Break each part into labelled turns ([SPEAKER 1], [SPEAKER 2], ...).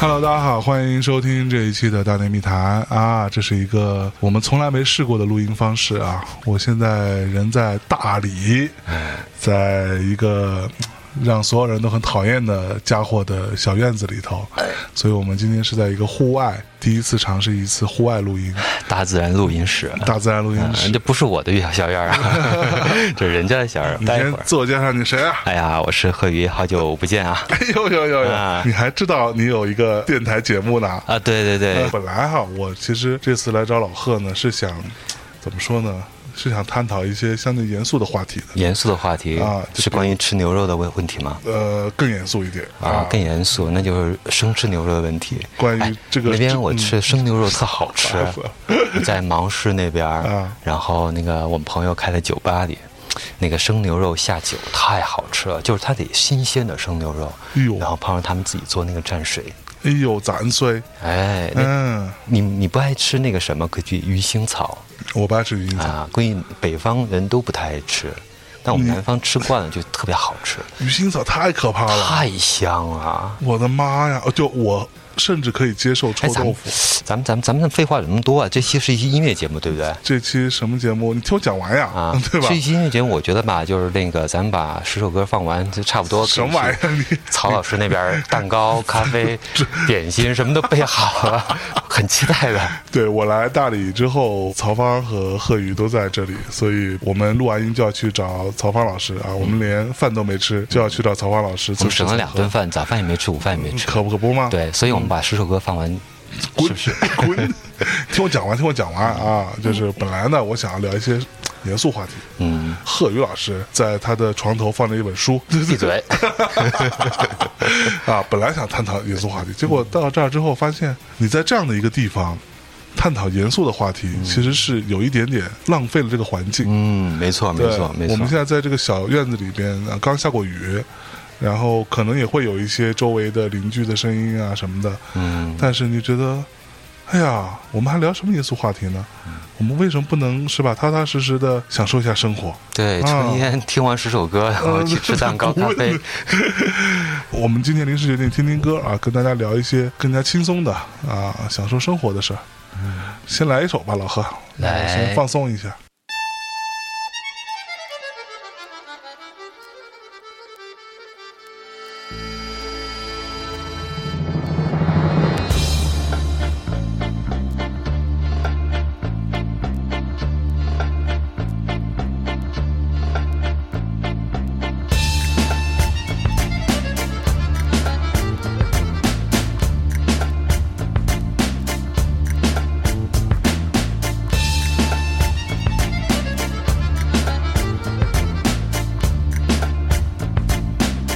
[SPEAKER 1] Hello，大家好，欢迎收听这一期的《大内密谈》啊，这是一个我们从来没试过的录音方式啊。我现在人在大理，在一个嗯让所有人都很讨厌的家伙的小院子里头，所以我们今天是在一个户外，第一次尝试一次户外录音，
[SPEAKER 2] 大自然录音室，
[SPEAKER 1] 大自然录音
[SPEAKER 2] 嗯
[SPEAKER 1] 室。
[SPEAKER 2] 这不是我的小院 儿啊，这是人家的小院儿。
[SPEAKER 1] 你
[SPEAKER 2] 待
[SPEAKER 1] 先
[SPEAKER 2] 一会儿，
[SPEAKER 1] 自我介绍，你谁 啊？
[SPEAKER 2] 哎呀，我是贺宇，好久不 见啊！
[SPEAKER 1] 哎呦呦呦呦
[SPEAKER 2] 啊！
[SPEAKER 1] 你还知道你有一个电台节目呢？
[SPEAKER 2] 啊，对对
[SPEAKER 1] 呃
[SPEAKER 2] 对，
[SPEAKER 1] 本来哈，我其实这次来找老贺呢，是想怎么说呢？是想探讨一些相对严肃的话题的，
[SPEAKER 2] 严肃的话题
[SPEAKER 1] 啊就是
[SPEAKER 2] 关于吃牛肉的问问题吗？
[SPEAKER 1] 呃，更严肃一点
[SPEAKER 2] 啊，更严肃，那就是生吃牛肉的问题。
[SPEAKER 1] 关于
[SPEAKER 2] 哎
[SPEAKER 1] 这个
[SPEAKER 2] 那
[SPEAKER 1] 这嗯
[SPEAKER 2] 边我吃生牛肉特 好吃
[SPEAKER 1] 烦死了，
[SPEAKER 2] 在芒市那边儿
[SPEAKER 1] 啊，
[SPEAKER 2] 然后那个我们朋友开的酒吧里。那个生牛肉下酒太好吃了，就是它得新鲜的生牛肉，
[SPEAKER 1] 哎呦
[SPEAKER 2] 然后碰上他们自己做那个蘸水，
[SPEAKER 1] 哎呦，咱虽，
[SPEAKER 2] 哎，那
[SPEAKER 1] 嗯，
[SPEAKER 2] 你你不爱吃那个什么，可以去鱼腥草
[SPEAKER 1] 我不爱吃鱼腥草，
[SPEAKER 2] 啊，估计北方人都不太爱吃，但
[SPEAKER 1] 嗯
[SPEAKER 2] 我们南方吃惯了就特别好吃，
[SPEAKER 1] 鱼腥草太可怕了，
[SPEAKER 2] 太香了。
[SPEAKER 1] 我的妈呀！就我甚至可以接受臭
[SPEAKER 2] 哎，咱
[SPEAKER 1] 豆
[SPEAKER 2] 们
[SPEAKER 1] 腐。
[SPEAKER 2] 咱们咱们咱们废话怎么多啊？这期是一期音乐节目，对不对？
[SPEAKER 1] 这期什么节目？你听我讲完呀，，
[SPEAKER 2] 啊
[SPEAKER 1] 嗯 对吧
[SPEAKER 2] 这？一期音乐节目，我觉得吧，就是那个咱们把十首歌放完就差不多。
[SPEAKER 1] 什么玩意儿你
[SPEAKER 2] 曹老师那边蛋 糕、咖啡、点心什么都备好了，很期待的。
[SPEAKER 1] 对我来大理之后，曹芳和贺宇都在这里，所以我们录完音就要去找曹芳老师啊。我们连饭都没吃，就要去找曹芳老师。
[SPEAKER 2] 我
[SPEAKER 1] 怎
[SPEAKER 2] 们
[SPEAKER 1] 么
[SPEAKER 2] 省了两 顿饭，早饭也没吃，午饭也没吃。
[SPEAKER 1] 可不可不吗？，
[SPEAKER 2] 对，所以我们把十首歌放完，
[SPEAKER 1] 滚
[SPEAKER 2] 是不是？
[SPEAKER 1] 滚！听我讲完，听我讲完啊！就是本来呢，我想要聊一些严肃话题。
[SPEAKER 2] 嗯，
[SPEAKER 1] 贺宇老师在他的床头放着一本书，
[SPEAKER 2] 闭嘴。
[SPEAKER 1] 啊，本来想探讨严肃话题，结果到这儿之后发现，你在这样的一个地方探讨严肃的话题，其实是有一点点浪费了这个环境。
[SPEAKER 2] 嗯，没错，没
[SPEAKER 1] 对，
[SPEAKER 2] 错，没
[SPEAKER 1] 我们现
[SPEAKER 2] 错。
[SPEAKER 1] 在在这个小院子里边，啊，刚下过雨，然后可能也会有一些周围的邻居的声音啊什么的。
[SPEAKER 2] 嗯，
[SPEAKER 1] 但是你觉得，哎呀，我们还聊什么严肃话题呢？
[SPEAKER 2] 嗯
[SPEAKER 1] 我们为什么不能是吧，踏踏实实的享受一下生活？
[SPEAKER 2] 对，春天听完十首歌，然后去吃 蛋糕、咖
[SPEAKER 1] 嗯
[SPEAKER 2] 啡，
[SPEAKER 1] 我们今天临时决定听听歌啊，跟大家聊一些更加轻松的啊，享受生活的事儿。
[SPEAKER 2] 嗯
[SPEAKER 1] 先来一首吧，老贺，
[SPEAKER 2] 来
[SPEAKER 1] 先放松一下。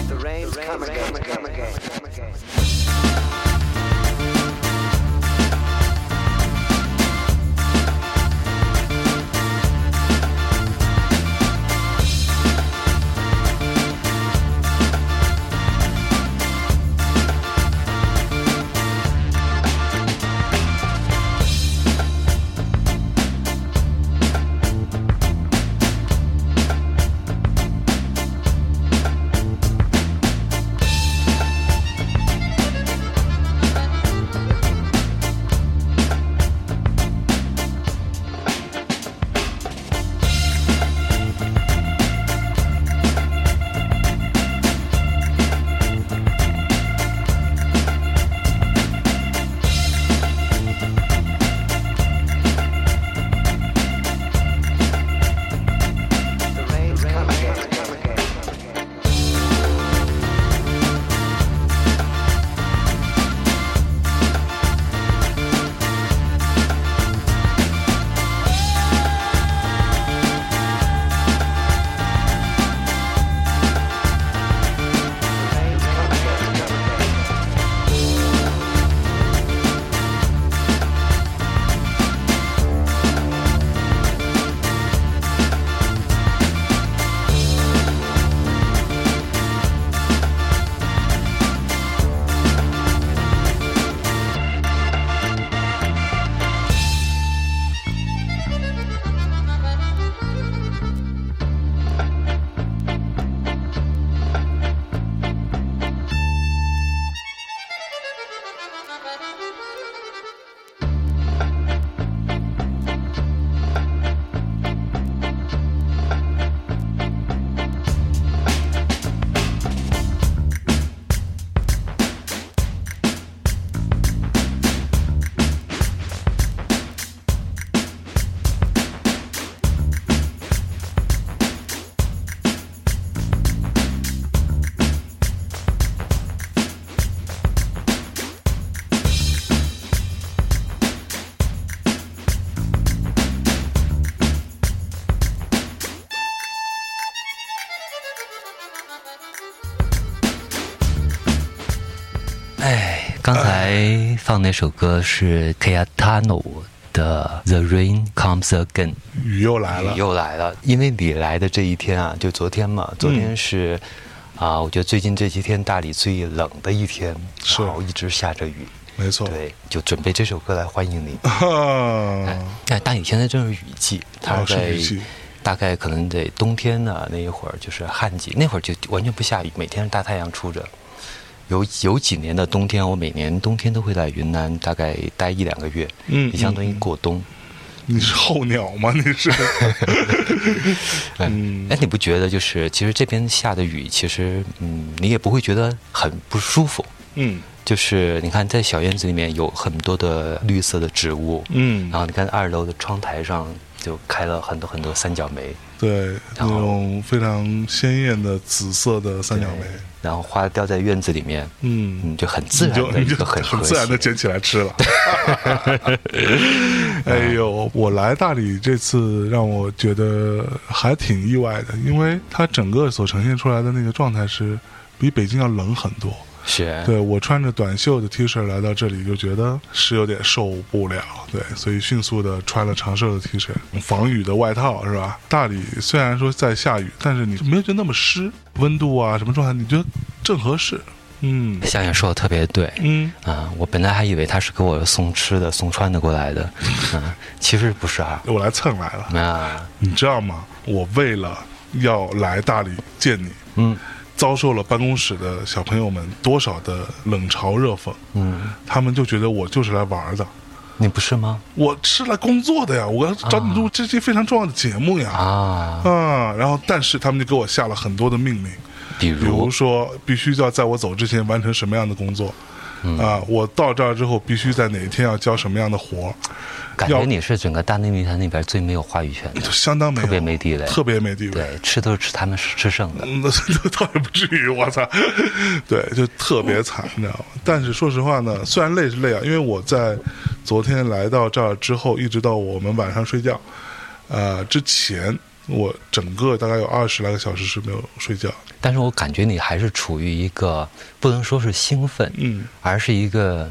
[SPEAKER 3] The rain's come again, come again, come again.
[SPEAKER 4] 啊！
[SPEAKER 2] 哎，刚才放那首歌是 Cayetano 的《The Rain Comes Again
[SPEAKER 1] 雨又》，来了，
[SPEAKER 2] 又来了。因为你来的这一天啊，就昨天
[SPEAKER 1] 嗯
[SPEAKER 2] 嘛，昨天是、啊，我觉得最近这几天大理最冷的一天，
[SPEAKER 1] 是
[SPEAKER 2] 然后一直下着雨。
[SPEAKER 1] 没错，
[SPEAKER 2] 对，就准备这首歌来欢迎你。
[SPEAKER 1] 啊
[SPEAKER 2] 哎，但大理现在正是雨季，它
[SPEAKER 1] 哦是
[SPEAKER 2] 在
[SPEAKER 1] 雨季
[SPEAKER 2] 大概可能得冬天呢、那一会儿就是旱季，那会儿就完全不下雨，每天是大太阳出着。有有几年的冬天，我每年冬天都会在云南大概待一两个月，
[SPEAKER 1] 嗯
[SPEAKER 2] 也相当于过冬。
[SPEAKER 1] 你是候鸟吗？你 是？嗯
[SPEAKER 2] 哎、哎，你不觉得就是其实这边下的雨，其实嗯，你也不会觉得很不舒服。
[SPEAKER 1] 嗯
[SPEAKER 2] 就是你看，在小院子里面有很多的绿色的植物，
[SPEAKER 1] 嗯
[SPEAKER 2] 然后你看二楼的窗台上就开了很多很多三角梅，
[SPEAKER 1] 对，那
[SPEAKER 2] 然后
[SPEAKER 1] 种非常鲜艳的紫色的三角梅，
[SPEAKER 2] 然后花掉在院子里面，
[SPEAKER 1] 嗯
[SPEAKER 2] 嗯，就很自
[SPEAKER 1] 你
[SPEAKER 2] 然
[SPEAKER 1] 就
[SPEAKER 2] 的
[SPEAKER 1] 你
[SPEAKER 2] 一
[SPEAKER 1] 就
[SPEAKER 2] 个很
[SPEAKER 1] 很
[SPEAKER 2] 和
[SPEAKER 1] 自然的
[SPEAKER 2] 谐。
[SPEAKER 1] 捡起来吃 了。哎呦，我来大理这次让我觉得还挺意外的，因为它整个所呈现出来的那个状态是比北京要冷很多。
[SPEAKER 2] 是，
[SPEAKER 1] 对我穿着短袖的 T 恤来到这里，就觉得是有点受不了，对，所以迅速的穿了长袖的 T 恤，防雨的外套是吧？大理虽然说在下雨，但是你没有觉得那么湿，温度啊什么状态，你觉得正合适，嗯
[SPEAKER 2] 夏燕说的特别对。
[SPEAKER 1] 嗯，
[SPEAKER 2] 啊、我本来还以为他是给我送吃的、送穿的过来的，嗯、其实不是啊。
[SPEAKER 1] 我来蹭来了，
[SPEAKER 2] 那，
[SPEAKER 1] 你知道吗？我为了要来大理见你，
[SPEAKER 2] 嗯
[SPEAKER 1] 遭受了办公室的小朋友们多少的冷嘲热讽，
[SPEAKER 2] 嗯，
[SPEAKER 1] 他们就觉得我就是来玩儿的。
[SPEAKER 2] 你不是吗？
[SPEAKER 1] 我是来工作的呀，我要找你录这些非常重要的节目呀。
[SPEAKER 2] 啊，
[SPEAKER 1] 啊，然后但是他们就给我下了很多的命令，
[SPEAKER 2] 比
[SPEAKER 1] 比如
[SPEAKER 2] 如，
[SPEAKER 1] 说必须要在我走之前完成什么样的工作，
[SPEAKER 2] 嗯
[SPEAKER 1] 啊，我到这儿之后必须在哪一天要交什么样的活儿，
[SPEAKER 2] 感觉
[SPEAKER 1] 要
[SPEAKER 2] 你是整个大内密谈那边最没有话语权的
[SPEAKER 1] 就，相当没有
[SPEAKER 2] 特别没地位
[SPEAKER 1] 特别没地位。
[SPEAKER 2] 对，吃都是吃他们吃剩的。
[SPEAKER 1] 嗯 那那倒也不至于，我操！对，就特别惨，你知道吗？但是说实话呢，虽然累是累啊，因为我在昨天来到这儿之后，一直到我们晚上睡觉，呃，之前我整个大概有二十来个小时是没有睡觉。
[SPEAKER 2] 但是我感觉你还是处于一个不能说是兴奋，
[SPEAKER 1] 嗯，
[SPEAKER 2] 而是一个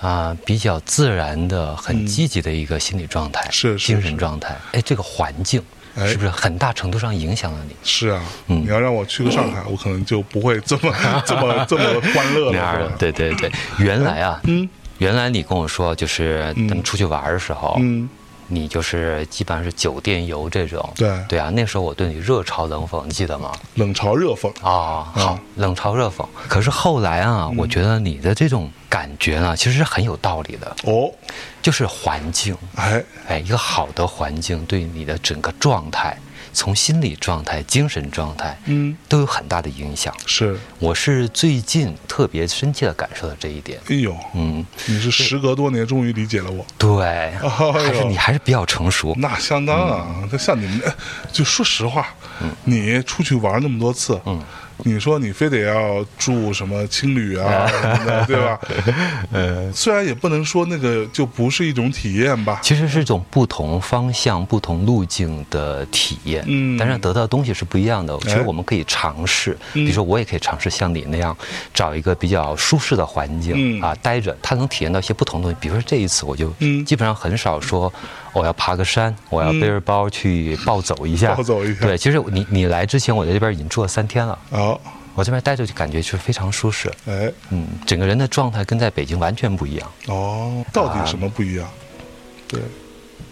[SPEAKER 2] 啊、比较自然的、很积极的一个心理状态，
[SPEAKER 1] 嗯是是
[SPEAKER 2] 精神状态。哎，这个环境
[SPEAKER 1] 哎
[SPEAKER 2] 是不是很大程度上影响了你？
[SPEAKER 1] 是啊，
[SPEAKER 2] 嗯
[SPEAKER 1] 你要让我去个上海，我可能就不会这 么这么这么欢 乐
[SPEAKER 2] 那样
[SPEAKER 1] 呃了，是
[SPEAKER 2] 的
[SPEAKER 1] 吧，
[SPEAKER 2] 对对 对。原来啊，
[SPEAKER 1] 嗯
[SPEAKER 2] 原来你跟我说，就是
[SPEAKER 1] 嗯
[SPEAKER 2] 咱们出去玩的时候，
[SPEAKER 1] 嗯，
[SPEAKER 2] 你就是基本上是酒店游这种。
[SPEAKER 1] 对嗯
[SPEAKER 2] 对啊，那时候我对你热嘲冷讽，你记得吗？
[SPEAKER 1] 冷嘲热讽，
[SPEAKER 2] 啊、好，冷嘲热讽。可是后来啊，
[SPEAKER 1] 嗯
[SPEAKER 2] 我觉得你的这种感觉呢，其实是很有道理的，
[SPEAKER 1] 哦，
[SPEAKER 2] 就是环境，
[SPEAKER 1] 哎，
[SPEAKER 2] 哎，一个好的环境对你的整个状态，从心理状态、精神状态，
[SPEAKER 1] 嗯，
[SPEAKER 2] 都有很大的影响。
[SPEAKER 1] 是，
[SPEAKER 2] 我是最近特别深切的感受到这一点。
[SPEAKER 1] 哎呦，
[SPEAKER 2] 嗯，
[SPEAKER 1] 你是时隔多年终于理解了我，
[SPEAKER 2] 对，
[SPEAKER 1] 哦哎呦
[SPEAKER 2] 还是你还是比较成熟。
[SPEAKER 1] 那相当啊！这像你们，哎就说实话，你出去玩那么多次，你说你非得要住什么青旅啊什么的，对吧？ 呃，虽然也不能说那个就不是一种体验吧，
[SPEAKER 2] 其实是一种不同方向、不同路径的体验，
[SPEAKER 1] 嗯哎
[SPEAKER 2] 但是得到的东西是不一样的。其实我们可以尝试，比如说我也可以尝试像你那样，找一个比较舒适的环境、
[SPEAKER 1] 嗯
[SPEAKER 2] 啊，待着，他能体验到一些不同的东西。比如说这一次，我就
[SPEAKER 1] 嗯
[SPEAKER 2] 基本上很少说哦我要爬个山，我要背着包去暴走一下，
[SPEAKER 1] 暴走一下
[SPEAKER 2] 对，其实你你来之前，我在这边已经住了三天了，
[SPEAKER 1] 好，
[SPEAKER 2] 我这边待着就感觉是非常舒适，
[SPEAKER 1] 哦哎，
[SPEAKER 2] 嗯，整个人的状态跟在北京完全不一样，
[SPEAKER 1] 哦，到底什么不一样？对，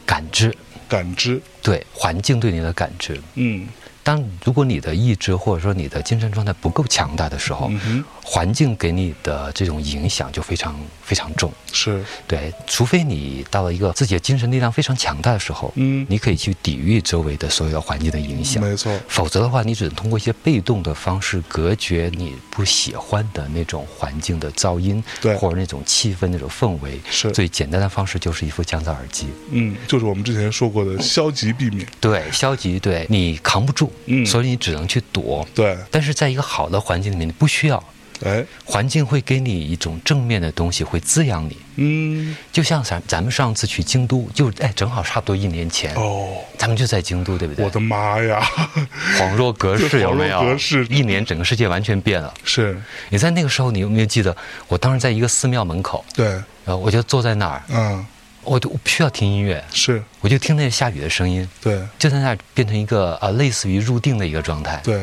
[SPEAKER 2] 感知
[SPEAKER 1] 感知，
[SPEAKER 2] 对环境对你的感知。
[SPEAKER 1] 嗯
[SPEAKER 2] 当如果你的意志或者说你的精神状态不够强大的时候，
[SPEAKER 1] 嗯哼，
[SPEAKER 2] 环境给你的这种影响就非常非常重。
[SPEAKER 1] 是，
[SPEAKER 2] 对，除非你到了一个自己的精神力量非常强大的时候，
[SPEAKER 1] 嗯
[SPEAKER 2] 你可以去抵御周围的所有的环境的影响。
[SPEAKER 1] 没错，
[SPEAKER 2] 否则的话，你只能通过一些被动的方式隔绝你不喜欢的那种环境的噪音，
[SPEAKER 1] 对
[SPEAKER 2] 或者那种气氛、那种氛围。
[SPEAKER 1] 是
[SPEAKER 2] 最简单的方式就是一副降噪耳机。
[SPEAKER 1] 嗯，就是我们之前说过的消极避免，
[SPEAKER 2] 对，消极，对你扛不住，
[SPEAKER 1] 嗯
[SPEAKER 2] 所以你只能去躲。
[SPEAKER 1] 对，
[SPEAKER 2] 但是在一个好的环境里面，你不需要，
[SPEAKER 1] 哎，
[SPEAKER 2] 环境会给你一种正面的东西，会滋养你。
[SPEAKER 1] 嗯，
[SPEAKER 2] 就像咱咱们上次去京都，就哎正好差不多一年前，
[SPEAKER 1] 哦，
[SPEAKER 2] 咱们就在京都，对不对？
[SPEAKER 1] 我的妈呀，
[SPEAKER 2] 恍若隔世，有没有？
[SPEAKER 1] 恍若隔世
[SPEAKER 2] 一年整个世界完全变了。
[SPEAKER 1] 是，
[SPEAKER 2] 你在那个时候，你有没有记得？我当时在一个寺庙门口，
[SPEAKER 1] 对，
[SPEAKER 2] 然后我就坐在那儿，
[SPEAKER 1] 嗯，
[SPEAKER 2] 我就我不需要听音乐，
[SPEAKER 1] 是
[SPEAKER 2] 我就听那个下雨的声音，
[SPEAKER 1] 对，
[SPEAKER 2] 就在那儿变成一个啊、呃类似于入定的一个状态，，
[SPEAKER 1] 对，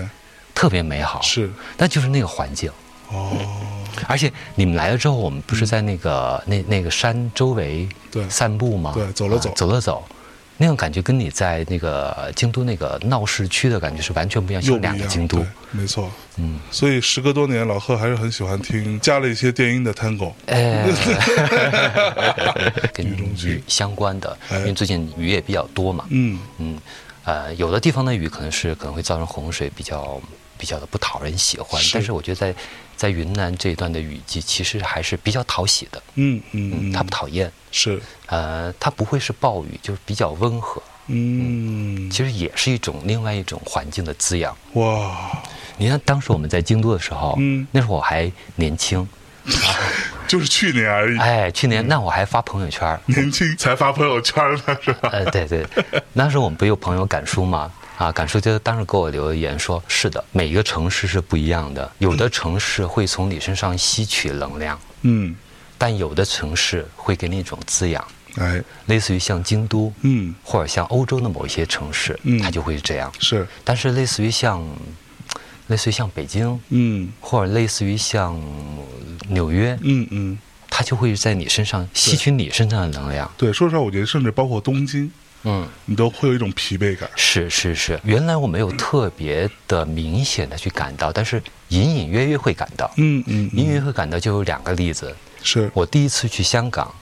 [SPEAKER 2] 特别美好。，
[SPEAKER 1] 是，
[SPEAKER 2] 但就是那个环境。
[SPEAKER 1] 哦，
[SPEAKER 2] 而且你们来了之后，我们不是在那个、那那个山周
[SPEAKER 1] 嗯
[SPEAKER 2] 围
[SPEAKER 1] 对
[SPEAKER 2] 散步吗？
[SPEAKER 1] 对走了走
[SPEAKER 2] 啊走了走，那种感觉跟你在那个京都那个闹市区的感觉是完全不一样，
[SPEAKER 1] 又
[SPEAKER 2] 是
[SPEAKER 1] 不一
[SPEAKER 2] 两个
[SPEAKER 1] 样，
[SPEAKER 2] 京都
[SPEAKER 1] 对。，没错。
[SPEAKER 2] 嗯，
[SPEAKER 1] 所以时隔多年，老贺还是很喜欢听加了一些电音的 tango。
[SPEAKER 2] 哎，跟
[SPEAKER 1] 雨中
[SPEAKER 2] 雨
[SPEAKER 1] 剧
[SPEAKER 2] 相关的，
[SPEAKER 1] 哎
[SPEAKER 2] 因为最近雨也比较多嘛。
[SPEAKER 1] 嗯，
[SPEAKER 2] 嗯，呃，有的地方的雨可能是可能会造成洪水，比较比较的不讨人喜欢。
[SPEAKER 1] 是
[SPEAKER 2] 但是我觉得在在云南这一段的雨季，其实还是比较讨喜的。
[SPEAKER 1] 嗯嗯，嗯
[SPEAKER 2] 它不讨厌，
[SPEAKER 1] 是，
[SPEAKER 2] 呃，它不会是暴雨，就是比较温和，
[SPEAKER 1] 嗯，
[SPEAKER 2] 其实也是一种另外一种环境的滋养。
[SPEAKER 1] 哇，
[SPEAKER 2] 你看，当时我们在京都的时候，
[SPEAKER 1] 嗯
[SPEAKER 2] 那时候我还年轻，
[SPEAKER 1] 就是去年而已，
[SPEAKER 2] 哎，去
[SPEAKER 1] 嗯
[SPEAKER 2] 年那我还发朋友圈 儿，
[SPEAKER 1] 年轻才发朋友圈呢，是吧？
[SPEAKER 2] 呃，对对，那时候我们不有朋友感叔吗？啊，感叔就当时给我留言说：“是的，每一个城市是不一样的，有的城市会从你身上吸取能量，
[SPEAKER 1] 嗯，
[SPEAKER 2] 但有的城市会给你一种滋养，
[SPEAKER 1] 哎，
[SPEAKER 2] 类似于像京都，
[SPEAKER 1] 嗯，
[SPEAKER 2] 或者像欧洲的某一些城市，
[SPEAKER 1] 嗯
[SPEAKER 2] 它就会是这样。
[SPEAKER 1] 是，
[SPEAKER 2] 但是类似于像，类似于像北京，
[SPEAKER 1] 嗯
[SPEAKER 2] 或者类似于像纽约，
[SPEAKER 1] 嗯嗯，
[SPEAKER 2] 它就会在你身上吸取你身上的能量。
[SPEAKER 1] 对，说实话，我觉得甚至包括东京，
[SPEAKER 2] 嗯，
[SPEAKER 1] 你都会有一种疲惫感。
[SPEAKER 2] 是是是，原来我没有特别的明显的去感到，但是隐隐约约会感到，
[SPEAKER 1] 嗯嗯，
[SPEAKER 2] 隐隐约会感到就有两个例子。
[SPEAKER 1] 是，
[SPEAKER 2] 我第一次去香港，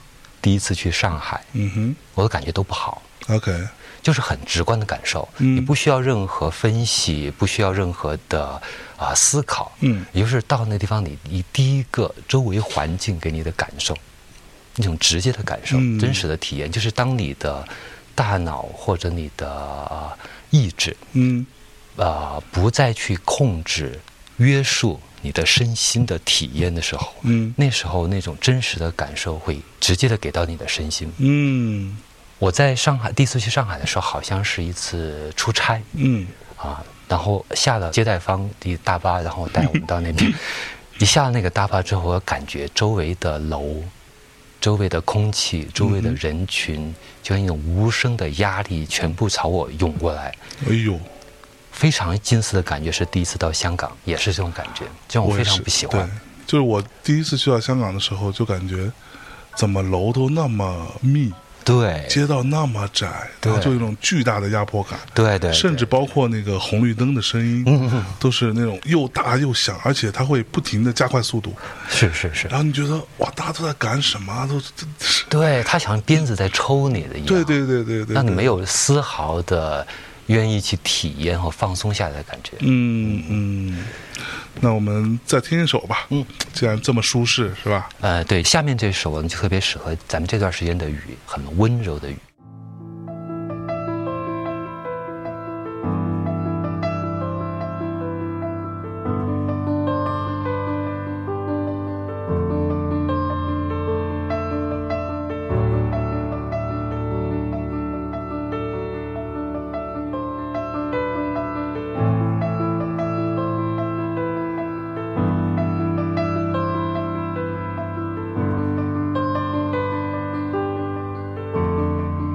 [SPEAKER 2] 第一次去上海，
[SPEAKER 1] 嗯
[SPEAKER 2] 我的感觉都不好。
[SPEAKER 1] 哼，OK，
[SPEAKER 2] 就是很直观的感受，
[SPEAKER 1] 嗯
[SPEAKER 2] 你不需要任何分析，不需要任何的啊、思考，
[SPEAKER 1] 嗯
[SPEAKER 2] 也就是到那地方你，你第一个周围环境给你的感受，那种直接的感受，
[SPEAKER 1] 嗯
[SPEAKER 2] 真实的体验，就是当你的大脑或者你的、呃意志
[SPEAKER 1] 嗯，
[SPEAKER 2] 啊、呃不再去控制、约束你的身心的体验的时候，
[SPEAKER 1] 嗯
[SPEAKER 2] 那时候那种真实的感受会直接的给到你的身心。
[SPEAKER 1] 嗯
[SPEAKER 2] 我在上海第一次去上海的时候，好像是一次出差
[SPEAKER 1] 嗯，
[SPEAKER 2] 啊，然后下了接待方的大巴，然后带我们到那 边。一下了那个大巴之后，我感觉周围的楼、周围的空气、周围
[SPEAKER 1] 嗯
[SPEAKER 2] 的人群，就像一种无声的压力，全部朝我涌过来。
[SPEAKER 1] 哎呦，
[SPEAKER 2] 非常近似的感觉是第一次到香港，也是这种感觉，这种我
[SPEAKER 1] 我
[SPEAKER 2] 哦非
[SPEAKER 1] 也
[SPEAKER 2] 常
[SPEAKER 1] 是
[SPEAKER 2] 不喜
[SPEAKER 1] 对
[SPEAKER 2] 欢。，
[SPEAKER 1] 就是我第一次去到香港的时候，就感觉怎么楼都那么密，
[SPEAKER 2] 对
[SPEAKER 1] 街道那么窄，然后
[SPEAKER 2] 哎对
[SPEAKER 1] 就有一种巨大的压迫感。
[SPEAKER 2] 对嗯对，
[SPEAKER 1] 甚至包括那个红绿灯的声音，都是那种又大又响，而且它会不停的加快速度，
[SPEAKER 2] 是是是
[SPEAKER 1] 然，后你觉得哇，大家都在赶什么啊？都这这是
[SPEAKER 2] 对他像鞭子在抽你的一样。
[SPEAKER 1] 对对对对对，
[SPEAKER 2] 啊让你
[SPEAKER 1] 对
[SPEAKER 2] 没有丝毫的愿意去体验和放松下来的感觉。
[SPEAKER 1] 嗯嗯，那我们再听一首吧。嗯，既然这么舒适，是吧？
[SPEAKER 2] 呃，对，下面这首呢就特别适合咱们这段时间的雨，很温柔的雨。
[SPEAKER 4] 雨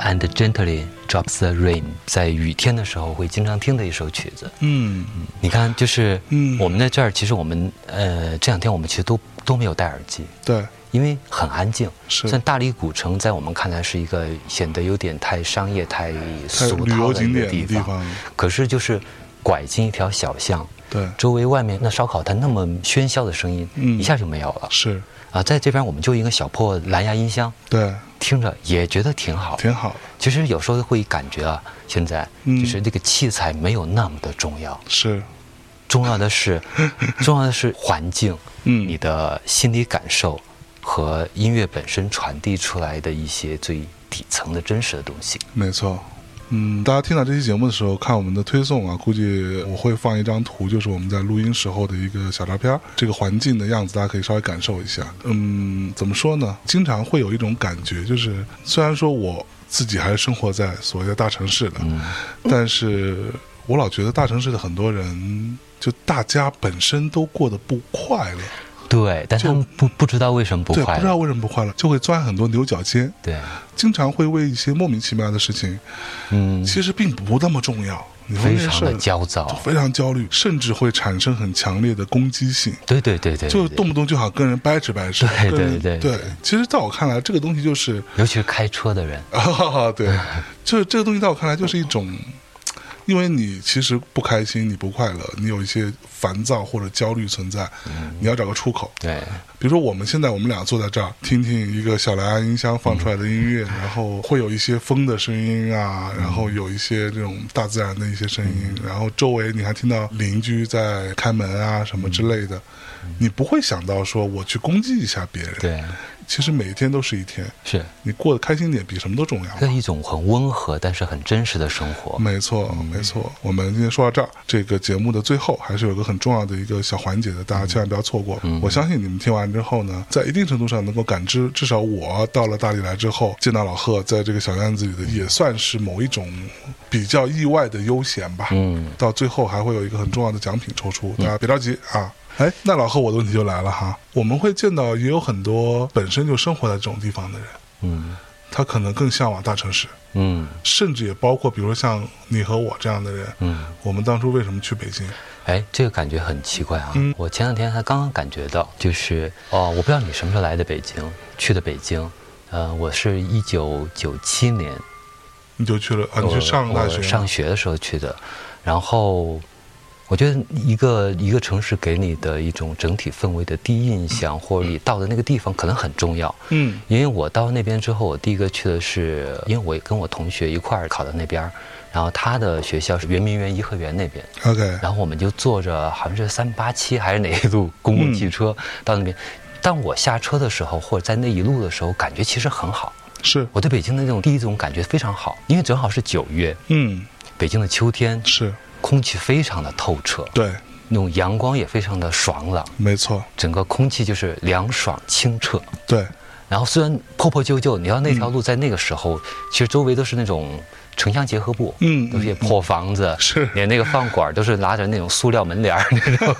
[SPEAKER 2] and Gently Drops the Rain》，在雨天的时候会经常听的一首曲子。
[SPEAKER 1] 嗯
[SPEAKER 2] 你看，就是
[SPEAKER 1] 嗯
[SPEAKER 2] 我们在这儿，其实我们呃这两天我们其实都都没有戴耳机，
[SPEAKER 1] 对，
[SPEAKER 2] 因为很安静。
[SPEAKER 1] 是
[SPEAKER 2] 像大理古城，在我们看来是一个显得有点太商业、太
[SPEAKER 1] 它
[SPEAKER 2] 俗
[SPEAKER 1] 呃旅
[SPEAKER 2] 套
[SPEAKER 1] 游
[SPEAKER 2] 的一
[SPEAKER 1] 景
[SPEAKER 2] 个
[SPEAKER 1] 点
[SPEAKER 2] 地
[SPEAKER 1] 的地
[SPEAKER 2] 方。
[SPEAKER 1] 方，
[SPEAKER 2] 可是就是拐进一条小巷，
[SPEAKER 1] 对，
[SPEAKER 2] 周围外面那烧烤摊那么喧嚣的声音，
[SPEAKER 1] 嗯
[SPEAKER 2] 一下就没有了
[SPEAKER 1] 是，
[SPEAKER 2] 啊！在这边我们就一个小破蓝牙音箱，
[SPEAKER 1] 对，
[SPEAKER 2] 听着也觉得挺好。
[SPEAKER 1] 挺好的，
[SPEAKER 2] 其实有时候会感觉啊，现在
[SPEAKER 1] 嗯
[SPEAKER 2] 就是这个器材没有那么的重要，
[SPEAKER 1] 是，
[SPEAKER 2] 重要 的是，重要的是环境，
[SPEAKER 1] 嗯
[SPEAKER 2] 你的心理感受和音乐本身传递出来的一些最底层的真实的东西。
[SPEAKER 1] 没错。嗯，大家听到这期节目的时候，看我们的推送啊，估计我会放一张图，就是我们在录音时候的一个小照片儿，这个环境的样子，大家可以稍微感受一下。嗯，怎么说呢？经常会有一种感觉，就是虽然说我自己还是生活在所谓的大城市的，
[SPEAKER 2] 嗯
[SPEAKER 1] 但是我老觉得大城市的很多人，就大家本身都过得不快乐，
[SPEAKER 2] 对，但他们不不知道为什么不
[SPEAKER 1] 对，
[SPEAKER 2] 快
[SPEAKER 1] 不知道
[SPEAKER 2] 乐。
[SPEAKER 1] 为什么不快乐，就会钻很多牛角尖，
[SPEAKER 2] 对，
[SPEAKER 1] 经常会为一些莫名其妙的事情，
[SPEAKER 2] 嗯，
[SPEAKER 1] 其实并不那么重要，你说
[SPEAKER 2] 非
[SPEAKER 1] 这些
[SPEAKER 2] 常
[SPEAKER 1] 事儿
[SPEAKER 2] 的焦躁
[SPEAKER 1] 就。非常焦虑，甚至会产生很强烈的攻击性。
[SPEAKER 2] 对对对对，
[SPEAKER 1] 就
[SPEAKER 2] 对
[SPEAKER 1] 动不动就好跟人掰扯掰扯，
[SPEAKER 2] 对
[SPEAKER 1] 跟人
[SPEAKER 2] 对对
[SPEAKER 1] 对。其实，在我看来，这个东西就是
[SPEAKER 2] 尤其是开车的人，
[SPEAKER 1] 啊，对， 就是这个东西在我看来就是一种，因为你其实不开心，你不快乐，你有一些烦躁或者焦虑存在，
[SPEAKER 2] 嗯
[SPEAKER 1] 你要找个出口。
[SPEAKER 2] 对
[SPEAKER 1] 比如说我们现在我们俩坐在这儿，听听一个小蓝牙音箱放出来的音乐，然后会有一些风的声音啊，然后有一些这种大自然的一些声音，然后周围你还听到邻居在开门啊什么之类的，你不会想到说我去攻击一下别人。
[SPEAKER 2] 对
[SPEAKER 1] 其实每一天都是一天，
[SPEAKER 2] 是。
[SPEAKER 1] 你过得开心点比什么都重要。
[SPEAKER 2] 这一种很温和但是很真实的生活。
[SPEAKER 1] 没错，没错。我们今天说到这儿，这个节目的最后还是有一个很重要的一个小环节的，大家千万不要错过。我相信你们听完之后呢，在一定程度上能够感知，至少我到了大理来之后，见到老贺在这个小院子里的，也算是某一种比较意外的悠闲吧。
[SPEAKER 2] 嗯，
[SPEAKER 1] 到最后还会有一个很重要的奖品抽出，大家别着急啊。哎，那老贺，我的问题就来了哈，我们会见到也有很多本身就生活在这种地方的人，
[SPEAKER 2] 嗯
[SPEAKER 1] 他可能更向往大城市，
[SPEAKER 2] 嗯
[SPEAKER 1] 甚至也包括，比如说像你和我这样的人，
[SPEAKER 2] 嗯，
[SPEAKER 1] 我们当初为什么去北京？
[SPEAKER 2] 哎，这个感觉很奇怪啊！
[SPEAKER 1] 嗯
[SPEAKER 2] 我前两天还刚刚感觉到，就是哦，我不知道你什么时候来的北京，去的北京。呃，我是一九九七年，
[SPEAKER 1] 你就去了啊啊？你
[SPEAKER 2] 我
[SPEAKER 1] 去上大学
[SPEAKER 2] 我
[SPEAKER 1] 吗？
[SPEAKER 2] 上学的时候去的。然后，我觉得一个一个城市给你的一种整体氛围的第一印象，或者你到的那个地方可能很重要。
[SPEAKER 1] 嗯
[SPEAKER 2] 因为我到那边之后，我第一个去的是，因为我跟我同学一块儿考到那边儿，然后他的学校是圆明园颐和园那边，
[SPEAKER 1] ，OK，
[SPEAKER 2] 然后我们就坐着好像是三八七还是哪一路公共汽车到那边。当我下车的时候，或者在那一路的时候，感觉其实很好。
[SPEAKER 1] 是，
[SPEAKER 2] 我对北京的那种第一种感觉非常好，因为正好是九月，
[SPEAKER 1] 嗯，
[SPEAKER 2] 北京的秋天，
[SPEAKER 1] 是
[SPEAKER 2] 空气非常的透彻，
[SPEAKER 1] 对，
[SPEAKER 2] 那种阳光也非常的爽朗，
[SPEAKER 1] 没错，
[SPEAKER 2] 整个空气就是凉爽清澈。
[SPEAKER 1] 对，
[SPEAKER 2] 然后虽然破破旧旧，你要那条
[SPEAKER 1] 嗯
[SPEAKER 2] 路在那个时候，其实周围都是那种城乡结合部，
[SPEAKER 1] 嗯
[SPEAKER 2] 都是一些破房子，
[SPEAKER 1] 是
[SPEAKER 2] 连那个饭馆都是拉着那种塑料门 帘儿，那种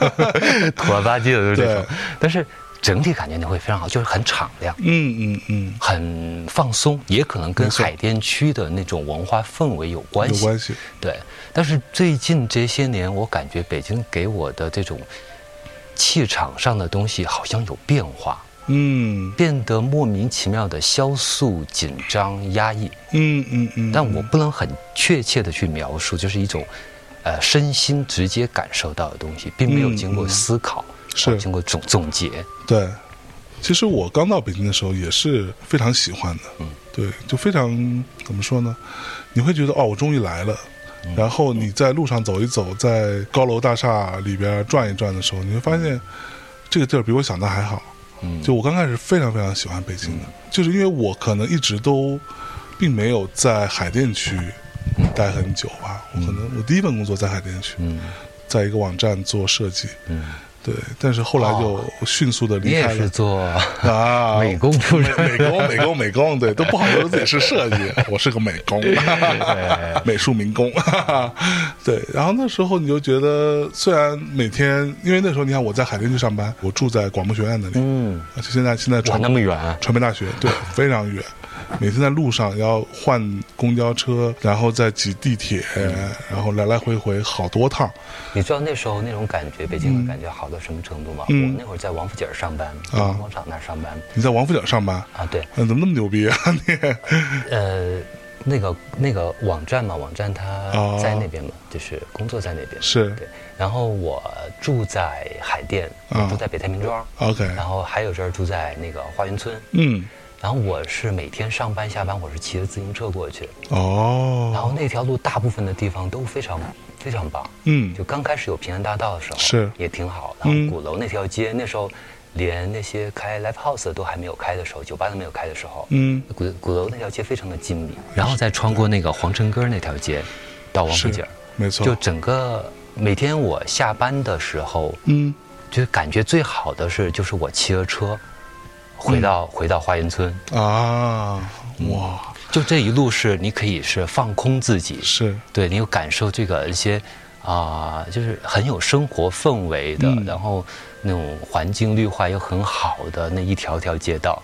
[SPEAKER 2] 土了吧唧的都是这种
[SPEAKER 1] 对，
[SPEAKER 2] 但是整体感觉你会非常好，就是很敞亮。
[SPEAKER 1] 嗯嗯嗯，
[SPEAKER 2] 很放松，也可能跟
[SPEAKER 1] 没错
[SPEAKER 2] 海淀区的那种文化氛围有关
[SPEAKER 1] 有
[SPEAKER 2] 系。
[SPEAKER 1] 关系，
[SPEAKER 2] 对，但是最近这些年，我感觉北京给我的这种气场上的东西好像有变化。
[SPEAKER 1] 嗯
[SPEAKER 2] 变得莫名其妙的消肃、紧张、压抑，
[SPEAKER 1] 嗯嗯嗯，
[SPEAKER 2] 但我不能很确切的去描述，就是一种，呃，身心直接感受到的东西，并没有
[SPEAKER 1] 嗯
[SPEAKER 2] 经过
[SPEAKER 1] 嗯
[SPEAKER 2] 思考，啊
[SPEAKER 1] 是
[SPEAKER 2] 或经过总总结。
[SPEAKER 1] 对，其实我刚到北京的时候也是非常喜欢的，
[SPEAKER 2] 嗯
[SPEAKER 1] 对，就非常怎么说呢？你会觉得哦，我终于来了。
[SPEAKER 2] 嗯
[SPEAKER 1] 然后你在路上走一走，在高楼大厦里边转一转的时候，你会发现这个地儿比我想的还好。
[SPEAKER 2] 嗯，
[SPEAKER 1] 就我刚开始非常非常喜欢北京的，就是因为我可能一直都并没有在海淀区待很久吧。我可能我第一份工作在海淀区，
[SPEAKER 2] 嗯
[SPEAKER 1] 在一个网站做设计，
[SPEAKER 2] 嗯，哦
[SPEAKER 1] 对，但是后来就迅速的
[SPEAKER 2] 你
[SPEAKER 1] 离开
[SPEAKER 2] 也
[SPEAKER 1] 了
[SPEAKER 2] 是。做
[SPEAKER 1] 啊，
[SPEAKER 2] 美工出身，
[SPEAKER 1] 美工，美工，美工，对，都不好说自己是设计，我是个美工， 美术民工，对。然后那时候你就觉得，虽然每天，因为那时候你看我在海淀区上班，我住在广播学院那里，
[SPEAKER 2] 嗯，
[SPEAKER 1] 而且现在现在
[SPEAKER 2] 哇，
[SPEAKER 1] 传
[SPEAKER 2] 那么远啊，
[SPEAKER 1] 传媒大学，对，非常远。每天在路上要换公交车，然后再挤地铁，
[SPEAKER 2] 嗯
[SPEAKER 1] 然后来来回回好多趟。
[SPEAKER 2] 你知道那时候那种感觉，北京的感觉好到什么程度吗？
[SPEAKER 1] 嗯
[SPEAKER 2] 我那会儿在王府井儿上班，
[SPEAKER 1] 啊
[SPEAKER 2] 广场那儿上班
[SPEAKER 1] 你在王府井上班，
[SPEAKER 2] 啊，对，
[SPEAKER 1] 嗯，怎么那么牛逼啊？ 你
[SPEAKER 2] 呃，那个那个网站嘛，网站它
[SPEAKER 1] 哦
[SPEAKER 2] 在那边嘛，就是工作在那边，
[SPEAKER 1] 是
[SPEAKER 2] 对。然后我住在海淀，
[SPEAKER 1] 啊
[SPEAKER 2] 住在北太平庄，
[SPEAKER 1] OK，
[SPEAKER 2] 然后还有阵儿住在那个花园村。
[SPEAKER 1] 嗯，
[SPEAKER 2] 然后我是每天上班下班，我是骑着自行车过去，然后
[SPEAKER 1] 哦，
[SPEAKER 2] 那条路大部分的地方都非常非常棒。
[SPEAKER 1] 嗯
[SPEAKER 2] 就刚开始有平安大道的时候，
[SPEAKER 1] 是
[SPEAKER 2] 也挺好。然
[SPEAKER 1] 嗯
[SPEAKER 2] 后鼓楼那条街，那时候连那些开 live house 的都还没有开的时候，酒吧都没有开的时候，
[SPEAKER 1] 嗯，
[SPEAKER 2] 鼓鼓楼那条街非常的静谧，然后再穿过那个皇城根儿那条街，到王府
[SPEAKER 1] 是
[SPEAKER 2] 井儿，，
[SPEAKER 1] 没错，
[SPEAKER 2] 就整个每天我下班的时候，
[SPEAKER 1] 嗯
[SPEAKER 2] 就感觉最好的是就是我骑着车回
[SPEAKER 1] 嗯
[SPEAKER 2] 到、回到花园村，
[SPEAKER 1] 啊，哇，
[SPEAKER 2] 就这一路是你可以是放空自己，
[SPEAKER 1] 是
[SPEAKER 2] 对你有感受这个一些啊、就是很有生活氛围的，
[SPEAKER 1] 嗯
[SPEAKER 2] 然后那种环境绿化又很好的那一条条街道，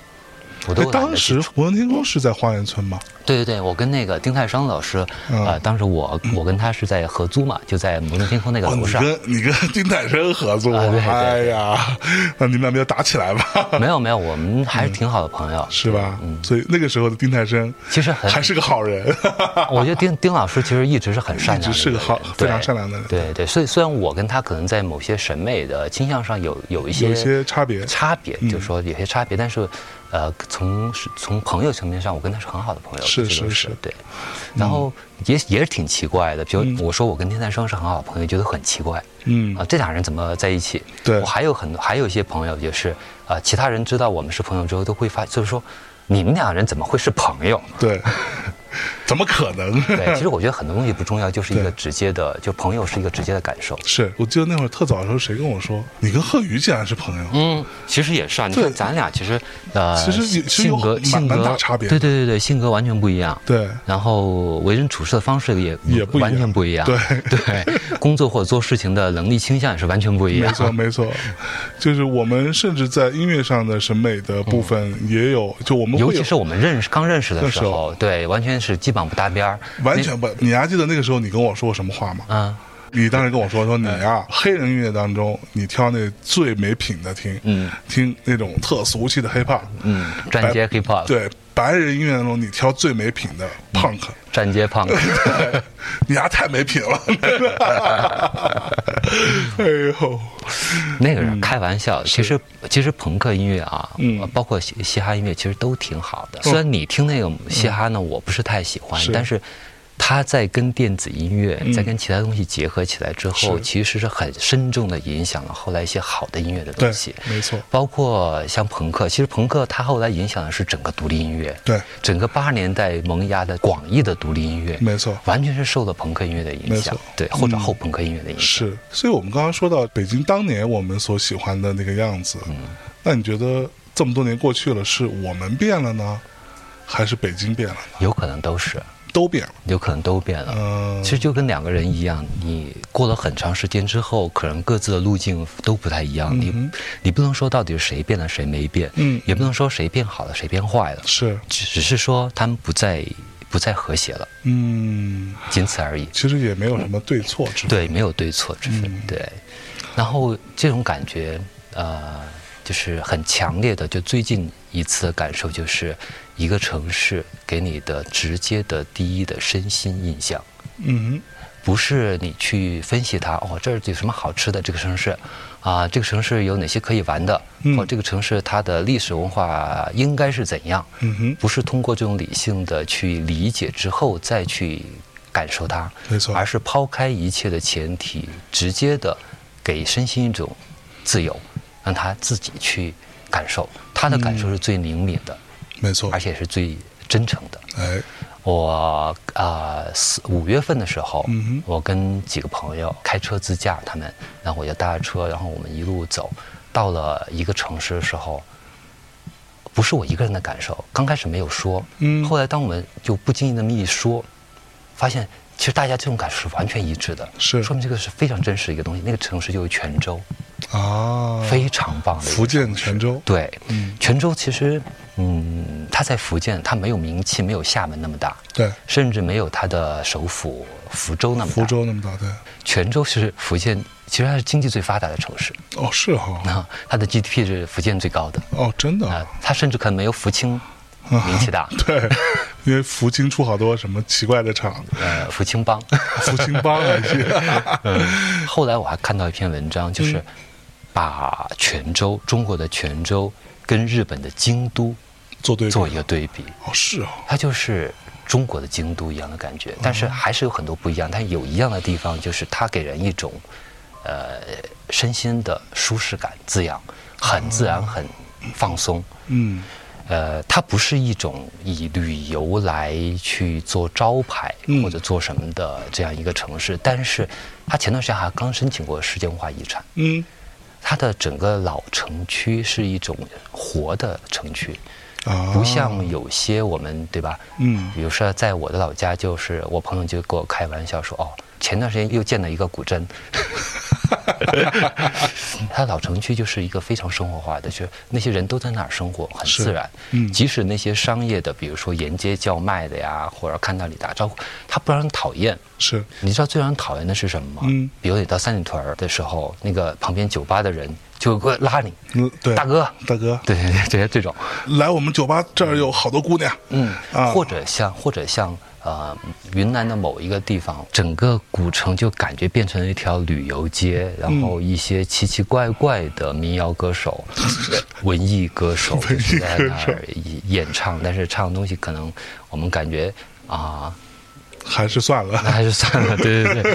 [SPEAKER 2] 我都
[SPEAKER 1] 哎，
[SPEAKER 2] 懒得
[SPEAKER 1] 当
[SPEAKER 2] 去
[SPEAKER 1] 时文天公是在花园村吗？
[SPEAKER 2] 对对对，我跟那个丁泰生老师，啊、
[SPEAKER 1] 嗯
[SPEAKER 2] 当时我我跟他是在合租嘛，就在摩登天空那个
[SPEAKER 1] 哦，
[SPEAKER 2] 楼
[SPEAKER 1] 你
[SPEAKER 2] 上。
[SPEAKER 1] 跟你跟丁乃生合作，
[SPEAKER 2] 啊对对对
[SPEAKER 1] 哎呀，那你们俩没有打起来吧？
[SPEAKER 2] 没有没有，我们还是挺好的朋友。
[SPEAKER 1] 是吧？
[SPEAKER 2] 嗯
[SPEAKER 1] 所以那个时候的丁太生
[SPEAKER 2] 其实很
[SPEAKER 1] 还是个好人，
[SPEAKER 2] 我觉得丁丁老师其实一直是很善良的
[SPEAKER 1] 一
[SPEAKER 2] 人，
[SPEAKER 1] 直是个好非
[SPEAKER 2] 对
[SPEAKER 1] 常善良的人
[SPEAKER 2] 对对，所以虽然我跟他可能在某些审美的倾向上有有一些
[SPEAKER 1] 有一些差别嗯
[SPEAKER 2] 差别就是说有些差别，但是呃，从是从朋友层面上，我跟他是很好的朋友，
[SPEAKER 1] 是
[SPEAKER 2] 这
[SPEAKER 1] 是
[SPEAKER 2] 都
[SPEAKER 1] 嗯
[SPEAKER 2] 是
[SPEAKER 1] 是
[SPEAKER 2] 对。然后也也是挺奇怪的，比如我说我跟丁太生是很好的朋友，觉得很奇怪。
[SPEAKER 1] 嗯
[SPEAKER 2] 啊，这俩人怎么在一起？
[SPEAKER 1] 对
[SPEAKER 2] 我还有很多，还有一些朋友也是，啊，其他人知道我们是朋友之后，都会发，就是说，你们俩人怎么会是 朋友？
[SPEAKER 1] 对，怎么可能？
[SPEAKER 2] 对，其实我觉得很多东西不重要，就是一个
[SPEAKER 1] 对
[SPEAKER 2] 直接的，就朋友是一个直接的感受。
[SPEAKER 1] 是我记得那会儿特早的时候，谁跟我说你跟贺宇竟然是朋友？
[SPEAKER 2] 嗯，其实也是啊，你
[SPEAKER 1] 对
[SPEAKER 2] 看咱俩其实，呃，
[SPEAKER 1] 其实也其实有
[SPEAKER 2] 性格
[SPEAKER 1] 蛮
[SPEAKER 2] 性
[SPEAKER 1] 蛮大
[SPEAKER 2] 格
[SPEAKER 1] 差别的
[SPEAKER 2] 对对对对，性格完全不一样。
[SPEAKER 1] 对，
[SPEAKER 2] 然后为人处事的方式也
[SPEAKER 1] 也不一样
[SPEAKER 2] 完全不一样，
[SPEAKER 1] 对
[SPEAKER 2] 对，工作或者做事情的能力倾向也是完全不一样，
[SPEAKER 1] 没错，没错，就是我们甚至在音乐上的审美的部分也有，就我们
[SPEAKER 2] 嗯尤
[SPEAKER 1] 会有
[SPEAKER 2] 其是我们认识刚认识的
[SPEAKER 1] 那
[SPEAKER 2] 时
[SPEAKER 1] 时候
[SPEAKER 2] 候，对，完全是基本上不搭边儿，
[SPEAKER 1] 完全不，你还记得那个时候你跟我说过什么话吗？
[SPEAKER 2] 啊，
[SPEAKER 1] 你当时跟我说说你
[SPEAKER 2] 哎
[SPEAKER 1] 呀，黑人音乐当中你挑那最没品的听，
[SPEAKER 2] 嗯
[SPEAKER 1] 听那种特俗气的 hiphop，
[SPEAKER 2] 嗯，站街 hiphop，，
[SPEAKER 1] 对，白人音乐当中你挑最没品的
[SPEAKER 2] 嗯
[SPEAKER 1] punk，、
[SPEAKER 2] 站街 punk，
[SPEAKER 1] 你丫太没品了， 哎呦，
[SPEAKER 2] 那个人开玩笑，其实其实朋克音乐啊，
[SPEAKER 1] 嗯哦
[SPEAKER 2] 包括嘻嘻哈音乐，其实都挺好的。虽然你听那个嘻哈呢，我不是太喜欢
[SPEAKER 1] 是，嗯
[SPEAKER 2] 但是它在跟电子音乐、在跟其他东西结合起来之后，
[SPEAKER 1] 是
[SPEAKER 2] 其实是很深重的影响了后来一些好的音乐的东西。
[SPEAKER 1] 对没错
[SPEAKER 2] 包括像朋克，其实朋克它后来影响的是整个独立音乐，
[SPEAKER 1] 对
[SPEAKER 2] 整个八十年代萌芽的广义的独立音乐，
[SPEAKER 1] 没错
[SPEAKER 2] 完全是受了朋克音乐的影
[SPEAKER 1] 没
[SPEAKER 2] 响
[SPEAKER 1] 错，
[SPEAKER 2] 对，或者
[SPEAKER 1] 嗯
[SPEAKER 2] 后朋克音乐的影响。
[SPEAKER 1] 是，所以我们刚刚说到北京当年我们所喜欢的那个样子，
[SPEAKER 2] 嗯
[SPEAKER 1] 那你觉得这么多年过去了，是我们变了呢，还是北京变了呢？
[SPEAKER 2] 有可能都是，
[SPEAKER 1] 都变了，
[SPEAKER 2] 有可能都变了。
[SPEAKER 1] 嗯、
[SPEAKER 2] 其实就跟两个人一样，你过了很长时间之后，可能各自的路径都不太一样。你你不能说到底是谁变了，谁没变，
[SPEAKER 1] 嗯
[SPEAKER 2] 也不能说谁变好了，谁变坏了，
[SPEAKER 1] 是，
[SPEAKER 2] 只只是说他们不再不再和谐了，
[SPEAKER 1] 嗯，
[SPEAKER 2] 仅此而已。
[SPEAKER 1] 其实也没有什么对错之分，
[SPEAKER 2] 对，没有对错之分。对，然后这种感觉，呃，就是很强烈的。就最近一次的感受，就是一个城市给你的直接的第一的身心印象。
[SPEAKER 1] 嗯
[SPEAKER 2] 不是你去分析它，哦，这儿有什么好吃的？这个城市，啊，这个城市有哪些可以玩的？哦
[SPEAKER 1] 嗯
[SPEAKER 2] 或这个城市它的历史文化应该是怎样？
[SPEAKER 1] 嗯哼
[SPEAKER 2] 不是通过这种理性的去理解之后再去感受它，
[SPEAKER 1] 没错
[SPEAKER 2] 而是抛开一切的前提，直接的给身心一种自由，让他自己去感受，他的感受
[SPEAKER 1] 嗯
[SPEAKER 2] 是最灵敏的，
[SPEAKER 1] 没错，
[SPEAKER 2] 而且是最真诚的。
[SPEAKER 1] 哎，
[SPEAKER 2] 我啊，四、五月份的时候，
[SPEAKER 1] 嗯哼
[SPEAKER 2] 我跟几个朋友开车自驾，他们，然后我就搭着车，然后我们一路走，到了一个城市的时候，不是我一个人的感受，刚开始没有说，
[SPEAKER 1] 嗯
[SPEAKER 2] 后来当我们就不经意那么一说，发现其实大家这种感受是完全一致的，
[SPEAKER 1] 是
[SPEAKER 2] 说明这个是非常真实的一个东西。那个城市就是泉州，
[SPEAKER 1] 啊，
[SPEAKER 2] 非常棒的一个
[SPEAKER 1] 福建泉州，
[SPEAKER 2] 对，
[SPEAKER 1] 嗯，
[SPEAKER 2] 泉州其实，嗯，它在福建，它没有名气，没有厦门那么大，
[SPEAKER 1] 对，
[SPEAKER 2] 甚至没有它的首府福州那么大。
[SPEAKER 1] 福州那么大，对，
[SPEAKER 2] 泉州是福建，其实它是经济最发达的城市，
[SPEAKER 1] 哦，是哈，
[SPEAKER 2] 啊，它的 GDP 是福建最高的，
[SPEAKER 1] 哦，真的
[SPEAKER 2] 啊
[SPEAKER 1] 啊，，
[SPEAKER 2] 它甚至可能没有福清名气大，
[SPEAKER 1] 对，因为福清出好多什么奇怪的厂，
[SPEAKER 2] 呃，福 清帮。
[SPEAKER 1] 福清帮啊还 是，
[SPEAKER 2] 后来我还看到一篇文章，
[SPEAKER 1] 嗯
[SPEAKER 2] 就是把泉州，中国的泉州跟日本的京都
[SPEAKER 1] 做对比
[SPEAKER 2] 做一个对比，
[SPEAKER 1] 哦，是哦，
[SPEAKER 2] 它就是中国的京都一样的感觉，但是还是有很多不一样。但有一样的地方就是它给人一种，呃，身心的舒适感滋养，很自然，很放松。
[SPEAKER 1] 嗯，
[SPEAKER 2] 呃，它不是一种以旅游来去做招牌
[SPEAKER 1] 嗯
[SPEAKER 2] 或者做什么的这样一个城市，但是它前段时间还刚申请过世界文化遗产。
[SPEAKER 1] 嗯，
[SPEAKER 2] 它的整个老城区是一种活的城区，
[SPEAKER 1] 啊，
[SPEAKER 2] 不像有些我们对吧？
[SPEAKER 1] 嗯
[SPEAKER 2] 比如说在我的老家，就是我朋友就给我开玩笑说，哦，前段时间又建了一个 古镇。它老城区就是一个非常生活化的，就是那些人都在那儿生活，很
[SPEAKER 1] 是
[SPEAKER 2] 自然。
[SPEAKER 1] 嗯
[SPEAKER 2] 即使那些商业的，比如说沿街叫卖的呀，或者看到你打招呼，它不让人讨厌。
[SPEAKER 1] 是，
[SPEAKER 2] 你知道最让人讨厌的是什么吗？
[SPEAKER 1] 嗯
[SPEAKER 2] 比如你到三里屯儿的时候，那个旁边酒吧的人就会拉你，
[SPEAKER 1] 嗯，对，
[SPEAKER 2] 大哥，
[SPEAKER 1] 大哥，
[SPEAKER 2] 对对对，这些这种，
[SPEAKER 1] 来我们酒吧这儿有好多姑娘，
[SPEAKER 2] 嗯，
[SPEAKER 1] 啊
[SPEAKER 2] 或者像或者像呃云南的某一个地方，整个古城就感觉变成了一条旅游街，然后一些奇奇怪怪的民谣歌 手、文艺歌手就是在那儿演唱，但是唱的东西可能我们感觉啊。
[SPEAKER 1] 还是算
[SPEAKER 2] 那
[SPEAKER 1] 了，
[SPEAKER 2] 还是算了，对对对，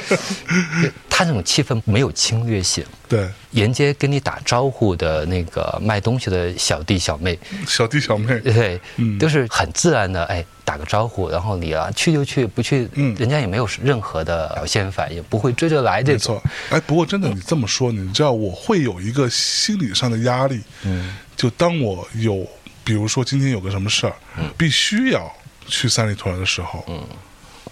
[SPEAKER 2] 他那种气氛没有侵略性，
[SPEAKER 1] 对，
[SPEAKER 2] 沿街跟你打招呼的那个卖东西的小弟小妹，
[SPEAKER 1] 小弟小妹，
[SPEAKER 2] 对，
[SPEAKER 1] 嗯
[SPEAKER 2] 都是很自然的，哎，打个招呼，然后你啊去就去，不去，
[SPEAKER 1] 嗯
[SPEAKER 2] 人家也没有任何的表现反应，不会追着来这
[SPEAKER 1] 没
[SPEAKER 2] 种
[SPEAKER 1] 错。，哎，不过真的，你这么说，你知道我会有一个心理上的压力，嗯，就当我有，比如说今天有个什么事儿，必须要去三里屯的时候，嗯，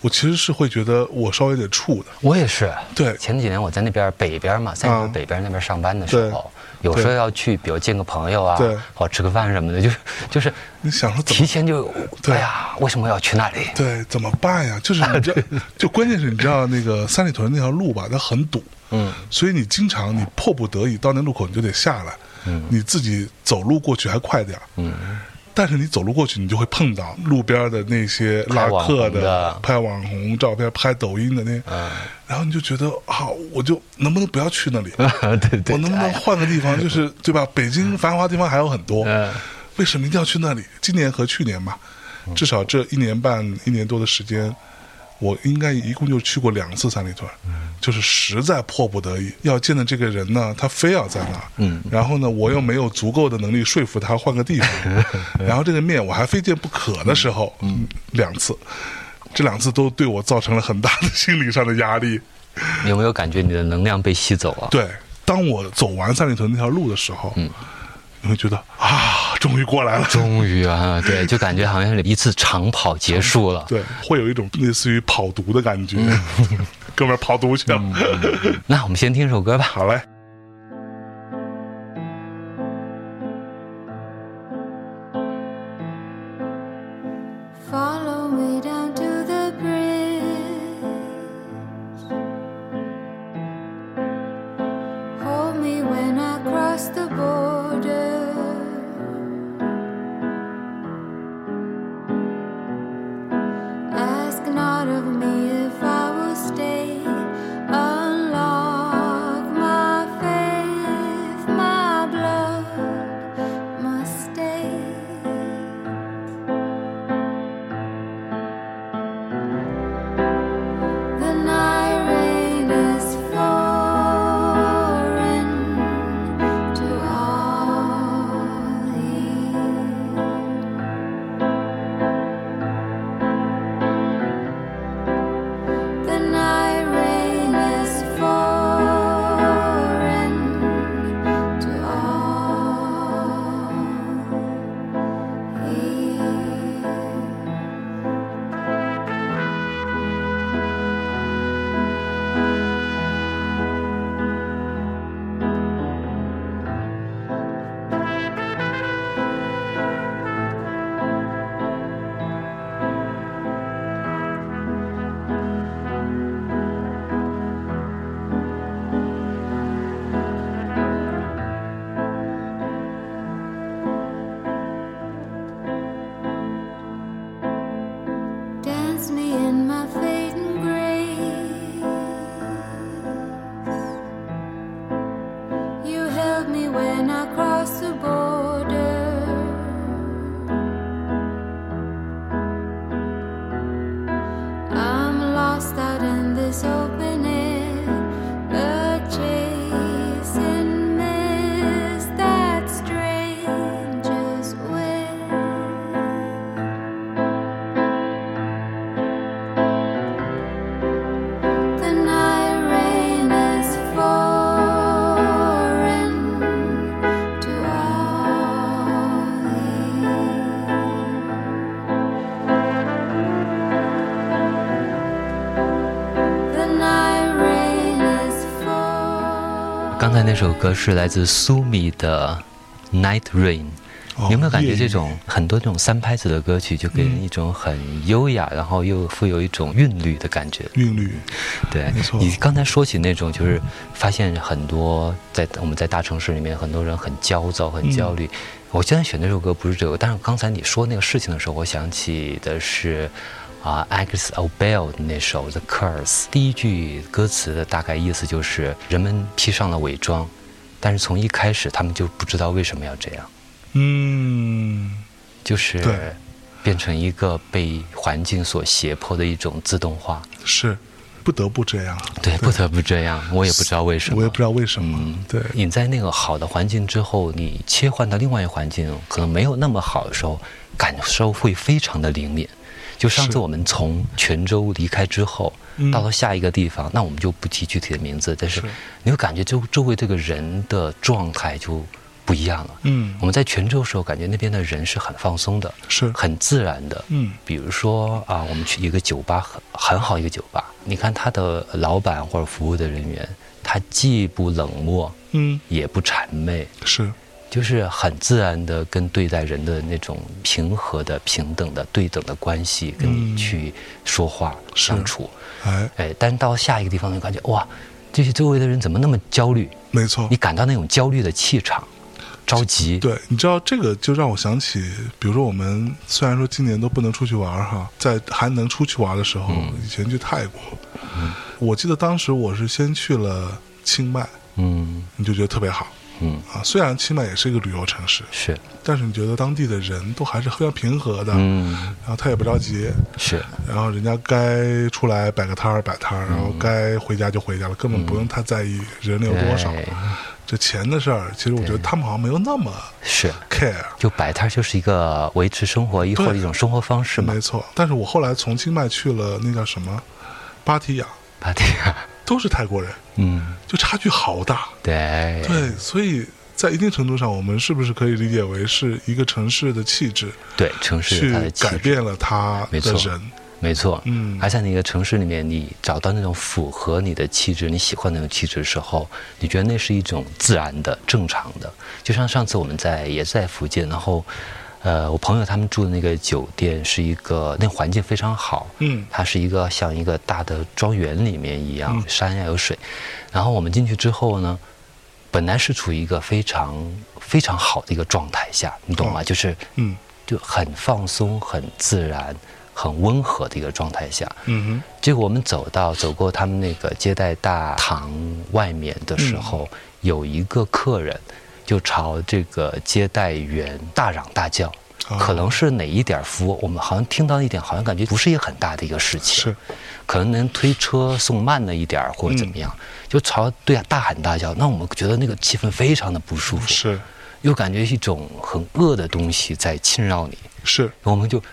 [SPEAKER 1] 我其实是会觉得我稍微有点怵的，
[SPEAKER 2] 我也是，
[SPEAKER 1] 对
[SPEAKER 2] 前几年我在那边北边嘛，三里
[SPEAKER 1] 啊
[SPEAKER 2] 屯北边那边上班的时候，
[SPEAKER 1] 对
[SPEAKER 2] 有时候要去，比如见个朋友啊
[SPEAKER 1] 对，
[SPEAKER 2] 或吃个饭什么的，就是就是
[SPEAKER 1] 你想说怎
[SPEAKER 2] 提
[SPEAKER 1] 么？
[SPEAKER 2] 前就，
[SPEAKER 1] 对
[SPEAKER 2] 哎呀，为什么要去那里？
[SPEAKER 1] 对，怎么办呀？就是你知道，就关键是你知道那个三里屯那条路吧，它很堵，
[SPEAKER 2] 嗯，
[SPEAKER 1] 所以你经常你迫不得已到那路口你就得下来，嗯，你自己走路过去还快点儿，嗯，但是你走路过去你就会碰到路边的那些拉客
[SPEAKER 2] 拍网红的
[SPEAKER 1] 拍网红嗯照片、拍抖音的那，然后你就觉得啊，我就能不能不要去那里？
[SPEAKER 2] 对
[SPEAKER 1] 我
[SPEAKER 2] 对哎
[SPEAKER 1] 能不能换个地方？就是对吧？北京繁华地方还有很多，
[SPEAKER 2] 嗯
[SPEAKER 1] 为什么一定要去那里？今年和去年吧，至少这一年半、一年多的时间，我应该一共就去过两次三里屯，
[SPEAKER 2] 嗯
[SPEAKER 1] 就是实在迫不得已要见的这个人呢，他非要在那儿，
[SPEAKER 2] 嗯
[SPEAKER 1] 然后呢，我又没有足够的能力说服他换个 地方，然后这个面我还非见不可的时候，
[SPEAKER 2] 嗯
[SPEAKER 1] 两次。这两次都对我造成了很大的心理上的压力，
[SPEAKER 2] 你有没有感觉你的能量被吸走啊？
[SPEAKER 1] 对，当我走完三里屯那条路的时候，
[SPEAKER 2] 嗯
[SPEAKER 1] 你会觉得啊，终于过来 了。
[SPEAKER 2] 终于啊，对，就感觉好像是一次长跑结束了。
[SPEAKER 1] 对，会有一种类似于跑毒的感觉，
[SPEAKER 2] 嗯
[SPEAKER 1] 哥们儿跑毒去了。
[SPEAKER 2] 那我们先听首歌吧。
[SPEAKER 1] 好嘞，
[SPEAKER 4] Follow me down to the bridge. Hold me when I cross the border. Ask not of me if I will stay. Unlock my
[SPEAKER 2] 的那首歌是来自苏米的《Night Rain》。
[SPEAKER 1] 哦
[SPEAKER 2] 有没有感觉
[SPEAKER 1] 夜
[SPEAKER 2] 这
[SPEAKER 1] 雨
[SPEAKER 2] 种很多这种三拍子的歌曲，就给人一种很优雅，然后又富有一种韵律的感觉？
[SPEAKER 1] 韵律？
[SPEAKER 2] 对
[SPEAKER 1] 没错
[SPEAKER 2] 你刚才说起那种，就是发现很多在我们在大城市里面，很多人很焦躁、很焦
[SPEAKER 1] 嗯
[SPEAKER 2] 虑。我现在选这首歌不是这个，但是刚才你说那个事情的时候，我想起的是。啊、a g a t h O'Bell 的那首《The Curse》，第一句歌词的大概意思就是人们披上了伪装，但是从一开始他们就不知道为什么要这样，
[SPEAKER 1] 嗯，
[SPEAKER 2] 就是
[SPEAKER 1] 对
[SPEAKER 2] 变成一个被环境所胁迫的一种自动化。
[SPEAKER 1] 是不得不这样，
[SPEAKER 2] 对，不得不这样，我也不知道为什么。
[SPEAKER 1] 我也不知道为什么。
[SPEAKER 2] 嗯
[SPEAKER 1] 对，
[SPEAKER 2] 你在那个好的环境之后，你切换到另外一个环境，可能没有那么好的时候，感受会非常的灵敏。就上次
[SPEAKER 1] 是
[SPEAKER 2] 我们从泉州离开之后
[SPEAKER 1] 嗯，
[SPEAKER 2] 到了下一个地方，那我们就不提具体的名字，但是
[SPEAKER 1] 是
[SPEAKER 2] 你会感觉周周围这个人的状态就不一样了。
[SPEAKER 1] 嗯
[SPEAKER 2] 我，们在泉州的时候，感觉那边的人是很放松的，
[SPEAKER 1] 是
[SPEAKER 2] 很自然的。
[SPEAKER 1] 嗯
[SPEAKER 2] 比如说啊，我们去一个酒吧，很很好一个酒吧，你看他的老板或者服务的人员，他既不冷漠，
[SPEAKER 1] 嗯，
[SPEAKER 2] 也不谄媚，
[SPEAKER 1] 是
[SPEAKER 2] 就是很自然的跟对待人的那种平和的、平等的、对等的关系跟
[SPEAKER 1] 嗯
[SPEAKER 2] 你去说话、
[SPEAKER 1] 是
[SPEAKER 2] 相处。
[SPEAKER 1] 哎，
[SPEAKER 2] 哎，但到下一个地方，你感觉哇，这些周围的人怎么那么焦虑？
[SPEAKER 1] 没错
[SPEAKER 2] 你。感到那种焦虑的气场，着急。
[SPEAKER 1] 对，你知道这个就让我想起，比如说我们虽然说今年都不能出去玩儿哈，在还能出去玩儿的时候，
[SPEAKER 2] 嗯
[SPEAKER 1] 以前去泰国，我记得当时我是先去了清迈，
[SPEAKER 2] 嗯
[SPEAKER 1] 你就觉得特别好
[SPEAKER 2] 嗯，
[SPEAKER 1] 啊。虽然清迈也是一个旅游城市，
[SPEAKER 2] 是，
[SPEAKER 1] 但是你觉得当地的人都还是非常平和的，
[SPEAKER 2] 嗯
[SPEAKER 1] 然后他也不着急，
[SPEAKER 2] 是，
[SPEAKER 1] 然后人家该出来摆个摊儿摆摊儿，然后
[SPEAKER 2] 嗯
[SPEAKER 1] 该回家就回家了，根本不用太在意人流多少。
[SPEAKER 2] 对
[SPEAKER 1] 这钱的事儿，其实我觉得他们好像没有那么
[SPEAKER 2] 是。
[SPEAKER 1] care。
[SPEAKER 2] 就摆摊儿就是一个维持生活以后的一种生活方式嘛
[SPEAKER 1] 没。错，但是我后来从清迈去了那叫什么芭提雅，
[SPEAKER 2] 巴提亚，
[SPEAKER 1] 都是泰国人，
[SPEAKER 2] 嗯，
[SPEAKER 1] 就差距好大。
[SPEAKER 2] 对，
[SPEAKER 1] 对，所以在一定程度上，我们是不是可以理解为是一个城市的气质
[SPEAKER 2] 对城市
[SPEAKER 1] 去
[SPEAKER 2] 它的气
[SPEAKER 1] 改
[SPEAKER 2] 质，
[SPEAKER 1] 变了它
[SPEAKER 2] 没
[SPEAKER 1] 的
[SPEAKER 2] 错
[SPEAKER 1] 人？
[SPEAKER 2] 没错。
[SPEAKER 1] 嗯
[SPEAKER 2] 而在那个城市里面，你找到那种符合你的气质、你喜欢的那种气质的时候，你觉得那是一种自然的、正常的。就像上次我们在也是在福建，然后。呃，我朋友他们住的那个酒店是一个，那环境非常好，
[SPEAKER 1] 嗯
[SPEAKER 2] 它是一个像一个大的庄园里面一样，山呀有水。然后我们进去之后呢，本来是处于一个非常非常好的一个状态下，你懂吗？
[SPEAKER 1] 哦
[SPEAKER 2] 就是
[SPEAKER 1] 嗯
[SPEAKER 2] 就很放松、很自然、很温和的一个状态下。
[SPEAKER 1] 嗯
[SPEAKER 2] 结果我们走到走过他们那个接待大堂外面的时候，有一个客人就朝这个接待员大嚷大叫。
[SPEAKER 1] 哦
[SPEAKER 2] 可能是哪一点儿服务，我们好像听到一点，好像感觉不是一个很大的一个事情，
[SPEAKER 1] 是
[SPEAKER 2] 可能能推车送慢了一点儿或者怎么样，
[SPEAKER 1] 嗯
[SPEAKER 2] 就朝对大喊大叫，那我们觉得那个气氛非常的不舒服，
[SPEAKER 1] 哼，是
[SPEAKER 2] 又感觉一种很恶的东西在侵扰你，
[SPEAKER 1] 是
[SPEAKER 2] 我们就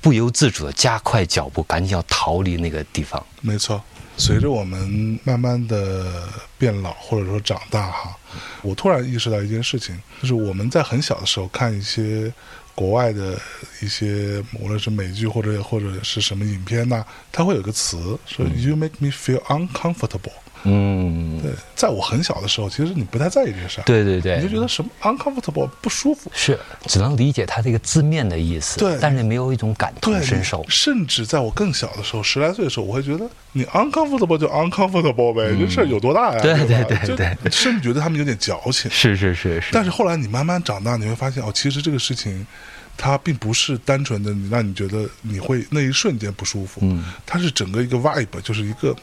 [SPEAKER 2] 不由自主的加快脚步，赶紧要逃离那个地方。
[SPEAKER 1] 没错。随着我们慢慢的变老，或者说长大哈，我突然意识到一件事情，就是我们在很小的时候看一些国外的一些，无论是美剧或者或者是什么影片呐、它会有个词说 “you make me feel uncomfortable”。
[SPEAKER 2] 嗯，
[SPEAKER 1] 对，在我很小的时候，其实你不太在意这事儿，
[SPEAKER 2] 对对
[SPEAKER 1] 你就
[SPEAKER 2] 对，
[SPEAKER 1] 觉得什么 uncomfortable 不舒服。
[SPEAKER 2] 是只能理解它这个字面的意思，
[SPEAKER 1] 对
[SPEAKER 2] 但是没有一种感
[SPEAKER 1] 对
[SPEAKER 2] 同，身受
[SPEAKER 1] 你。甚至在我更小的时候，十来岁的时候，我会觉得你 uncomfortable 就 uncomfortable 呗，这事儿有多大呀？
[SPEAKER 2] 嗯对
[SPEAKER 1] 对吧
[SPEAKER 2] 对对
[SPEAKER 1] 就
[SPEAKER 2] 对
[SPEAKER 1] 甚至觉得他们有点矫情。
[SPEAKER 2] 是是是是，
[SPEAKER 1] 但是后来你慢慢长大，你会发现哦，其实这个事情，它并不是单纯的你让你觉得你会那一瞬间不舒服，
[SPEAKER 2] 嗯
[SPEAKER 1] 它是整个一个 vibe，就是一个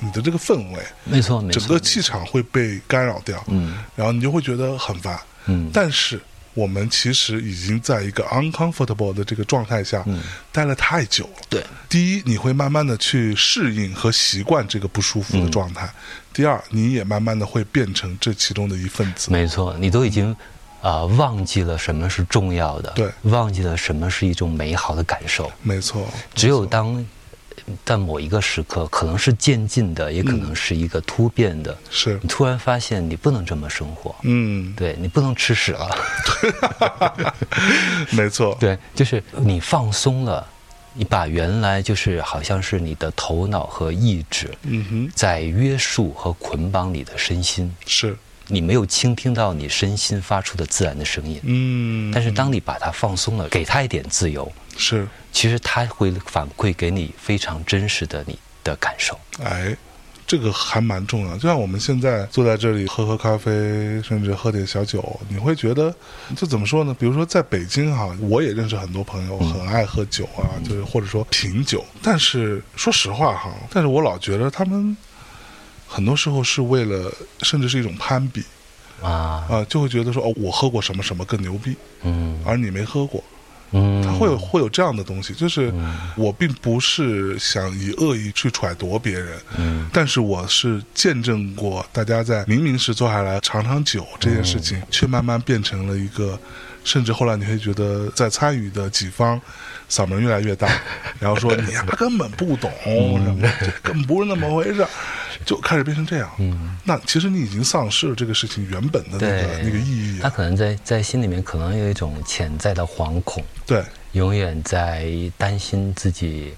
[SPEAKER 1] 你的这个氛围，
[SPEAKER 2] 没错没错，
[SPEAKER 1] 整个气场会被干扰掉，
[SPEAKER 2] 嗯
[SPEAKER 1] 然后你就会觉得很烦。
[SPEAKER 2] 嗯，
[SPEAKER 1] 但是我们其实已经在一个 uncomfortable 的这个状态下、
[SPEAKER 2] 嗯
[SPEAKER 1] 待了太久了。
[SPEAKER 2] 对，
[SPEAKER 1] 第一，你会慢慢的去适应和习惯这个不舒服的状态；
[SPEAKER 2] 嗯
[SPEAKER 1] 第二，你也慢慢的会变成这其中的一份子。
[SPEAKER 2] 没错，你都已经。啊、忘记了什么是重要的，
[SPEAKER 1] 对
[SPEAKER 2] 忘记了什么是一种美好的感受。
[SPEAKER 1] 没错，
[SPEAKER 2] 只有当在某一个时刻，可能是渐进的，也可能是一个突变的，
[SPEAKER 1] 是
[SPEAKER 2] 你，突然发现你不能这么生活，
[SPEAKER 1] 嗯，
[SPEAKER 2] 对你不能吃屎了，
[SPEAKER 1] 没错，
[SPEAKER 2] 对，就是你放松了，你把原来就是好像是你的头脑和意志
[SPEAKER 1] 嗯哼，
[SPEAKER 2] 在约束和捆绑你的身心，
[SPEAKER 1] 是
[SPEAKER 2] 你没有倾听到你身心发出的自然的声音。
[SPEAKER 1] 嗯，
[SPEAKER 2] 但是当你把它放松了，给他一点自由，
[SPEAKER 1] 是，
[SPEAKER 2] 其实他会反馈给你非常真实的你的感受。
[SPEAKER 1] 哎，这个还蛮重要。就像我们现在坐在这里喝喝咖啡，甚至喝点小酒，你会觉得，就怎么说呢？比如说在北京哈，我也认识很多朋友很爱喝酒啊，就是或者说品酒。但是说实话哈，但是我老觉得他们很多时候是为了，甚至是一种攀比
[SPEAKER 2] 啊，
[SPEAKER 1] 啊、就会觉得说哦，我喝过什么什么更牛逼，
[SPEAKER 2] 嗯
[SPEAKER 1] 而你没喝过。
[SPEAKER 2] 嗯，
[SPEAKER 1] 他会有会有这样的东西，就是我并不是想以恶意去揣度别人，
[SPEAKER 2] 嗯
[SPEAKER 1] 但是我是见证过大家在明明是坐下来尝尝酒这件事
[SPEAKER 2] 嗯
[SPEAKER 1] 情，却慢慢变成了一个，甚至后来你会觉得在参与的几方嗓门越来越大，然后说你 呀、根本不懂
[SPEAKER 2] 嗯
[SPEAKER 1] 什么的，这根本不是那么回事儿，就开始变成这样。那其实你已经丧失了这个事情原本的那个
[SPEAKER 2] 嗯对啊
[SPEAKER 1] 那个意义
[SPEAKER 2] 他
[SPEAKER 1] 了。
[SPEAKER 2] 可能在在心里面可能有一种潜在的惶恐，
[SPEAKER 1] 对，
[SPEAKER 2] 永远在担心自己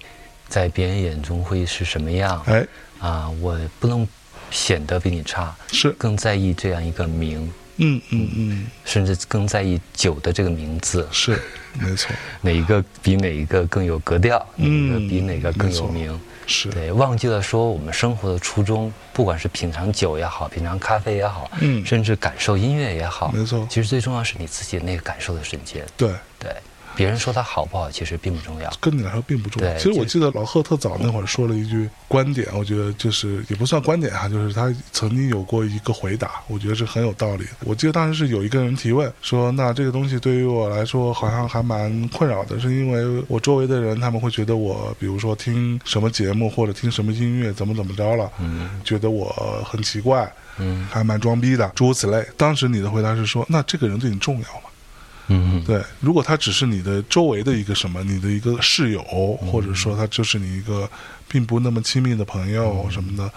[SPEAKER 2] 在别人眼中会是什么样
[SPEAKER 1] 哎，
[SPEAKER 2] 啊，我不能显得比你差，
[SPEAKER 1] 是，
[SPEAKER 2] 更在意这样一个名，
[SPEAKER 1] 嗯嗯嗯，
[SPEAKER 2] 甚至更在意酒的这个名字，
[SPEAKER 1] 是，没错。
[SPEAKER 2] 哪一个比哪一个更有格调，哪一个
[SPEAKER 1] 嗯
[SPEAKER 2] 比哪个更
[SPEAKER 1] 没
[SPEAKER 2] 有
[SPEAKER 1] 错
[SPEAKER 2] 名。
[SPEAKER 1] 是，
[SPEAKER 2] 对，忘记了说我们生活的初衷，不管是品尝酒也好，品尝咖啡也好，
[SPEAKER 1] 嗯
[SPEAKER 2] 甚至感受音乐也好，
[SPEAKER 1] 没错
[SPEAKER 2] 其实最重要是你自己那个感受的瞬间。
[SPEAKER 1] 对，
[SPEAKER 2] 对，别人说它好不好，其实并不重要。
[SPEAKER 1] 跟你来说并不重要。
[SPEAKER 2] 对
[SPEAKER 1] 其实我
[SPEAKER 2] 就
[SPEAKER 1] 记得老贺特早那会儿说了一句观点，我觉得就是也不算观点哈、就是他曾经有过一个回答，我觉得是很有道理的。我记得当时是有一个人提问说，那这个东西对于我来说好像还蛮困扰的，是因为我周围的人他们会觉得我，比如说听什么节目或者听什么音乐怎么怎么着了，
[SPEAKER 2] 嗯
[SPEAKER 1] 觉得我很奇怪，
[SPEAKER 2] 嗯
[SPEAKER 1] 还蛮装逼的，诸如此类。当时你的回答是说，那这个人对你重要吗？
[SPEAKER 2] 嗯，
[SPEAKER 1] 对，如果他只是你的周围的一个什么，你的一个室友，
[SPEAKER 2] 嗯
[SPEAKER 1] 或者说他就是你一个并不那么亲密的朋友
[SPEAKER 2] 嗯
[SPEAKER 1] 什么的，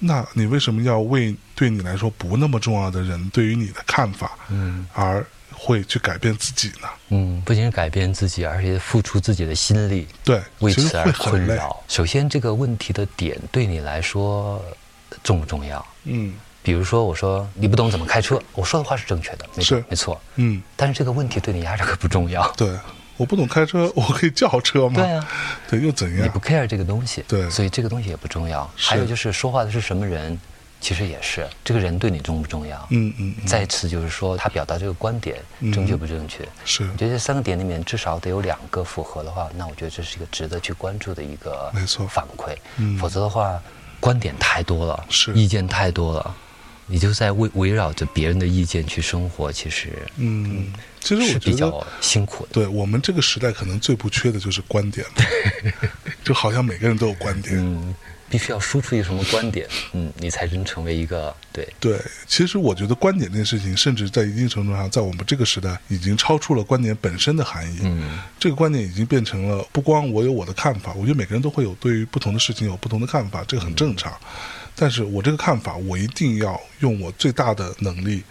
[SPEAKER 1] 那你为什么要为对你来说不那么重要的人对于你的看法
[SPEAKER 2] 嗯
[SPEAKER 1] 而会去改变自己呢？
[SPEAKER 2] 嗯，不仅是改变自己，而且付出自己的心力，
[SPEAKER 1] 对，
[SPEAKER 2] 为
[SPEAKER 1] 其实
[SPEAKER 2] 此而
[SPEAKER 1] 会
[SPEAKER 2] 困
[SPEAKER 1] 很累。
[SPEAKER 2] 扰。首先，这个问题的点对你来说呃重不重要？
[SPEAKER 1] 嗯
[SPEAKER 2] 比如说，我说你不懂怎么开车，我说的话是正确的，没
[SPEAKER 1] 是
[SPEAKER 2] 没错。
[SPEAKER 1] 嗯，
[SPEAKER 2] 但是这个问题对你压根儿不重要。
[SPEAKER 1] 对，我不懂开车， 我可以叫车吗？
[SPEAKER 2] 对啊，
[SPEAKER 1] 对，又怎
[SPEAKER 2] 你不
[SPEAKER 1] 样？
[SPEAKER 2] care 这个东西，
[SPEAKER 1] 对
[SPEAKER 2] 所以这个东西也不重要。
[SPEAKER 1] 是
[SPEAKER 2] 还有就是说话的是什么人，其实也是这个人对你重不重要。
[SPEAKER 1] 嗯嗯，嗯
[SPEAKER 2] 再次就是说他表达这个观点
[SPEAKER 1] 嗯
[SPEAKER 2] 正确不正确。
[SPEAKER 1] 是
[SPEAKER 2] 我觉得这三个点里面至少得有两个符合的话，那我觉得这是一个值得去关注的一个
[SPEAKER 1] 没错
[SPEAKER 2] 反馈。
[SPEAKER 1] 嗯
[SPEAKER 2] 否则的话，观点太多了，
[SPEAKER 1] 是
[SPEAKER 2] 意见太多了，你就在围围绕着别人的意见去生活，其实
[SPEAKER 1] 嗯，其实
[SPEAKER 2] 是
[SPEAKER 1] 我觉
[SPEAKER 2] 比
[SPEAKER 1] 得
[SPEAKER 2] 较辛苦的。
[SPEAKER 1] 对我们这个时代可能最不缺的就是观点 吧，就好像每个人都有观点。
[SPEAKER 2] 嗯，必须要输出一个什么观点，嗯，你才能成为一个对。
[SPEAKER 1] 对，其实我觉得观点这件事情，甚至在一定程度上，在我们这个时代已经超出了观点本身的含义。
[SPEAKER 2] 嗯
[SPEAKER 1] 这个观点已经变成了不光我有我的看法，我觉得每个人都会有对于不同的事情有不同的看法，这个很正
[SPEAKER 2] 嗯
[SPEAKER 1] 常。但是我这个看法，我一定要用我最大的能力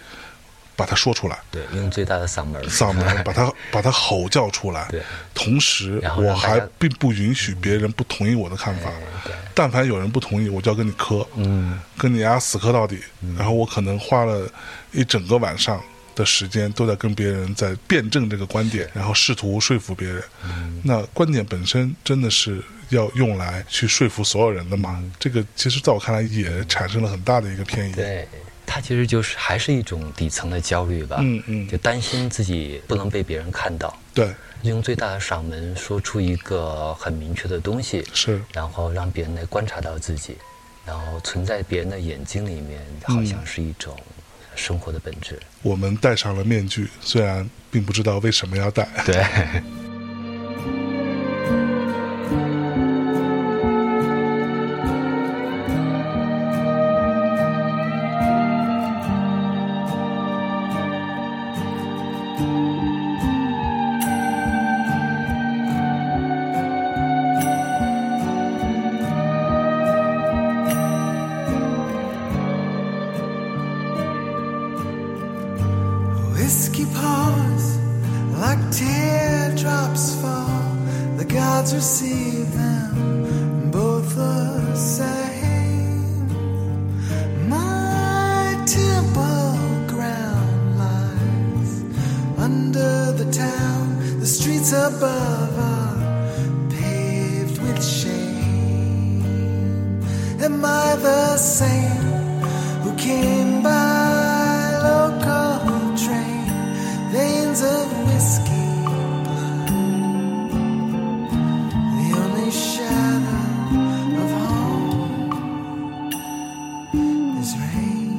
[SPEAKER 1] 把它说出来，，
[SPEAKER 2] 对，用最大的嗓门儿，
[SPEAKER 1] 嗓门把它把它吼叫出来。
[SPEAKER 2] 对，
[SPEAKER 1] 同时
[SPEAKER 2] 然后
[SPEAKER 1] 我
[SPEAKER 2] 让大
[SPEAKER 1] 还
[SPEAKER 2] 家哎
[SPEAKER 1] 并不允许别人不同意我的看法。
[SPEAKER 2] 对，
[SPEAKER 1] 但凡有人不同意，我就要跟你磕，
[SPEAKER 2] 嗯，
[SPEAKER 1] 跟你俩死磕到底。然后我可能花了一整个晚上的时间都在跟别人在辩证这个观点，然后试图说服别人。
[SPEAKER 2] 嗯
[SPEAKER 1] 那观点本身真的是要用来去说服所有人的嘛？
[SPEAKER 2] 嗯
[SPEAKER 1] 这个其实在我看来也产生了很大的一个偏移。
[SPEAKER 2] 对，它其实就是还是一种底层的焦虑吧，
[SPEAKER 1] 嗯嗯
[SPEAKER 2] 就担心自己不能被别人看到，
[SPEAKER 1] 对，
[SPEAKER 2] 用最大的嗓门说出一个很明确的东西，
[SPEAKER 1] 是
[SPEAKER 2] 然后让别人来观察到自己，然后存在别人的眼睛里面，好
[SPEAKER 1] 嗯
[SPEAKER 2] 像是一种生活的本质。
[SPEAKER 1] 我们戴上了面具，虽然并不知道为什么要戴。
[SPEAKER 2] 对，
[SPEAKER 5] Whiskey pours like teardrops fall. The gods receive them, both the same. My temple streets above are paved with shame. Am I the same who came by local train? Veins of whiskey, blood, the only shadow of home is rain.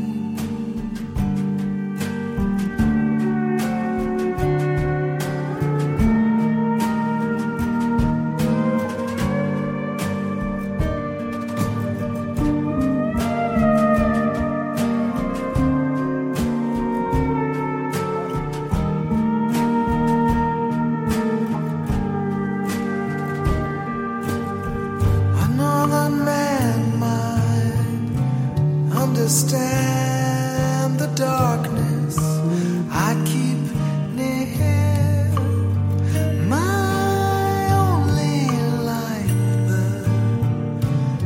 [SPEAKER 5] A northern man might understand the darkness I keep near. My only light,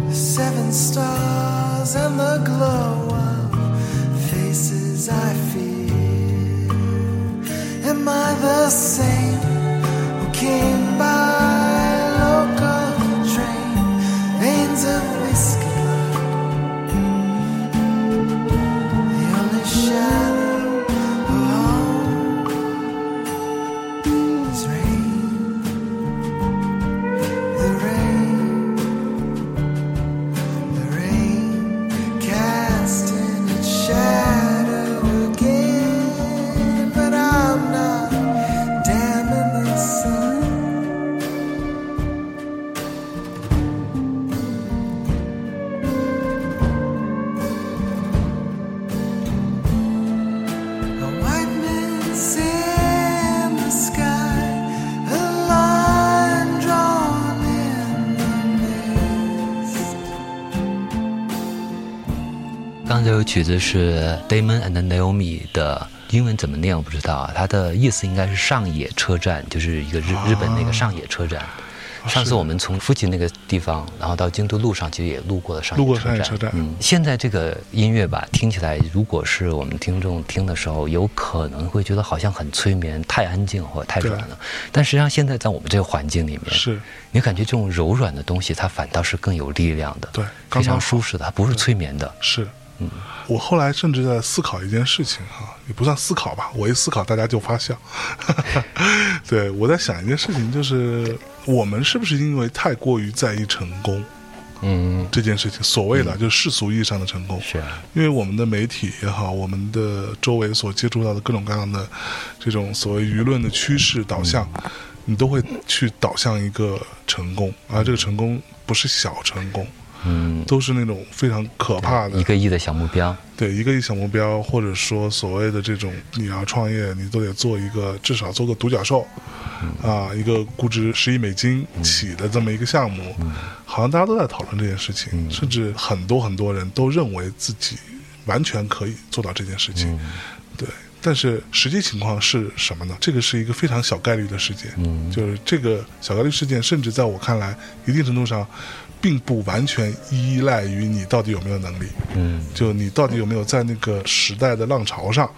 [SPEAKER 5] the seven stars and the glow of faces I fear. Am I the same? who came by local train, veins of whiskey blood. The only shadow of home is rain, the rain, the rain casting its shadow again. But I'm not damn in the sun. A white man's in the sky, a line drawn in the mist.
[SPEAKER 2] 刚刚这首曲子是 Damon and Naomi 的，英文怎么念我不知道啊，它的意思应该是上野车站，就是一个
[SPEAKER 1] 啊
[SPEAKER 2] 日日本那个上野车站。上次我们从福吉那个地方，然后到京都路上，其实也路过了上
[SPEAKER 1] 路过
[SPEAKER 2] 野车
[SPEAKER 1] 上
[SPEAKER 2] 站。
[SPEAKER 1] 海车站，
[SPEAKER 2] 嗯，现在这个音乐吧，听起来如果是我们听众听的时候，有可能会觉得好像很催眠、太安静或者太软了。但实际上，现在在我们这个环境里面，
[SPEAKER 1] 是
[SPEAKER 2] 你感觉这种柔软的东西，它反倒是更有力量的，
[SPEAKER 1] 对
[SPEAKER 2] 非
[SPEAKER 1] 刚
[SPEAKER 2] 常
[SPEAKER 1] 刚
[SPEAKER 2] 舒适的，它不是催眠的。
[SPEAKER 1] 是。
[SPEAKER 2] 嗯
[SPEAKER 1] 我后来甚至在思考一件事情啊，也不算思考吧，我一思考大家就发 笑。对我在想一件事情，就是我们是不是因为太过于在意成功
[SPEAKER 2] 嗯，
[SPEAKER 1] 这件事情，所谓的、就是世俗意义上的成功，
[SPEAKER 2] 是啊，
[SPEAKER 1] 因为我们的媒体也好，我们的周围所接触到的各种各样的这种所谓舆论的趋势导向，
[SPEAKER 2] 嗯
[SPEAKER 1] 你都会去导向一个成功，而这个成功不是小成功，
[SPEAKER 2] 嗯，
[SPEAKER 1] 都是那种非常可怕的
[SPEAKER 2] 一个亿的小目标，
[SPEAKER 1] 对一个亿小目标，或者说所谓的这种你要创业，你都得做一个至少做个独角兽，啊，一个估值十亿美金起的这么一个项目，好像大家都在讨论这件事情，甚至很多很多人都认为自己完全可以做到这件事情，对。但是实际情况是什么呢？这个是一个非常小概率的事件，就是这个小概率事件，甚至在我看来，一定程度上，并不完全依赖于你到底有没有能力。
[SPEAKER 2] 嗯，
[SPEAKER 1] 就你到底有没有在那个时代的浪潮上，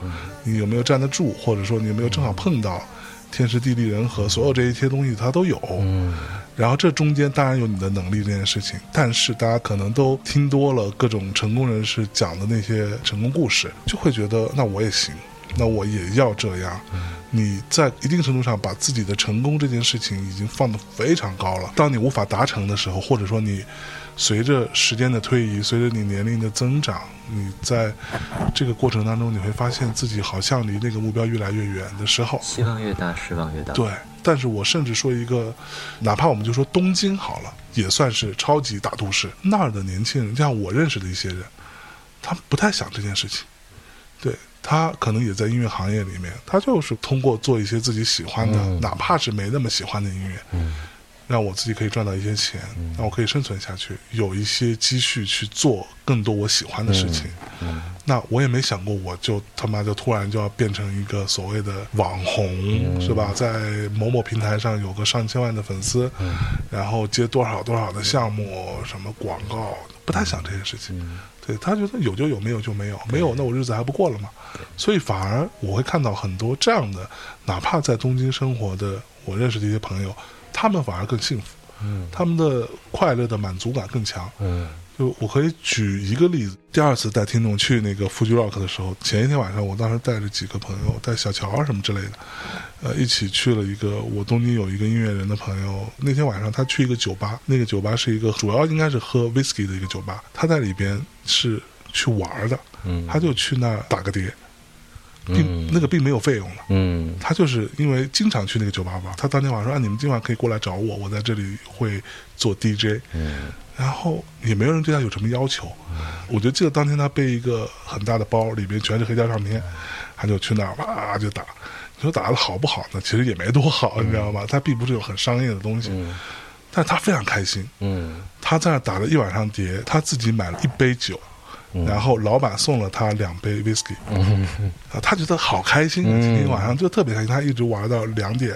[SPEAKER 1] 你有没有站得住，或者说你有没有正好碰到天时地利人和，所有这一些东西它都有。嗯，然后这中间当然有你的能力这件事情，但是大家可能都听多了各种成功人士讲的那些成功故事，就会觉得那我也行，那我也要这样。你在一定程度上把自己的成功这件事情已经放得非常高了。当你无法达成的时候，或者说你随着时间的推移，随着你年龄的增长，你在这个过程当中，你会发现自己好像离那个目标越来越远的时候，
[SPEAKER 2] 希望越大，失望越大。
[SPEAKER 1] 对。但是我甚至说一个，哪怕我们就说东京好了，也算是超级大都市。那儿的年轻人，像我认识的一些人，他不太想这件事情。对他可能也在音乐行业里面，他就是通过做一些自己喜欢的，哪怕是没那么喜欢的音乐，让我自己可以赚到一些钱，让我可以生存下去，有一些积蓄去做更多我喜欢的事情。那我也没想过，我就他妈就突然就要变成一个所谓的网红，是吧？在某某平台上有个上千万的粉丝，然后接多少多少的项目，什么广告，不太想这些事情。对他觉得有就有，没有就没有，没有那我日子还不过了嘛。所以反而我会看到很多这样的，哪怕在东京生活的。我认识的一些朋友，他们反而更幸福，
[SPEAKER 2] 嗯
[SPEAKER 1] 他们的快乐的满足感更强。
[SPEAKER 2] 嗯
[SPEAKER 1] 就我可以举一个例子，第二次带听众去那个 Fuji Rock 的时候，前一天晚上，我当时带着几个朋友，带小乔啊什么之类的，呃，一起去了一个我东京有一个音乐人的朋友，那天晚上他去一个酒吧，那个酒吧是一个主要应该是喝 whisky 的一个酒吧，他在里边是去玩儿的，
[SPEAKER 2] 嗯，
[SPEAKER 1] 他就去那儿打个碟，并、
[SPEAKER 2] 嗯
[SPEAKER 1] 那个并没有费用的。
[SPEAKER 2] 嗯
[SPEAKER 1] 他就是因为经常去那个酒吧玩，他当天晚上说：“啊，你们今晚可以过来找我，我在这里会做 DJ。”
[SPEAKER 2] 嗯
[SPEAKER 1] 然后也没有人对他有什么要求。我就记得当天他背一个很大的包，里边全是黑胶唱片，他就去那儿哇就打。你说打的好不好呢？其实也没多好，你知道吗？他并不是有很商业的东西，
[SPEAKER 2] 嗯
[SPEAKER 1] 但他非常开心。
[SPEAKER 2] 嗯
[SPEAKER 1] 他在那儿打了一晚上碟，他自己买了一杯酒，然后老板送了他两杯 whisky，、啊，他觉得好开心啊！今天晚上就特别开心，他一直玩到两点，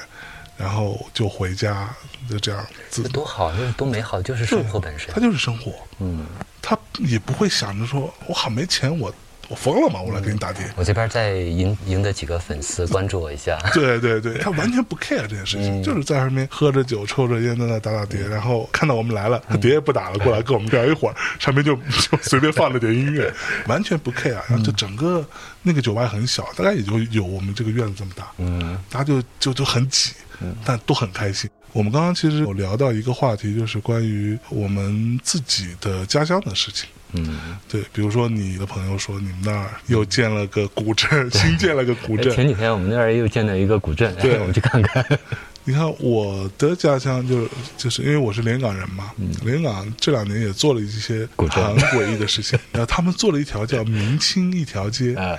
[SPEAKER 1] 然后就回家，就这样自
[SPEAKER 2] 这多好，这多美好，就是生活本身
[SPEAKER 1] 他。就是生活，
[SPEAKER 2] 嗯，
[SPEAKER 1] 他也不会想着说我好没钱，我我疯了吗？我来给你打碟。
[SPEAKER 2] 我这边再赢赢得几个粉丝关注我 一下。
[SPEAKER 1] 对对对，他完全不 care 这件事情，就是在上面喝着酒、抽着烟，在那打打碟，然后看到我们来了，他碟也不打了，过来跟我们聊一会儿，上面就就随便放了点音乐，完全不 care。然后就整个那个酒吧很小，大概也就有我们这个院子这么大，
[SPEAKER 2] 嗯
[SPEAKER 1] 大家就就就很挤，但都很开心。我们刚刚其实有聊到一个话题，就是关于我们自己的家乡的事情。
[SPEAKER 2] 嗯，
[SPEAKER 1] 对，比如说你的朋友说你们那儿又建了个古镇，新建了个古
[SPEAKER 2] 哎
[SPEAKER 1] 镇，
[SPEAKER 2] 前几天我们那儿又建了一个古镇，
[SPEAKER 1] 对
[SPEAKER 2] 我们去看看。
[SPEAKER 1] 你看我的家乡就是就是因为我是连云港人嘛，连云港这两年也做了一些
[SPEAKER 2] 嗯古
[SPEAKER 1] 很
[SPEAKER 2] 镇
[SPEAKER 1] 诡异的 事情，然后他们做了一条叫明清一条街，
[SPEAKER 2] 呃，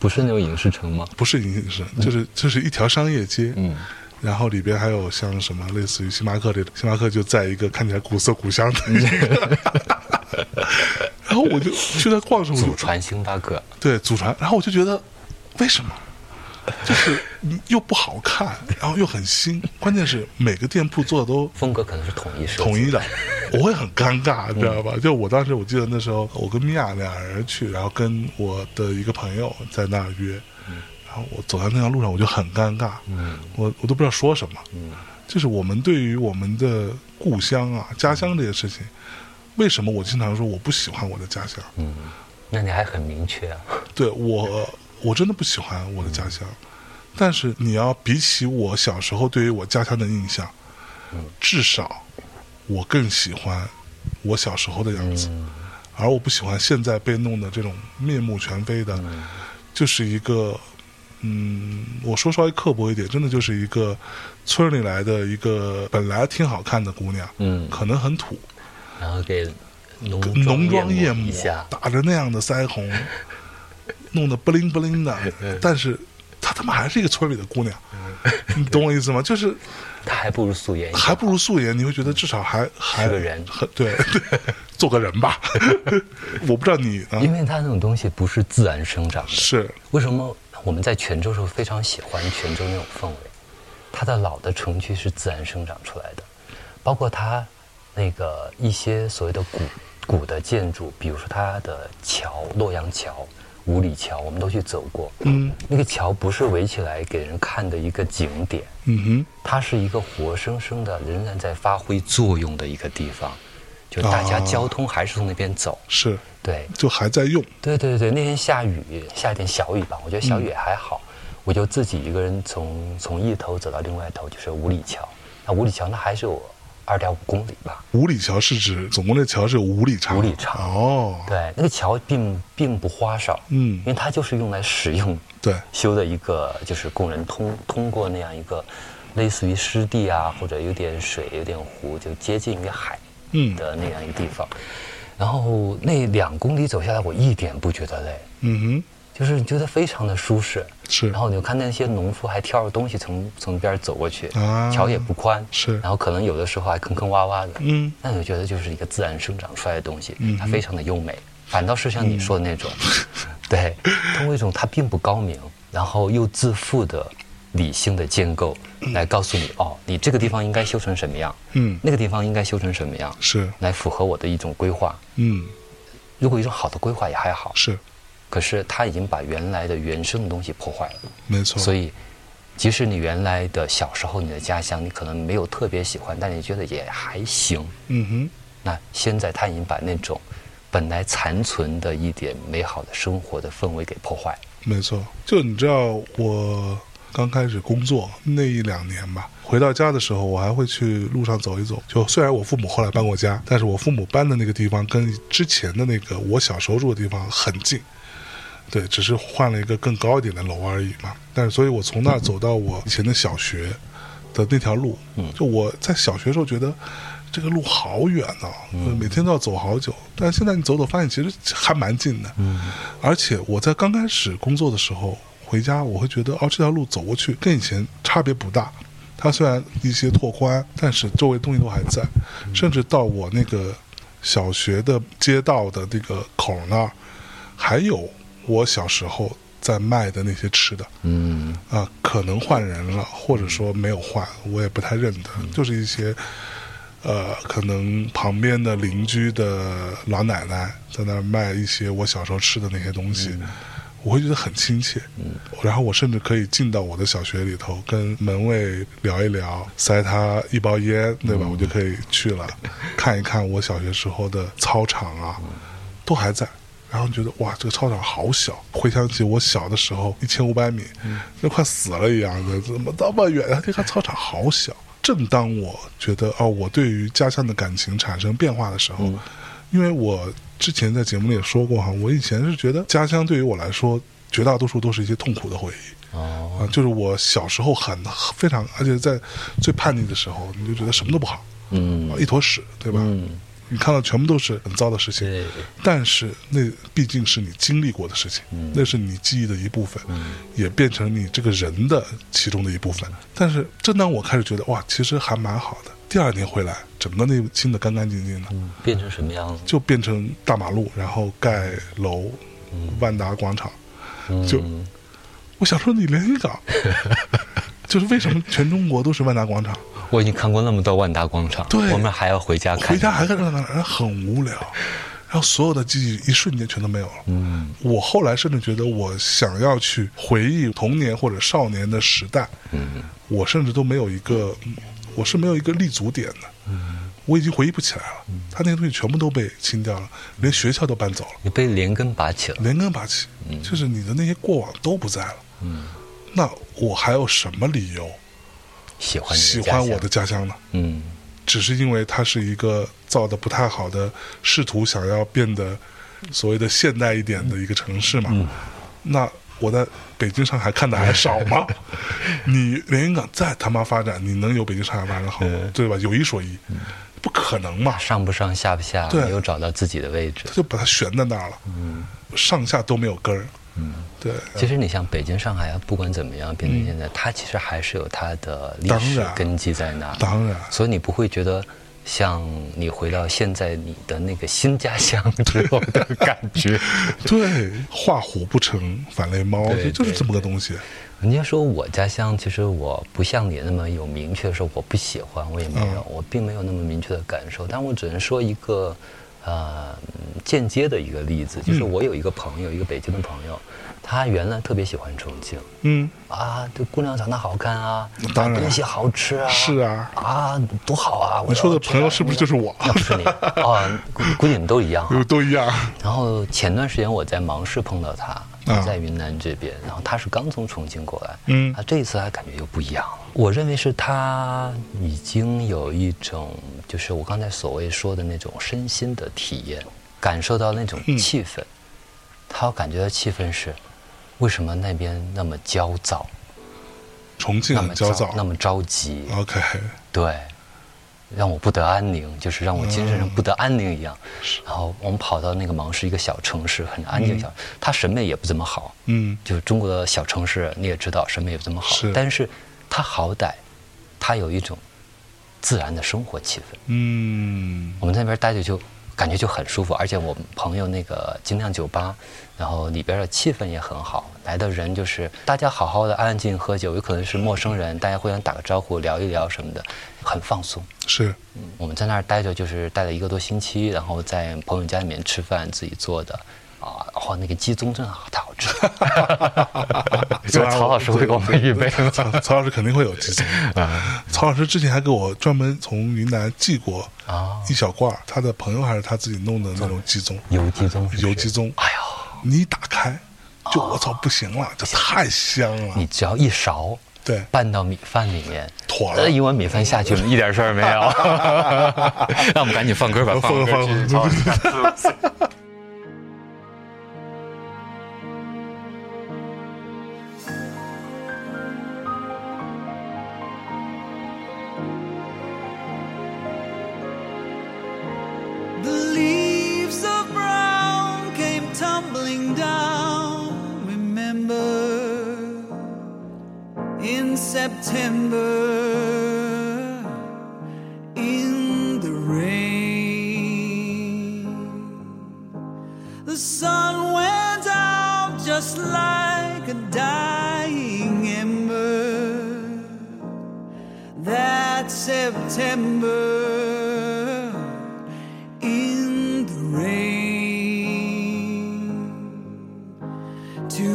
[SPEAKER 2] 不是那种影视城吗？
[SPEAKER 1] 不是银杏市，就是就是一条商业街，
[SPEAKER 2] 嗯，
[SPEAKER 1] 然后里边还有像什么类似于星巴克这种，星巴克就在一个看起来古色古香的一个。 然后我就去那逛什么，
[SPEAKER 2] 嗯祖传星巴克。
[SPEAKER 1] 对，祖传。然后我就觉得，为什么？就是又不好看，然后又很新，关键是每个店铺做的都
[SPEAKER 2] 风格可能是统一设计
[SPEAKER 1] 统一的， 嗯我会很尴尬，你知道吧？就我当时我记得那时候，我跟米娅俩人去，然后跟我的一个朋友在那儿约，然后我走在那条路上，我就很尴尬，我我都不知道说什么，就是我们对于我们的故乡啊、家乡这些事情，为什么我经常说我不喜欢我的家乡？
[SPEAKER 2] 那你还很明 确啊。
[SPEAKER 1] 对我，我真的不喜欢我的家乡。但是你要比起我小时候对于我家乡的印象，至少我更喜欢我小时候的样子，而我不喜欢现在被弄得这种面目全非的，就是一个。嗯，我说稍微刻薄一点，真的就是一个村里来的一个本来挺好看的姑娘，
[SPEAKER 2] 嗯
[SPEAKER 1] 可能很土，
[SPEAKER 2] 然后给浓
[SPEAKER 1] 浓妆艳
[SPEAKER 2] 抹
[SPEAKER 1] 抹
[SPEAKER 2] 一下，，
[SPEAKER 1] 打着那样的腮 红，弄得不灵不灵的，
[SPEAKER 2] 嗯
[SPEAKER 1] 但是她他妈还是一个村里的姑娘，你懂我意思吗？就是
[SPEAKER 2] 他还不如素颜一点
[SPEAKER 1] 还不如素颜，你会觉得至少还还
[SPEAKER 2] 是个人
[SPEAKER 1] 很对， 对做个人 吧。我不知道你呢，
[SPEAKER 2] 因为他那种东西不是自然生长的。
[SPEAKER 1] 是
[SPEAKER 2] 为什么我们在泉州的时候非常喜欢泉州那种氛围？它的老的城区是自然生长出来的，包括它那个一些所谓的古古的建筑，比如说它的桥，洛阳桥、五里桥，我们都去走过。
[SPEAKER 1] 嗯，
[SPEAKER 2] 那个桥不是围起来给人看的一个景点，
[SPEAKER 1] 嗯
[SPEAKER 2] 它是一个活生生的、仍然在发挥作用的一个地方，就是大家
[SPEAKER 1] 啊
[SPEAKER 2] 交通还是从那边走。
[SPEAKER 1] 哼，是
[SPEAKER 2] 对，
[SPEAKER 1] 就还在用，
[SPEAKER 2] 对对对，那天下雨，下一点小雨吧，我觉得小
[SPEAKER 1] 嗯
[SPEAKER 2] 雨也还好，我就自己一个人从从一头走到另外一头，就是五里桥。那五里桥那还是有二点五公里吧？
[SPEAKER 1] 五里桥是指总共这桥是有五里长，
[SPEAKER 2] 五里长
[SPEAKER 1] 哦，
[SPEAKER 2] 对，那个桥并并不花哨，
[SPEAKER 1] 嗯
[SPEAKER 2] 因为它就是用来使用
[SPEAKER 1] 对，
[SPEAKER 2] 修的一个，就是供人通通过那样一个类似于湿地啊，或者有点水、有点湖，就接近于海
[SPEAKER 1] 嗯
[SPEAKER 2] 的那样一个地方。然后那两公里走下来，我一点不觉得累，
[SPEAKER 1] 嗯
[SPEAKER 2] 就是你觉得非常的舒适。
[SPEAKER 1] 是
[SPEAKER 2] 然后你就看那些农夫还挑着东西从从边儿走过去，
[SPEAKER 1] 啊
[SPEAKER 2] 桥也不宽，
[SPEAKER 1] 是
[SPEAKER 2] 然后可能有的时候还坑坑洼洼的，
[SPEAKER 1] 嗯，
[SPEAKER 2] 那你就觉得就是一个自然生长出来的东西，
[SPEAKER 1] 嗯
[SPEAKER 2] 它非常的优美，反倒是像你说的那种，对，通过一种它并不高明，然后又自负的理性的建构来告诉你，哦，你这个地方应该修成什么样，
[SPEAKER 1] 嗯
[SPEAKER 2] 那个地方应该修成什么样，
[SPEAKER 1] 是，
[SPEAKER 2] 来符合我的一种规划。
[SPEAKER 1] 嗯
[SPEAKER 2] 如果一种好的规划也还好，
[SPEAKER 1] 是，
[SPEAKER 2] 可是它已经把原来的原生的东西破坏了。
[SPEAKER 1] 没错，
[SPEAKER 2] 所
[SPEAKER 1] 以
[SPEAKER 2] 以即使你原来的小时候你的家乡你可能没有特别喜欢，但你觉得也还行。
[SPEAKER 1] 嗯哼，
[SPEAKER 2] 那现在他已经把那种本来残存的一点美好的生活的氛围给破坏。
[SPEAKER 1] 没错。就你知道，我刚开始工作那一两年吧，回到家的时候，我还会去路上走一走。就虽然我父母后来搬过家，但是我父母搬的那个地方跟之前的那个我小时候住的地方很近。对，只是换了一个更高一点的楼而已嘛。但是，所以我从那儿走到我以前的小学的那条路，就我在小学时候觉得这个路好远哦，每天都要走好久。但是现在你走走，发现其实还蛮近的。而且我在刚开始工作的时候回家，我会觉得哦，这条路走过去跟以前差别不大。它虽然一些拓宽，但是周围东西都还在，甚至到我那个小学的街道的那个口那儿，还有我小时候在卖的那些吃的。
[SPEAKER 2] 嗯，
[SPEAKER 1] 啊，可能换人了，或者说没有换，我也不太认得，就是一些，呃，可能旁边的邻居的老奶奶在那儿卖一些我小时候吃的那些东西，我会觉得很亲切。然后我甚至可以进到我的小学里头，跟门卫聊一聊，塞他一包烟，对吧？我就可以去了，看一看我小学时候的操场啊，都还在。然后觉得哇，这个操场好小。回想起我小的时候，一千五百米，那、快死了一样的，怎么那么远啊？这个操场好小。正当我觉得哦，我对于家乡的感情产生变化的时候，因为我之前在节目里也说过哈，我以前是觉得家乡对于我来说，绝大多数都是一些痛苦的回忆。
[SPEAKER 2] 哦，
[SPEAKER 1] 啊，就是我小时候很非常，而且在最叛逆的时候，你就觉得什么都不好，
[SPEAKER 2] 嗯
[SPEAKER 1] 啊，一坨屎，对吧？
[SPEAKER 2] 嗯，
[SPEAKER 1] 你看到全部都是很糟的事情，
[SPEAKER 2] 对，
[SPEAKER 1] 但是那毕竟是你经历过的事情，
[SPEAKER 2] 嗯
[SPEAKER 1] 那是你记忆的一部分，也变成你这个人的其中的一部分。
[SPEAKER 2] 嗯
[SPEAKER 1] 但是正当我开始觉得哇，其实还蛮好的，第二年回来，整个那清的干干净净的，
[SPEAKER 2] 变成什么样子？
[SPEAKER 1] 就变成大马路，然后盖楼，万达广场。就
[SPEAKER 2] 嗯
[SPEAKER 1] 我想说，你连 云港，就是为什么全中国都是万达广场？
[SPEAKER 2] 我已经看过那么多万达广场，
[SPEAKER 1] 对
[SPEAKER 2] 我们还要回家看。
[SPEAKER 1] 回家还看这个，然后很无 聊，然后所有的记忆一瞬间全都没有了。
[SPEAKER 2] 嗯
[SPEAKER 1] 我后来甚至觉得，我想要去回忆童年或者少年的时代，
[SPEAKER 2] 嗯
[SPEAKER 1] 我甚至都没有一个，嗯我是没有一个立足点的，
[SPEAKER 2] 嗯
[SPEAKER 1] 我已经回忆不起来了。他那些东西全部都被清掉了，
[SPEAKER 2] 嗯
[SPEAKER 1] 连学校都搬走了，
[SPEAKER 2] 你被连根拔起了。
[SPEAKER 1] 连根拔起，就是你的那些过往都不在了。
[SPEAKER 2] 嗯，
[SPEAKER 1] 那我还有什么理由
[SPEAKER 2] 喜欢你
[SPEAKER 1] 喜
[SPEAKER 2] 家
[SPEAKER 1] 欢
[SPEAKER 2] 乡
[SPEAKER 1] 我的。家乡呢？
[SPEAKER 2] 嗯
[SPEAKER 1] 只是因为它是一个造的不太好的，试图想要变得所谓的现代一点的一个城市嘛。
[SPEAKER 2] 嗯
[SPEAKER 1] 那我在北京、上海看的还少 吗？你连云港再他妈发展，你能有北京、上海发展的好吗，
[SPEAKER 2] 嗯
[SPEAKER 1] 对吧？有一说一，不可能嘛，
[SPEAKER 2] 上不上下不下，
[SPEAKER 1] 对
[SPEAKER 2] 没有找到自己的位置
[SPEAKER 1] 他。就把它悬在那儿了，
[SPEAKER 2] 嗯
[SPEAKER 1] 上下都没有根儿。对，
[SPEAKER 2] 其实你像北京、上海啊，不管怎么样变成现在，它其实还是有它的历
[SPEAKER 1] 当
[SPEAKER 2] 史
[SPEAKER 1] 然
[SPEAKER 2] 根基在那儿。
[SPEAKER 1] 当 然
[SPEAKER 2] 所以你不会觉得像你回到现在你的那个新家乡之后的感觉。
[SPEAKER 1] 对，画虎不成反类猫，
[SPEAKER 2] 对
[SPEAKER 1] 就就是
[SPEAKER 2] 对
[SPEAKER 1] 这么个东西。
[SPEAKER 2] 人家说我家乡，其实我不像你那么有明确地说我不喜欢，我也没有，我并没有那么明确的感受，但我只能说一个，呃，嗯间接的一个例子，就是我有一个朋友，一个北京的朋友，他原来特别喜欢重庆，
[SPEAKER 1] 嗯，
[SPEAKER 2] 啊，这姑娘长得好看啊，
[SPEAKER 1] 当然
[SPEAKER 2] 东西好吃啊，
[SPEAKER 1] 是啊
[SPEAKER 2] 啊，多好啊！我
[SPEAKER 1] 你说的
[SPEAKER 2] 要这样
[SPEAKER 1] 朋友是不是嗯就是我
[SPEAKER 2] 那不是你 啊，估估计你们都一样哈。
[SPEAKER 1] 都一样。
[SPEAKER 2] 然后前段时间我在芒市碰到他
[SPEAKER 1] 啊，
[SPEAKER 2] 在云南这边，然后他是刚从重庆过来，
[SPEAKER 1] 嗯
[SPEAKER 2] 啊，这一次他感觉又不一样了。我认为是他已经有一种，就是我刚才所谓说的那种身心的体验，感受到那种
[SPEAKER 1] 嗯
[SPEAKER 2] 气氛。他感觉到气氛是，为什么那边那么焦躁，
[SPEAKER 1] 重庆
[SPEAKER 2] 那
[SPEAKER 1] 很
[SPEAKER 2] 么
[SPEAKER 1] 焦
[SPEAKER 2] 躁
[SPEAKER 1] 躁，嗯
[SPEAKER 2] 那么着急？
[SPEAKER 1] OK，
[SPEAKER 2] 对，让我不得安宁，就是让我精
[SPEAKER 1] 嗯
[SPEAKER 2] 神上不得安宁一样。然后我们跑到那个芒市一个小城市，很安静的小，他审美也不怎么好，
[SPEAKER 1] 嗯，
[SPEAKER 2] 就是中国的小城市你也知道，审美也不怎么好，
[SPEAKER 1] 是
[SPEAKER 2] 但是他好歹他有一种自然的生活气氛。
[SPEAKER 1] 嗯，
[SPEAKER 2] 我们在那边待着就感觉就很舒服，而且我们朋友那个精酿酒吧，然后里边的气氛也很好，来的人就是大家好好的安安静静喝酒，有可能是陌生人，大家互相打个招呼聊一聊什么的，很放松。
[SPEAKER 1] 是，
[SPEAKER 2] 我们在那儿待着就是待了一个多星期，然后在朋友家里面吃饭，自己做的，啊，哦，那个鸡枞真好，太好 吃了。这
[SPEAKER 1] 对
[SPEAKER 2] 个
[SPEAKER 1] 啊
[SPEAKER 2] 曹老师会给我们预备吗？
[SPEAKER 1] 曹曹老师肯定会有鸡 枞啊。曹老师之前还给我专门从云南寄过
[SPEAKER 2] 啊，嗯
[SPEAKER 1] 一小罐儿，他的朋友还是他自己弄的那种鸡枞，
[SPEAKER 2] 油鸡枞是不是，
[SPEAKER 1] 油鸡枞。
[SPEAKER 2] 哎呦，
[SPEAKER 1] 你一打开，就我操，不行了，这太香了
[SPEAKER 2] 你，只要一勺
[SPEAKER 1] 对，
[SPEAKER 2] 拌到米饭里面，
[SPEAKER 1] 妥
[SPEAKER 2] 呃，
[SPEAKER 1] 了
[SPEAKER 2] 一。碗米饭下去了，一点事儿没有。那我们赶紧放歌吧，
[SPEAKER 1] 放
[SPEAKER 2] 放
[SPEAKER 1] 歌
[SPEAKER 2] 歌
[SPEAKER 1] 放歌
[SPEAKER 2] 去曹老师家自。
[SPEAKER 5] The leaves of brown came tumbling down, remember, in September, in the rain. The sun went out just like a dying ember that September in the rain. To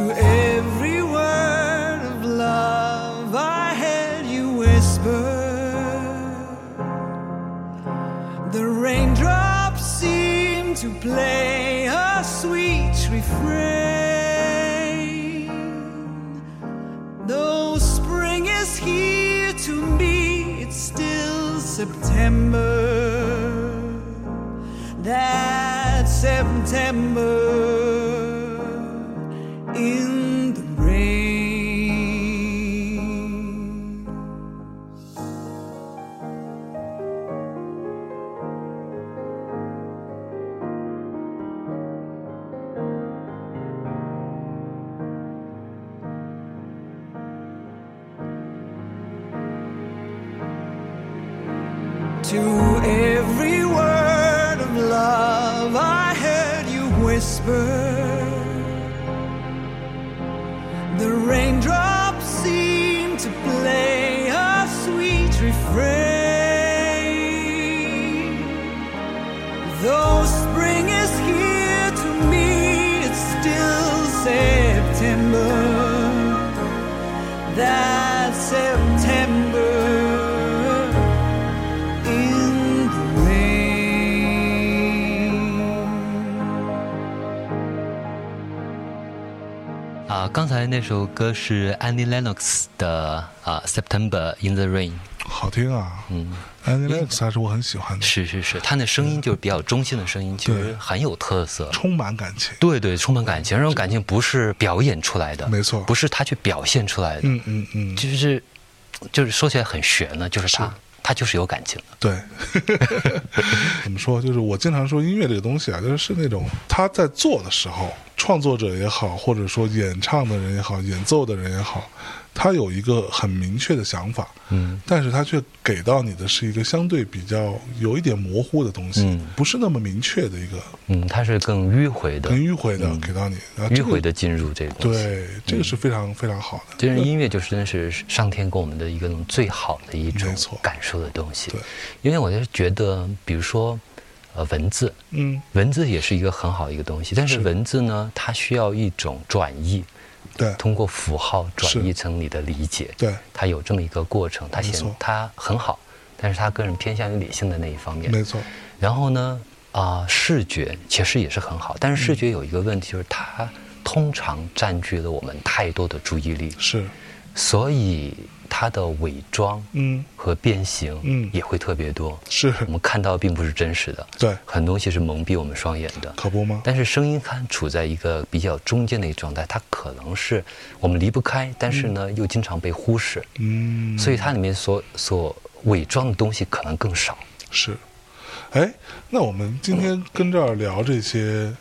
[SPEAKER 5] every word of love, I heard you whisper. The raindrops seem to play a sweet refrain. Though spring is here to me, it's still September that September in the rain. To every word of love, I heard you whisper. The raindrops seem to play a sweet refrain. Though spring is here to me, it's still September. That September in the rain.
[SPEAKER 2] 啊，刚才那首歌是 Annie Lennox 的啊《September in the Rain》，
[SPEAKER 1] 好听啊，嗯 a n i Lex 还是我很喜欢的，
[SPEAKER 2] 是是是，他那声音就是比较中性的声音，其
[SPEAKER 1] 对
[SPEAKER 2] 实很有特色。
[SPEAKER 1] 充满感情。
[SPEAKER 2] 对对，充满感情，这种感情不是表演出来的，
[SPEAKER 1] 没错
[SPEAKER 2] 不是他去表现出来的，
[SPEAKER 1] 嗯嗯嗯，
[SPEAKER 2] 就是就是说起来很玄呢，就是他，他就是有感情的，
[SPEAKER 1] 对， 怎么说？就是我经常说音乐这个东西啊，就是是那种他在做的时候，创作者也好，或者说演唱的人也好，演奏的人也好，他有一个很明确的想法，
[SPEAKER 2] 嗯，
[SPEAKER 1] 但是他却给到你的是一个相对比较有一点模糊的东西，
[SPEAKER 2] 嗯
[SPEAKER 1] 不是那么明确的一个
[SPEAKER 2] 嗯，他是更迂回的
[SPEAKER 1] 很，迂回的给到你，然后这
[SPEAKER 2] 嗯迂
[SPEAKER 1] 个
[SPEAKER 2] 回的进入这个东西。嗯
[SPEAKER 1] 对，这个是非常非常好的。
[SPEAKER 2] 这种音乐就是真的是上天给我们的一个那种最好的一种
[SPEAKER 1] 没错
[SPEAKER 2] 感受的东西
[SPEAKER 1] 对。
[SPEAKER 2] 因为我就是觉得，比如说，呃，文字，
[SPEAKER 1] 嗯，
[SPEAKER 2] 文字也是一个很好的一个东西，但是文字呢，它需要一种转译，
[SPEAKER 1] 对
[SPEAKER 2] 通过符号转译成你的理解。
[SPEAKER 1] 对
[SPEAKER 2] 它有这么一个过程，它
[SPEAKER 1] 没
[SPEAKER 2] 显
[SPEAKER 1] 错
[SPEAKER 2] 它很好，但是它个人偏向于理性的那一方面。
[SPEAKER 1] 没错，
[SPEAKER 2] 然后呢，啊、视觉其实也是很好，但
[SPEAKER 1] 嗯
[SPEAKER 2] 是视觉有一个问题，就是它通常占据了我们太多的注意力，
[SPEAKER 1] 是，
[SPEAKER 2] 所以它的伪装
[SPEAKER 1] 嗯，
[SPEAKER 2] 和变形
[SPEAKER 1] 嗯
[SPEAKER 2] 也会特别多。
[SPEAKER 1] 是，
[SPEAKER 2] 我们看到并不是真实的，
[SPEAKER 1] 对
[SPEAKER 2] 很多东西是蒙蔽我们双眼的。
[SPEAKER 1] 可不吗？
[SPEAKER 2] 但是声音它处在一个比较中间的一个状态，它可能是我们离不开，但是呢又经常被忽视，
[SPEAKER 1] 嗯，
[SPEAKER 2] 所以它里面所所伪装的东西可能更少。
[SPEAKER 1] 是，哎，那我们今天跟这儿聊这些，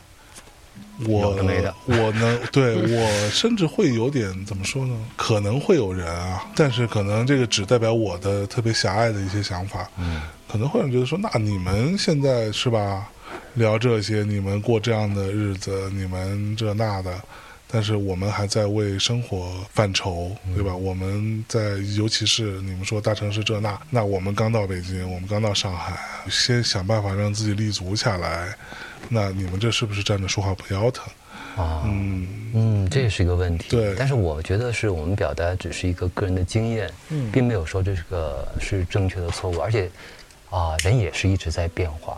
[SPEAKER 1] 我
[SPEAKER 2] 有的没的
[SPEAKER 1] 我呢，对我甚至会有点怎么说呢？可能会有人啊，但是可能这个只代表我的特别狭隘的一些想法，嗯，可能会有人觉得说，那你们现在是吧，聊这些，你们过这样的日子，你们这那的。但是我们还在为生活犯愁，对吧？我们在，尤其是你们说大城市这那，那我们刚到北京，我们刚到上海，先想办法让自己立足下来。那你们这是不是站着说话不腰疼？
[SPEAKER 2] 啊，
[SPEAKER 1] 嗯，
[SPEAKER 2] 嗯，这也是一个问题。
[SPEAKER 1] 对
[SPEAKER 2] 但是我觉得是我们表达只是一个个人的经验，并没有说这是个是正确的错误，而且啊、人也是一直在变化。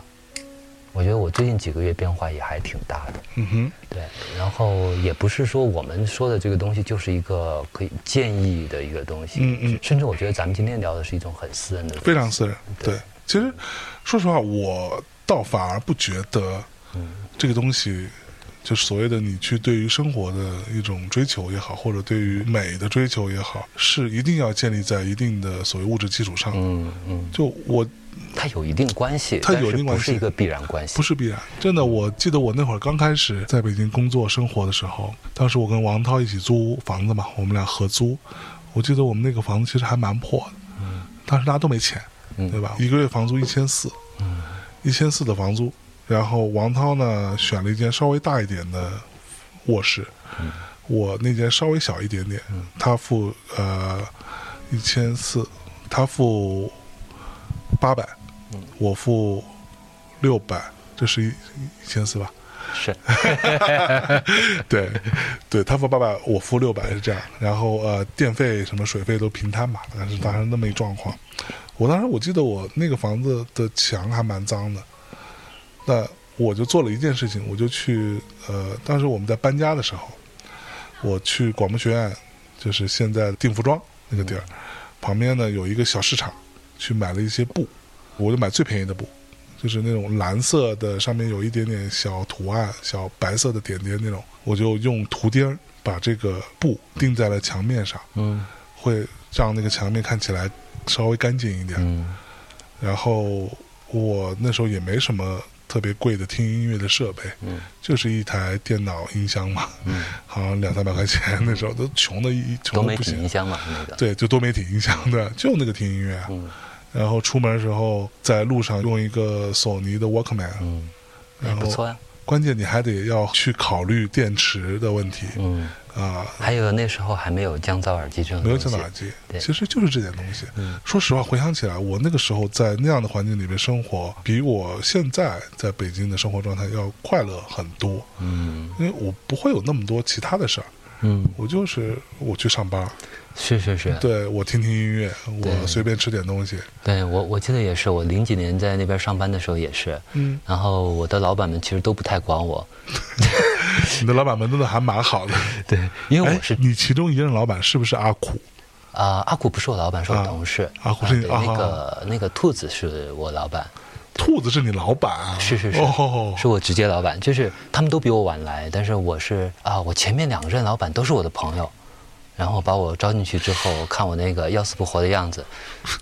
[SPEAKER 2] 我觉得我最近几个月变化也还挺大的，
[SPEAKER 1] 嗯哼，
[SPEAKER 2] 对。然后也不是说我们说的这个东西就是一个可以建议的一个东西，
[SPEAKER 1] 嗯嗯
[SPEAKER 2] 甚至我觉得咱们今天聊的是一种很私人的东西，
[SPEAKER 1] 非常私人。
[SPEAKER 2] 对
[SPEAKER 1] 对，其实说实话，我倒反而不觉得这个东西，就是所谓的你去对于生活的一种追求也好，或者对于美的追求也好，是一定要建立在一定的所谓物质基础上。
[SPEAKER 2] 嗯嗯，
[SPEAKER 1] 就我
[SPEAKER 2] 它有一定关系，
[SPEAKER 1] 它有一定
[SPEAKER 2] 但是
[SPEAKER 1] 关
[SPEAKER 2] 不是
[SPEAKER 1] 系
[SPEAKER 2] 一个必然关系，
[SPEAKER 1] 不是必然，真的，我记得我那会儿刚开始在北京工作生活的时候，当时我跟王涛一起租房子嘛，我们俩合租。我记得我们那个房子其实还蛮破的，当时大家都没钱，
[SPEAKER 2] 嗯
[SPEAKER 1] 对吧？一个月房租一千四，一千四的房租。然后王涛呢选了一间稍微大一点的卧室，我那间稍微小一点点，他付呃一千四，他付八百，我付六百，这是一一千四吧？
[SPEAKER 2] 是，
[SPEAKER 1] 对，对，他付八百，我付六百是这样。然后呃，电费什么水费都平摊吧，但是当时那么一状况。我当时我记得我那个房子的墙还蛮脏的，那我就做了一件事情，我就去呃，当时我们在搬家的时候，我去广播学院，就是现在定服装那个地儿，旁边呢有一个小市场，去买了一些布，我就买最便宜的布，就是那种蓝色的，上面有一点点小图案、小白色的点点那种，我就用图钉儿把这个布钉在了墙面上，
[SPEAKER 2] 嗯
[SPEAKER 1] 会让那个墙面看起来稍微干净一点。
[SPEAKER 2] 嗯
[SPEAKER 1] 然后我那时候也没什么特别贵的听音乐的设备，
[SPEAKER 2] 嗯
[SPEAKER 1] 就是一台电脑音箱嘛，
[SPEAKER 2] 嗯，
[SPEAKER 1] 好像两三百块钱，那时候都穷的一
[SPEAKER 2] 多
[SPEAKER 1] 穷的
[SPEAKER 2] 媒
[SPEAKER 1] 不
[SPEAKER 2] 体
[SPEAKER 1] 行
[SPEAKER 2] 音。箱嘛，那个，
[SPEAKER 1] 对，就多媒体音箱的， 就那个听音乐啊。
[SPEAKER 2] 嗯
[SPEAKER 1] 然后出门的时候，在路上用一个索尼的 Walkman，、
[SPEAKER 2] 嗯，也
[SPEAKER 1] 然后
[SPEAKER 2] 不错呀、啊
[SPEAKER 1] 关键你还得要去考虑电池的问题
[SPEAKER 2] 嗯，
[SPEAKER 1] 啊、
[SPEAKER 2] 还有那时候还没有降噪耳机这种
[SPEAKER 1] 没有
[SPEAKER 2] 东
[SPEAKER 1] 降噪
[SPEAKER 2] 西
[SPEAKER 1] 耳机，
[SPEAKER 2] 对
[SPEAKER 1] 其实就是这点东西。
[SPEAKER 2] 嗯
[SPEAKER 1] 说实话，回想起来，我那个时候在那样的环境里面生活，比我现在在北京的生活状态要快乐很多，
[SPEAKER 2] 嗯
[SPEAKER 1] 因为我不会有那么多其他的事儿，
[SPEAKER 2] 嗯，
[SPEAKER 1] 我就是我去上班，
[SPEAKER 2] 是是是，
[SPEAKER 1] 对我听听音乐，
[SPEAKER 2] 对
[SPEAKER 1] 我随便吃点东西，
[SPEAKER 2] 对我我记得也是，我零几年在那边上班的时候也是，
[SPEAKER 1] 嗯，
[SPEAKER 2] 然后我的老板们其实都不太管我，
[SPEAKER 1] 你的老板们真的还蛮好的。
[SPEAKER 2] 对，因为
[SPEAKER 1] 哎
[SPEAKER 2] 我是，
[SPEAKER 1] 你其中一任老板是不是阿苦？
[SPEAKER 2] 啊、阿古不是我老板，是我同事，
[SPEAKER 1] 啊阿古是你
[SPEAKER 2] 对
[SPEAKER 1] 啊
[SPEAKER 2] 那个那个兔子是我老板，
[SPEAKER 1] 兔子是你老板啊？
[SPEAKER 2] 是是是，
[SPEAKER 1] 哦，
[SPEAKER 2] 是我直接老板，就是他们都比我晚来，但是我是啊，我前面两任老板都是我的朋友，然后把我招进去之后，看我那个要死不活的样子，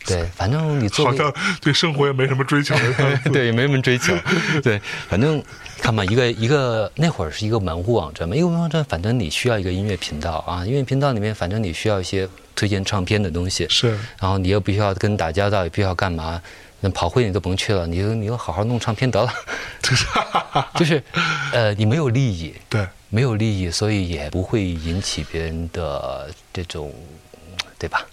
[SPEAKER 2] 对，反正你做
[SPEAKER 1] 好像对生活也没什么追求的样 子。
[SPEAKER 2] 对，也没什么追求，对，反正看吧，一个一个那会儿是一个门户网站嘛，一个门户网站，反正你需要一个音乐频道啊，音乐频道里面反正你需要一些推荐唱片的东西，
[SPEAKER 1] 是，
[SPEAKER 2] 然后你又必须要跟打交道，也必须要干嘛，那跑会你都甭去了，你就你就好好弄唱片得了， 就是，呃，你没有利益，
[SPEAKER 1] 对，
[SPEAKER 2] 没有利益，所以也不会引起别人的这种，对吧？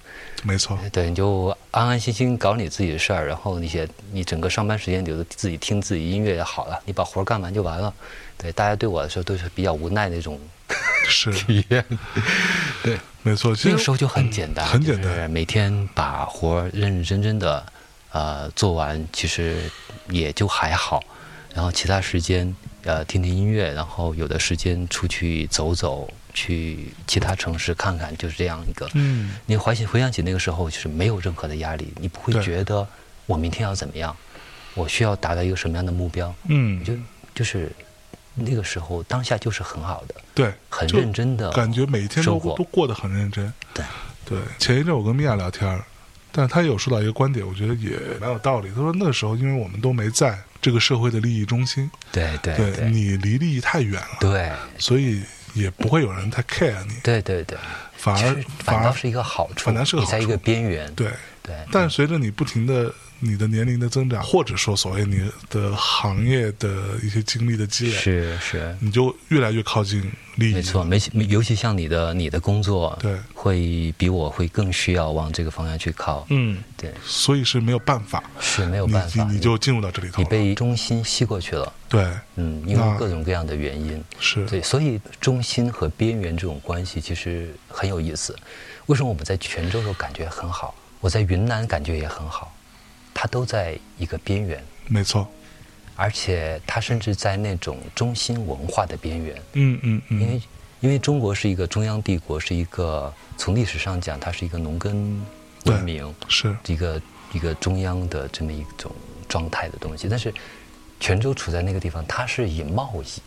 [SPEAKER 1] 没错。
[SPEAKER 2] 对，你就安安心心搞你自己的事儿，然后你也你整个上班时间你就自己听自己音乐也好了，你把活儿干完就完了。对，大家对我来说都是比较无奈的 一种
[SPEAKER 1] 是
[SPEAKER 2] 体验。
[SPEAKER 1] 没错，其
[SPEAKER 2] 那
[SPEAKER 1] 实
[SPEAKER 2] 个时候就很简单，
[SPEAKER 1] 很简单
[SPEAKER 2] 就是每天把活儿认认真真的呃做完，其实也就还好。然后其他时间呃听听音乐，然后有的时间出去走走，去其他城市看看，就是这样一个。
[SPEAKER 1] 嗯，
[SPEAKER 2] 你怀想回想起那个时候，就是没有任何的压力，你不会
[SPEAKER 1] 对
[SPEAKER 2] 觉得我明天要怎么样，我需要达到一个什么样的目标，
[SPEAKER 1] 嗯
[SPEAKER 2] 你就就是那个时候当下就是很好的，
[SPEAKER 1] 对，
[SPEAKER 2] 很
[SPEAKER 1] 就
[SPEAKER 2] 认真的
[SPEAKER 1] 感觉每天都
[SPEAKER 2] 生活
[SPEAKER 1] 都过得很认真。
[SPEAKER 2] 对
[SPEAKER 1] 对，前一阵我跟米娅聊天儿，但她有说到一个观点，我觉得也蛮有道理。她说那时候因为我们都没在这个社会的利益中心，
[SPEAKER 2] 对对
[SPEAKER 1] 对
[SPEAKER 2] 对
[SPEAKER 1] 你离利益太远了，
[SPEAKER 2] 对
[SPEAKER 1] 所以也不会有人太 care 你，
[SPEAKER 2] 对对对，
[SPEAKER 1] 反
[SPEAKER 2] 其
[SPEAKER 1] 而
[SPEAKER 2] 实
[SPEAKER 1] 反
[SPEAKER 2] 反倒
[SPEAKER 1] 而
[SPEAKER 2] 是一个好处，
[SPEAKER 1] 反倒是个
[SPEAKER 2] 你
[SPEAKER 1] 好
[SPEAKER 2] 在一个
[SPEAKER 1] 处
[SPEAKER 2] 边缘，
[SPEAKER 1] 对。
[SPEAKER 2] 对
[SPEAKER 1] 但随着你不停的你的年龄的增长，或者说所谓你的行业的一些经历的积累，
[SPEAKER 2] 是是，
[SPEAKER 1] 你就越来越靠近利益。
[SPEAKER 2] 没错，，没尤其像你的你的工作，
[SPEAKER 1] 对
[SPEAKER 2] 会比我会更需要往这个方向去靠。
[SPEAKER 1] 嗯，
[SPEAKER 2] 对，
[SPEAKER 1] 所以是没有办法，
[SPEAKER 2] 是没有
[SPEAKER 1] 你
[SPEAKER 2] 办法，
[SPEAKER 1] 你你就进入到这里头
[SPEAKER 2] 你
[SPEAKER 1] 了。
[SPEAKER 2] 被中心吸过去了，
[SPEAKER 1] 对，
[SPEAKER 2] 嗯，因
[SPEAKER 1] 那
[SPEAKER 2] 为各种各样的原因，
[SPEAKER 1] 啊是
[SPEAKER 2] 对，所以中心和边缘这种关系其实很有意思。为什么我们在泉州的时候感觉很好，我在云南感觉也很好，它都在一个边缘，
[SPEAKER 1] 没错。
[SPEAKER 2] 而且它甚至在那种中心文化的边缘，
[SPEAKER 1] 嗯嗯
[SPEAKER 2] 因
[SPEAKER 1] 嗯
[SPEAKER 2] 为因为中国是一个中央帝国，是一个从历史上讲，它是一个农耕
[SPEAKER 1] 对
[SPEAKER 2] 文明，
[SPEAKER 1] 是
[SPEAKER 2] 一个一个中央的这么一种状态的东西。但是泉州处在那个地方，它是以贸易，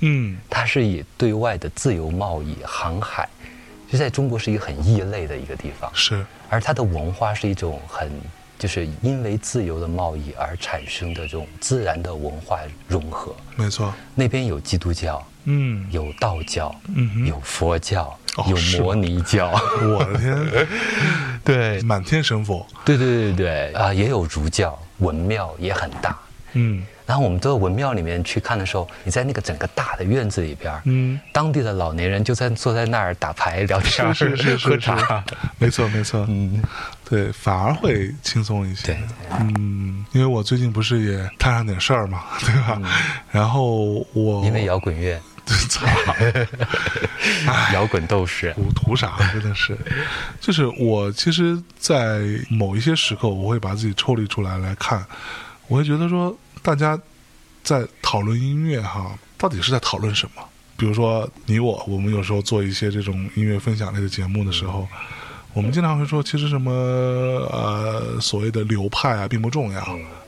[SPEAKER 1] 嗯
[SPEAKER 2] 它是以对外的自由贸易、航海，就在中国是一个很异类的一个地方，
[SPEAKER 1] 是
[SPEAKER 2] 而它的文化是一种很。就是因为自由的贸易而产生的这种自然的文化融合，
[SPEAKER 1] 没错。
[SPEAKER 2] 那边有基督教，
[SPEAKER 1] 嗯，
[SPEAKER 2] 有道教，
[SPEAKER 1] 嗯哼
[SPEAKER 2] 有佛教，
[SPEAKER 1] 哦
[SPEAKER 2] 有
[SPEAKER 1] 是吗
[SPEAKER 2] 摩尼教，
[SPEAKER 1] 我的天，
[SPEAKER 2] 对
[SPEAKER 1] 满天神佛。
[SPEAKER 2] 对对对对啊、也有儒教，文庙也很大。
[SPEAKER 1] 嗯
[SPEAKER 2] 然后我们到文庙里面去看的时候，你在那个整个大的院子里边儿，
[SPEAKER 1] 嗯，
[SPEAKER 2] 当地的老年人就在坐在那儿打牌、聊天儿、
[SPEAKER 1] 是是是是
[SPEAKER 2] 喝
[SPEAKER 1] 是
[SPEAKER 2] 茶，，
[SPEAKER 1] 没错没错。
[SPEAKER 2] 嗯，
[SPEAKER 1] 对，反而会轻松一些。
[SPEAKER 2] 对
[SPEAKER 1] 嗯，因为我最近不是也摊上点事儿嘛，对吧？然后我
[SPEAKER 2] 嗯因为 摇滚乐、
[SPEAKER 1] 操，
[SPEAKER 2] 摇滚斗士，
[SPEAKER 1] 图图啥？真的是，就是我其实，在某一些时刻，我会把自己抽离出来来看，我会觉得说，大家在讨论音乐哈，到底是在讨论什么？比如说你我，我们有时候做一些这种音乐分享类的节目的时候，我们经常会说，其实什么呃所谓的流派啊，并不重要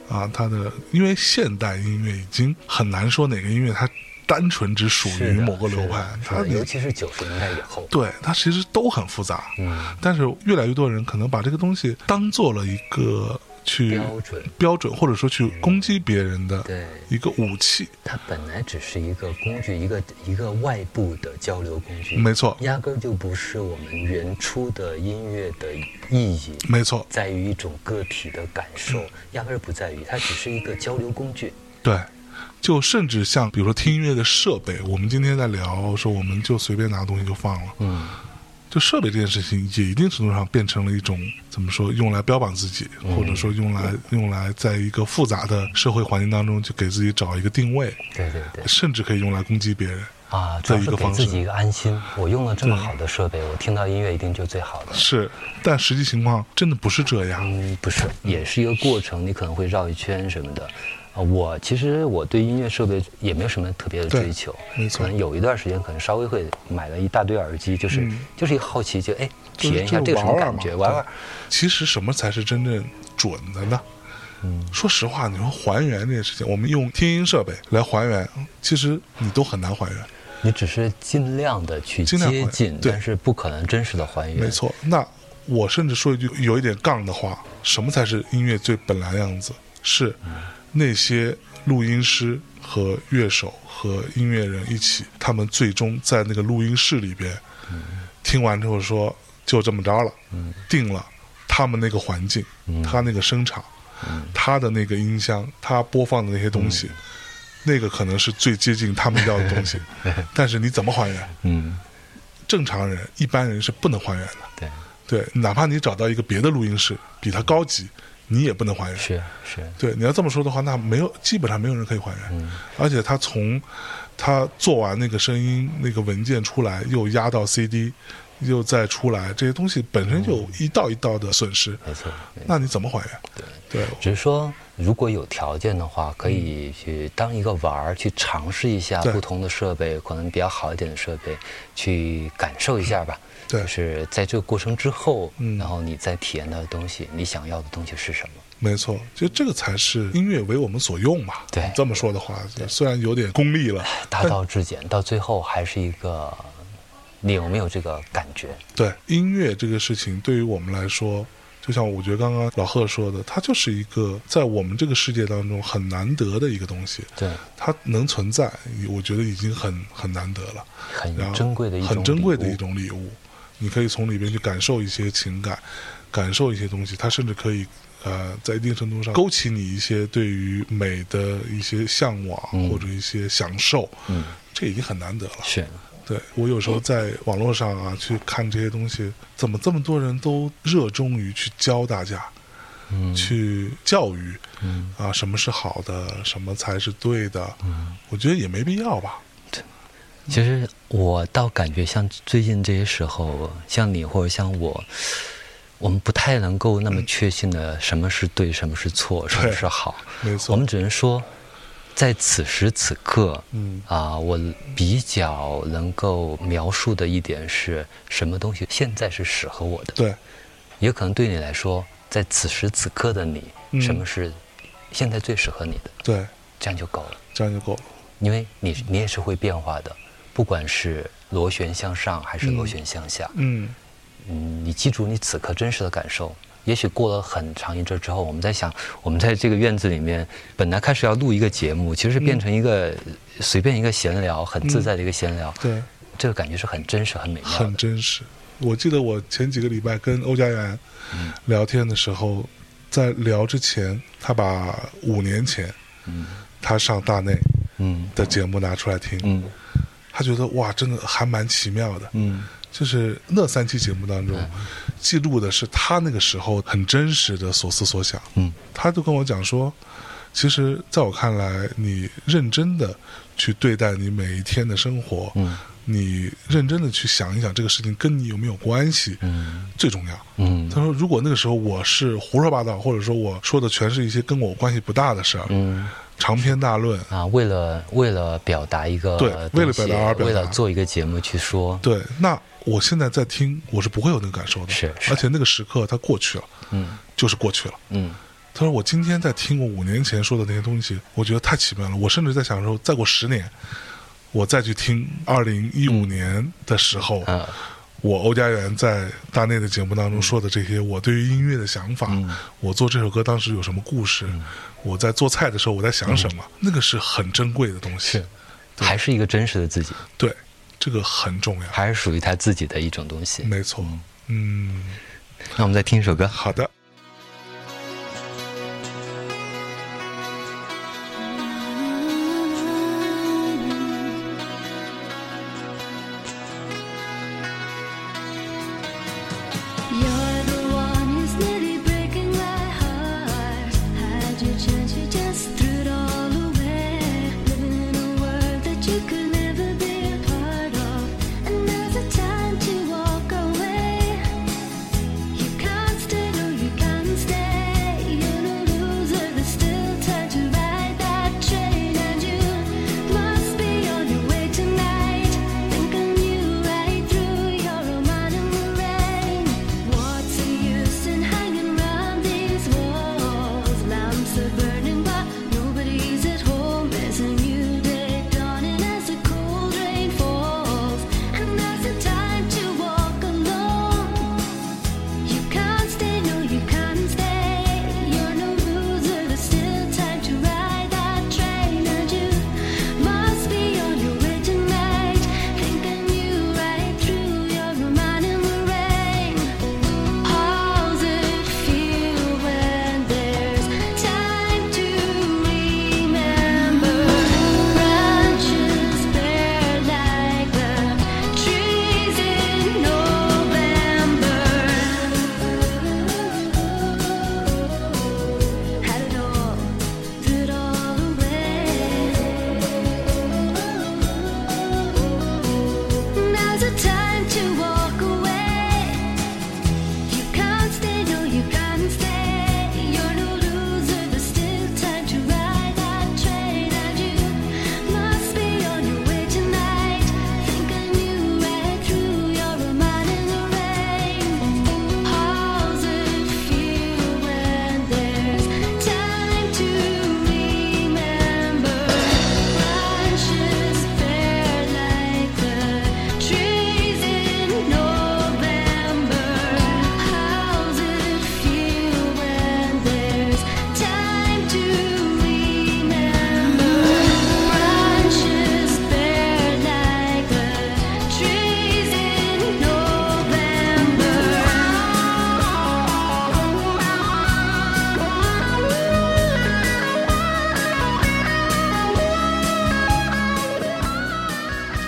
[SPEAKER 1] 啊，它的因为现代音乐已经很难说哪个音乐它单纯只属于
[SPEAKER 2] 是的
[SPEAKER 1] 某个流
[SPEAKER 2] 是的
[SPEAKER 1] 派，
[SPEAKER 2] 是
[SPEAKER 1] 它
[SPEAKER 2] 的尤其是九十年代以后，
[SPEAKER 1] 对，它其实都很复杂，
[SPEAKER 2] 嗯，
[SPEAKER 1] 但是越来越多人可能把这个东西当做了一个去
[SPEAKER 2] 标准，
[SPEAKER 1] 标准，或者说去攻击别人的
[SPEAKER 2] 对，
[SPEAKER 1] 一个武器。
[SPEAKER 2] 它本来只是一个工具，一个一个外部的交流工具，
[SPEAKER 1] 没错，
[SPEAKER 2] 压根儿就不是我们原初的音乐的意义，
[SPEAKER 1] 没错，
[SPEAKER 2] 在于一种个体的感受，压根儿不在于它只是一个交流工具。
[SPEAKER 1] 对。就甚至像比如说听音乐的设备，我们今天在聊说，我们就随便拿东西就放了。
[SPEAKER 2] 嗯，
[SPEAKER 1] 就设备这件事情，也一定程度上变成了一种怎么说，用来标榜自己，或者说用来用来在一个复杂的社会环境当中，就给自己找一个定位，
[SPEAKER 2] 对对对，
[SPEAKER 1] 甚至可以用来攻击别人。
[SPEAKER 2] 啊，主
[SPEAKER 1] 这
[SPEAKER 2] 要
[SPEAKER 1] 一
[SPEAKER 2] 是
[SPEAKER 1] 个
[SPEAKER 2] 给
[SPEAKER 1] 方
[SPEAKER 2] 自
[SPEAKER 1] 式
[SPEAKER 2] 己一个嗯安心。我用了这么好的设备，我听到音乐一定就最好的。
[SPEAKER 1] 是，但实际情况真的不是这样。
[SPEAKER 2] 嗯，不是，也是一个过程，你可能会绕一圈什么的。啊，我其实我对音乐设备也没有什么特别的
[SPEAKER 1] 对
[SPEAKER 2] 追求，
[SPEAKER 1] 没错
[SPEAKER 2] 可能有一段时间可能稍微会买了一大堆耳机，就是、就是一个好嗯奇，就哎
[SPEAKER 1] 就是
[SPEAKER 2] 体验一下
[SPEAKER 1] 就是
[SPEAKER 2] 这个什么
[SPEAKER 1] 玩玩
[SPEAKER 2] 感
[SPEAKER 1] 嘛
[SPEAKER 2] 觉，玩玩。
[SPEAKER 1] 其实什么才是真正准的呢？
[SPEAKER 2] 嗯
[SPEAKER 1] 说实话，你说还原这件事情，我们用听音设备来还原，其实你都很难还原。
[SPEAKER 2] 你只是尽量的去
[SPEAKER 1] 尽量还
[SPEAKER 2] 接近，
[SPEAKER 1] 对
[SPEAKER 2] 但是不可能真实的还原。
[SPEAKER 1] 没，错，那我甚至说一句有一点杠的话，什么才是音乐最本来的样子？是那些录音师和乐手和音乐人一起，他们最终在那个录音室里边，听完之后说就这么着了，定了他们那个环境，他那个声场，他的那个音箱，他播放的那些东西。那个可能是最接近他们要的东西，但是你怎么还原？
[SPEAKER 2] 嗯，
[SPEAKER 1] 正常人、一般人是不能还原的。
[SPEAKER 2] 对，
[SPEAKER 1] 对，哪怕你找到一个别的录音室比它高级，你也不能还原。
[SPEAKER 2] 是是，
[SPEAKER 1] 对，你要这么说的话，那没有，基本上没有人可以还原。
[SPEAKER 2] 嗯
[SPEAKER 1] 而且他从他做完那个声音那个文件出来，又压到 CD，又再出来，这些东西本身就有一道一道的损失，
[SPEAKER 2] 没错。没错
[SPEAKER 1] 那你怎么还原？对，
[SPEAKER 2] 只是说，如果有条件的话，可以去当一个玩儿，去尝试一下
[SPEAKER 1] 对
[SPEAKER 2] 不同的设备，可能比较好一点的设备，去感受一下吧。
[SPEAKER 1] 对
[SPEAKER 2] 就是在这个过程之后，
[SPEAKER 1] 嗯
[SPEAKER 2] 然后你再体验到的东西，你想要的东西是什么？
[SPEAKER 1] 没错，就这个才是音乐为我们所用嘛。
[SPEAKER 2] 对
[SPEAKER 1] 这么说的话，虽然有点功利了，
[SPEAKER 2] 大道至简，到最后还是一个，你有没有这个感觉？
[SPEAKER 1] 对音乐这个事情，对于我们来说，就像我觉得刚刚老贺说的，它就是一个在我们这个世界当中很难得的一个东西，
[SPEAKER 2] 对，
[SPEAKER 1] 它能存在，我觉得已经很很难得了，
[SPEAKER 2] 很
[SPEAKER 1] 然后
[SPEAKER 2] 珍贵的一种，
[SPEAKER 1] 很珍贵的一。种礼物。你可以从里边去感受一些情感，感受一些东西，它甚至可以。呃，在一定程度上勾起你一些对于美的一些向往、
[SPEAKER 2] 嗯
[SPEAKER 1] 或者一些享受，
[SPEAKER 2] 嗯，
[SPEAKER 1] 这已经很难得了。
[SPEAKER 2] 是，
[SPEAKER 1] 对我有时候在网络上啊去看这些东西，怎么这么多人都热衷于去教大家，
[SPEAKER 2] 嗯
[SPEAKER 1] 去教育
[SPEAKER 2] 嗯，
[SPEAKER 1] 啊，什么是好的，什么才是对的？我觉得也没必要吧。
[SPEAKER 2] 其实我倒感觉像最近这些时候，像你或者像我，我们不太能够
[SPEAKER 1] 嗯
[SPEAKER 2] 那么确信的什么是对，什么是错，什么是好，
[SPEAKER 1] 没
[SPEAKER 2] 我
[SPEAKER 1] 错
[SPEAKER 2] 们，只能说，在此时此刻，
[SPEAKER 1] 嗯
[SPEAKER 2] 啊，我比较能够描述的一点是什么东西现在是适合我的，
[SPEAKER 1] 对，
[SPEAKER 2] 也可能对你来说，在此时此刻的你，
[SPEAKER 1] 嗯
[SPEAKER 2] 什么是现在最适合你的，
[SPEAKER 1] 对，
[SPEAKER 2] 这样就够了。
[SPEAKER 1] 这样就够了。
[SPEAKER 2] 因为你你也是会变化的，不管是螺旋向上还是螺旋向下，
[SPEAKER 1] 嗯，
[SPEAKER 2] 嗯，你记住你此刻真实的感受。也许过了很长一阵之后，我们在想，我们在这个院子里面，本来开始要录一个节目，其实是变成一个、
[SPEAKER 1] 嗯
[SPEAKER 2] 随便一个闲聊，很自在的一个闲聊，
[SPEAKER 1] 对，
[SPEAKER 2] 这个感觉是很真实、很美妙
[SPEAKER 1] 嗯很
[SPEAKER 2] 的。
[SPEAKER 1] 真实。我记得我前几个礼拜跟欧家园
[SPEAKER 2] 嗯
[SPEAKER 1] 聊天的时候，在聊之前，他把五年前
[SPEAKER 2] 嗯
[SPEAKER 1] 他上大内
[SPEAKER 2] 嗯
[SPEAKER 1] 的节目拿出来听，
[SPEAKER 2] 嗯
[SPEAKER 1] 他觉得哇，真的还蛮奇妙的。
[SPEAKER 2] 嗯
[SPEAKER 1] 就是那三期节目当中，记录的是他那个时候很真实的所思所想。
[SPEAKER 2] 嗯，
[SPEAKER 1] 他就跟我讲说，其实在我看来，你认真的去对待你每一天的生活，
[SPEAKER 2] 嗯，
[SPEAKER 1] 你认真的去想一想这个事情跟你有没有关系，
[SPEAKER 2] 嗯
[SPEAKER 1] 最重要。
[SPEAKER 2] 嗯
[SPEAKER 1] 他说，如果那个时候我是胡说八道，或者说我说的全是一些跟我关系不大的事儿，
[SPEAKER 2] 嗯
[SPEAKER 1] 长篇大论，
[SPEAKER 2] 啊，为了为了表达一个
[SPEAKER 1] 对为了
[SPEAKER 2] 东西
[SPEAKER 1] 表达而表达
[SPEAKER 2] 为了做一个节目去说，
[SPEAKER 1] 对，那我现在在听，我是不会有那个感受的，
[SPEAKER 2] 是是
[SPEAKER 1] 而且那个时刻它过去了，
[SPEAKER 2] 嗯
[SPEAKER 1] 就是过去了。
[SPEAKER 2] 嗯
[SPEAKER 1] 他说：“我今天在听我五年前说的那些东西，我觉得太奇妙了。我甚至在想说，再过十年，我再去听二零一
[SPEAKER 2] 嗯
[SPEAKER 1] 五年的时候，
[SPEAKER 2] 啊
[SPEAKER 1] 我欧家园在大内的节目当中说的这些，我对于音乐的想法，
[SPEAKER 2] 嗯
[SPEAKER 1] 我做这首歌当时有什么故事，我在做菜的时候我在想什么，那个是很珍贵的东西
[SPEAKER 2] 嗯是。还是一个真实的自己，
[SPEAKER 1] 对，这个很重要，
[SPEAKER 2] 还是属于他自己的一种东西。
[SPEAKER 1] 没错。嗯，
[SPEAKER 2] 那我们再听一首歌。
[SPEAKER 1] 好的，
[SPEAKER 4] You're the one who's nearly breaking my heart. Had your chance, you just threw it all away. Living in a world that you could never be a part of. And now's the time to walk away. You can't stay, no, you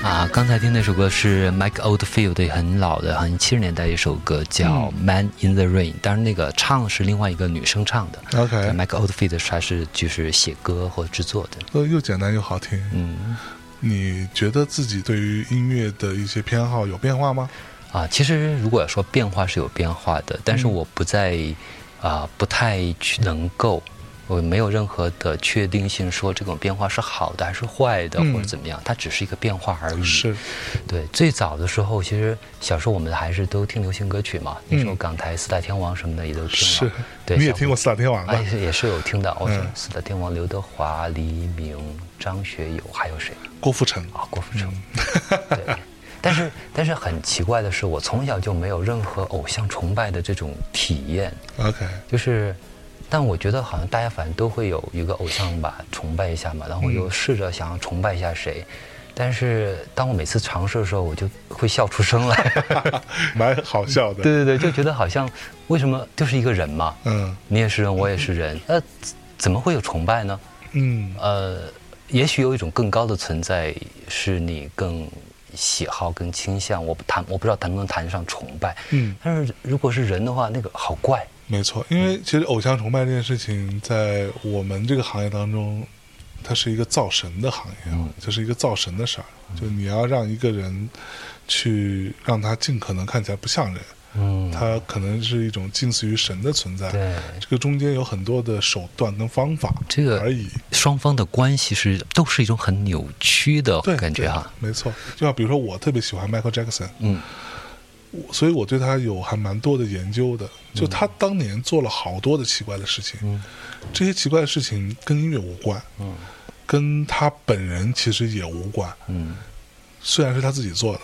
[SPEAKER 2] 啊刚才听那首歌是 Mike Oldfield 很老的，很七十年代一首歌叫《Man in the Rain》，当然那个唱是另外一个女生唱的。
[SPEAKER 1] OK，
[SPEAKER 2] Mike Oldfield 他是就是写歌或制作的。
[SPEAKER 1] 都又简单又好听。
[SPEAKER 2] 嗯
[SPEAKER 1] 你觉得自己对于音乐的一些偏好有变化吗？
[SPEAKER 2] 啊，其实如果说变化是有变化的，但是
[SPEAKER 1] 嗯
[SPEAKER 2] 我不再啊、不太去能够。我没有任何的确定性，说这种变化是好的还是坏的，
[SPEAKER 1] 嗯
[SPEAKER 2] 或者怎么样，它只是一个变化而已。
[SPEAKER 1] 是，
[SPEAKER 2] 对，最早的时候，其实小时候我们还是都听流行歌曲嘛，那时候
[SPEAKER 1] 嗯
[SPEAKER 2] 港台四大天王什么的也都听
[SPEAKER 1] 是
[SPEAKER 2] 了。对，
[SPEAKER 1] 你也
[SPEAKER 2] 小
[SPEAKER 1] 听过四大天王吧
[SPEAKER 2] 哎，？也是有听到。我说
[SPEAKER 1] 嗯
[SPEAKER 2] 四大天王刘德华、黎明、张学友，还有谁
[SPEAKER 1] 郭富城。
[SPEAKER 2] 啊？郭富城。
[SPEAKER 1] 嗯
[SPEAKER 2] 对，但是但是很奇怪的是，我从小就没有任何偶像崇拜的这种体验，
[SPEAKER 1] OK，
[SPEAKER 2] 就是。但我觉得好像大家反正都会有一个偶像吧，崇拜一下嘛。然后我就试着想要崇拜一下谁，但是当我每次尝试的时候，我就会笑出声来。
[SPEAKER 1] 蛮好笑的。，
[SPEAKER 2] 对对对，就觉得好像为什么就是一个人嘛，
[SPEAKER 1] 嗯
[SPEAKER 2] 你也是人，我也是人，那、怎么会有崇拜呢？
[SPEAKER 1] 嗯
[SPEAKER 2] 呃，也许有一种更高的存在是你更喜好、更倾向。我不谈，我不知道谈不能谈上崇拜。
[SPEAKER 1] 嗯，
[SPEAKER 2] 但是如果是人的话，那个好怪。
[SPEAKER 1] 没错。因为其实偶像崇拜这件事情，在我们这个行业当中，它是一个造神的行业啊
[SPEAKER 2] 嗯，
[SPEAKER 1] 这是一个造神的事儿。就你要让一个人去让他尽可能看起来不像人，
[SPEAKER 2] 嗯，
[SPEAKER 1] 他可能是一种近似于神的存在。
[SPEAKER 2] 对
[SPEAKER 1] 这个中间有很多的手段跟方法，
[SPEAKER 2] 这个
[SPEAKER 1] 而已。
[SPEAKER 2] 双方的关系是都是一种很扭曲的
[SPEAKER 1] 对，
[SPEAKER 2] 感觉啊
[SPEAKER 1] 对
[SPEAKER 2] 哈、
[SPEAKER 1] 没错。就像比如说，我特别喜欢 Michael Jackson，
[SPEAKER 2] 嗯
[SPEAKER 1] 我所以我对他有还蛮多的研究的。就他当年做了好多的奇怪的事情，
[SPEAKER 2] 嗯
[SPEAKER 1] 这些奇怪的事情跟音乐无关，
[SPEAKER 2] 嗯
[SPEAKER 1] 跟他本人其实也无关。
[SPEAKER 2] 嗯
[SPEAKER 1] 虽然是他自己做的，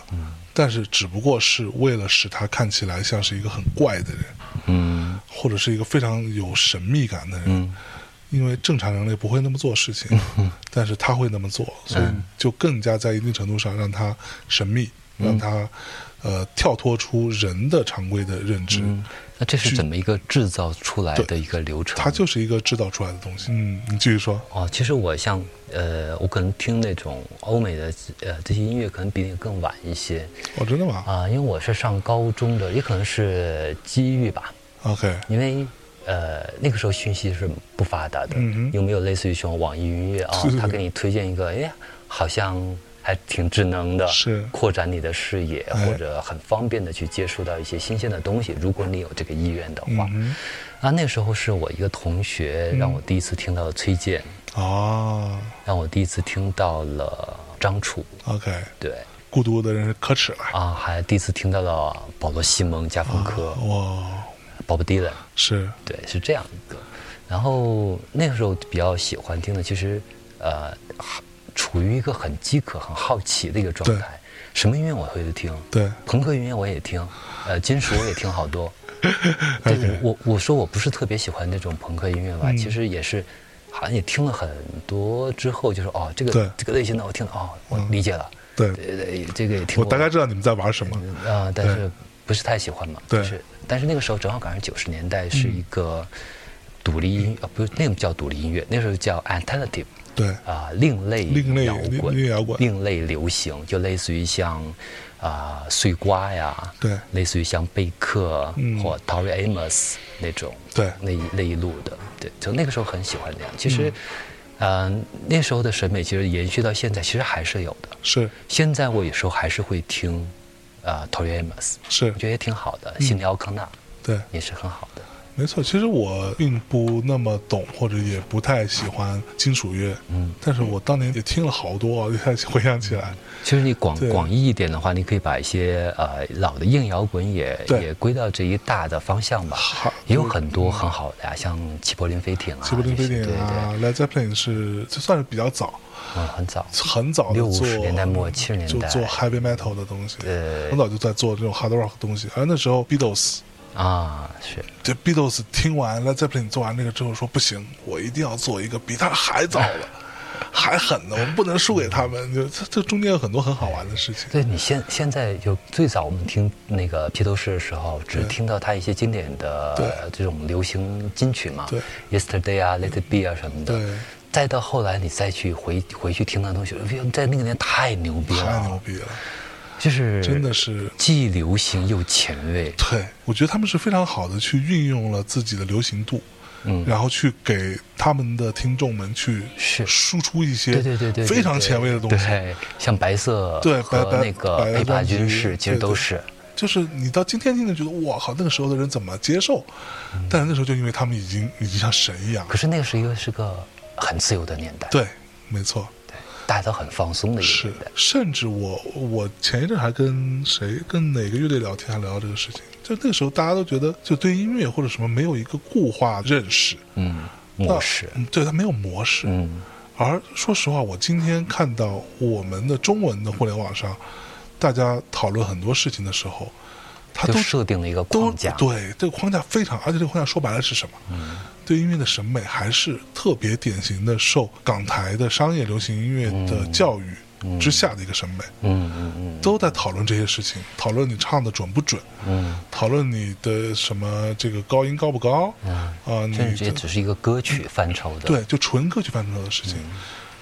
[SPEAKER 1] 但是只不过是为了使他看起来像是一个很怪的人，
[SPEAKER 2] 嗯
[SPEAKER 1] 或者是一个非常有神秘感的人。
[SPEAKER 2] 嗯
[SPEAKER 1] 因为正常人类不会那么做事情，但是他会那么做，
[SPEAKER 2] 嗯
[SPEAKER 1] 所以就更加在一定程度上让他神秘，
[SPEAKER 2] 嗯
[SPEAKER 1] 让他呃跳脱出人的常规的认知。
[SPEAKER 2] 嗯，那这是怎么一个制造出来的一个流程？
[SPEAKER 1] 它就是一个制造出来的东西。嗯，你继续说。
[SPEAKER 2] 哦，其实我像呃，我可能听那种欧美的呃这些音乐，可能比你更晚一些
[SPEAKER 1] 哦，真的吗、
[SPEAKER 2] 啊、因为我是上高中的，也可能是机遇吧，
[SPEAKER 1] o k
[SPEAKER 2] 因为呃那个时候讯息是不发达的，
[SPEAKER 1] 嗯哼
[SPEAKER 2] 有没有类似于像网易云音乐啊
[SPEAKER 1] 是是，
[SPEAKER 2] 他、给你推荐一个，哎，好像还挺智能的，
[SPEAKER 1] 是
[SPEAKER 2] 扩展你的视野，
[SPEAKER 1] 哎
[SPEAKER 2] 或者很方便的去接触到一些新鲜的东西，如果你有这个意愿的话。
[SPEAKER 1] 嗯
[SPEAKER 2] 啊，那时候是我一个同学让我第一次听到崔健。
[SPEAKER 1] 哼，哦
[SPEAKER 2] 让我第一次听到了张楚，
[SPEAKER 1] ，OK，
[SPEAKER 2] 对
[SPEAKER 1] 孤独的人是可耻了。
[SPEAKER 2] 啊，还第一次听到了保罗·西蒙、加冯科、
[SPEAKER 1] 哇，
[SPEAKER 2] 鲍勃迪伦，
[SPEAKER 1] 是，
[SPEAKER 2] 对，是这样一个。然后那个时候比较喜欢听的，其实呃，处于一个很饥渴、很好奇的一个状态，什么音乐我会听，
[SPEAKER 1] 对，
[SPEAKER 2] 朋克音乐我也听，呃，金属我也听 好多。对，我我说我不是特别喜欢那种朋克音乐吧，
[SPEAKER 1] 嗯
[SPEAKER 2] 其实也是，好像也听了很多之后，就是哦，这
[SPEAKER 1] 对嗯
[SPEAKER 2] 个这个类型的我听了哦，我理解了。
[SPEAKER 1] 对
[SPEAKER 2] 对对，这个也听
[SPEAKER 1] 我
[SPEAKER 2] 过。
[SPEAKER 1] 大概知道你们在玩什么。
[SPEAKER 2] 啊、但是不是太喜欢嘛？
[SPEAKER 1] 对嗯
[SPEAKER 2] 就是，但是那个时候正好赶上九十年代是一个独立音，呃，不是那个不叫独立音乐，那时候叫 alternative。
[SPEAKER 1] 对，
[SPEAKER 2] 啊、另类
[SPEAKER 1] 另类
[SPEAKER 2] 摇滚，
[SPEAKER 1] 另类摇滚
[SPEAKER 2] 另类流行，就类似于像啊、碎瓜呀，
[SPEAKER 1] 对
[SPEAKER 2] 类似于像贝克、
[SPEAKER 1] 嗯
[SPEAKER 2] 或 Tori Amos 那种，
[SPEAKER 1] 对
[SPEAKER 2] 那一那一路的，对，就那个时候很喜欢那样。其实，嗯、那时候的审美其实延续到现在，其实还是有的。
[SPEAKER 1] 是
[SPEAKER 2] 现在我有时候还是会听，啊、t o r i Amos，
[SPEAKER 1] 是
[SPEAKER 2] 我，觉得也挺好
[SPEAKER 1] 嗯
[SPEAKER 2] 的，悉尼奥康纳
[SPEAKER 1] 对。
[SPEAKER 2] 也是很好的。
[SPEAKER 1] 没错，其实我并不那么懂，或者也不太喜欢金属乐，
[SPEAKER 2] 嗯，
[SPEAKER 1] 但是我当年也听了好多啊，现在回想起来，
[SPEAKER 2] 其实你广
[SPEAKER 1] 对
[SPEAKER 2] 广义一点的话，你可以把一些呃老的硬摇滚也
[SPEAKER 1] 对
[SPEAKER 2] 也归到这一大的方向吧
[SPEAKER 1] 好，
[SPEAKER 2] 也有很多很好的呀，像齐柏林飞艇啊，
[SPEAKER 1] 齐柏林飞
[SPEAKER 2] 这
[SPEAKER 1] 艇
[SPEAKER 2] 些
[SPEAKER 1] 啊，Led Zeppelin 是这算是比较早，
[SPEAKER 2] 对对，嗯，很早，
[SPEAKER 1] 很早的
[SPEAKER 2] 六
[SPEAKER 1] 做
[SPEAKER 2] 十年代末七十年
[SPEAKER 1] 就
[SPEAKER 2] 代
[SPEAKER 1] 做 heavy metal 的东西，
[SPEAKER 2] 对
[SPEAKER 1] 很早就在做这种 hard rock 的东西，而那时候 Beatles。
[SPEAKER 2] 啊，是
[SPEAKER 1] 这 Beatles 听完了 Zeppelin 做完这个之后说不行，我一定要做一个比他还早 了、还狠的，我们不能输给他们。就这这中间有很多很好玩的事情。
[SPEAKER 2] 对你现现在就最早我们听那个披头士的时候，只听到他一些经典的
[SPEAKER 1] 对
[SPEAKER 2] 呃这种流行金曲嘛
[SPEAKER 1] 对嗯
[SPEAKER 2] ，Yesterday 啊，Let It Be 啊什么的
[SPEAKER 1] 对。
[SPEAKER 2] 再到后来，你再去回回去听那东西，哎呦，在那个年代太牛逼
[SPEAKER 1] 太
[SPEAKER 2] 了，
[SPEAKER 1] 牛逼了，
[SPEAKER 2] 就是
[SPEAKER 1] 真的是。
[SPEAKER 2] 既流行又前卫。
[SPEAKER 1] 对，我觉得他们是非常好的去运用了自己的流行度，
[SPEAKER 2] 嗯
[SPEAKER 1] 然后去给他们的听众们去
[SPEAKER 2] 是
[SPEAKER 1] 输出一些
[SPEAKER 2] 对对对对，
[SPEAKER 1] 非常前卫的东西。
[SPEAKER 2] 对，像白色
[SPEAKER 1] 对白
[SPEAKER 2] 和
[SPEAKER 1] 白
[SPEAKER 2] 那个
[SPEAKER 1] 白的
[SPEAKER 2] 北
[SPEAKER 1] 专
[SPEAKER 2] 霸
[SPEAKER 1] 辑
[SPEAKER 2] 军士，其
[SPEAKER 1] 对对
[SPEAKER 2] 实都是
[SPEAKER 1] 就是你到今天听着觉得我靠，那个时候的人怎么接受？但是那时候就因为他们已经已经像神一样了
[SPEAKER 2] 嗯可。是那个是一个是个很自由的年代，
[SPEAKER 1] 对，没错，
[SPEAKER 2] 对，大家都很放松的一个
[SPEAKER 1] 是
[SPEAKER 2] 年代。。
[SPEAKER 1] 甚至我我前一阵还跟谁跟哪个乐队聊天，还聊到这个事情。就那个时候大家都觉得，就对音乐或者什么没有一个固化认识
[SPEAKER 2] 嗯，
[SPEAKER 1] 那
[SPEAKER 2] 模式，
[SPEAKER 1] 嗯对它没有模式。
[SPEAKER 2] 嗯，
[SPEAKER 1] 而说实话，我今天看到我们的中文的互联网上，大家讨论很多事情的时候，它
[SPEAKER 2] 就
[SPEAKER 1] 都
[SPEAKER 2] 设定了一个
[SPEAKER 1] 都
[SPEAKER 2] 框架，嗯
[SPEAKER 1] 对这个框架非常，而且这个框架说白了是什么？对音乐的审美还是特别典型的受港台的商业流行音乐的教育之下的一个审美，
[SPEAKER 2] 嗯嗯嗯
[SPEAKER 1] 都在讨论这些事情，讨论你唱的准不准，
[SPEAKER 2] 嗯，
[SPEAKER 1] 讨论你的什么这个高音高不高，啊、你
[SPEAKER 2] 嗯甚至
[SPEAKER 1] 的
[SPEAKER 2] 这只是一个歌曲范畴的，嗯
[SPEAKER 1] 对，就纯歌曲范畴的事情。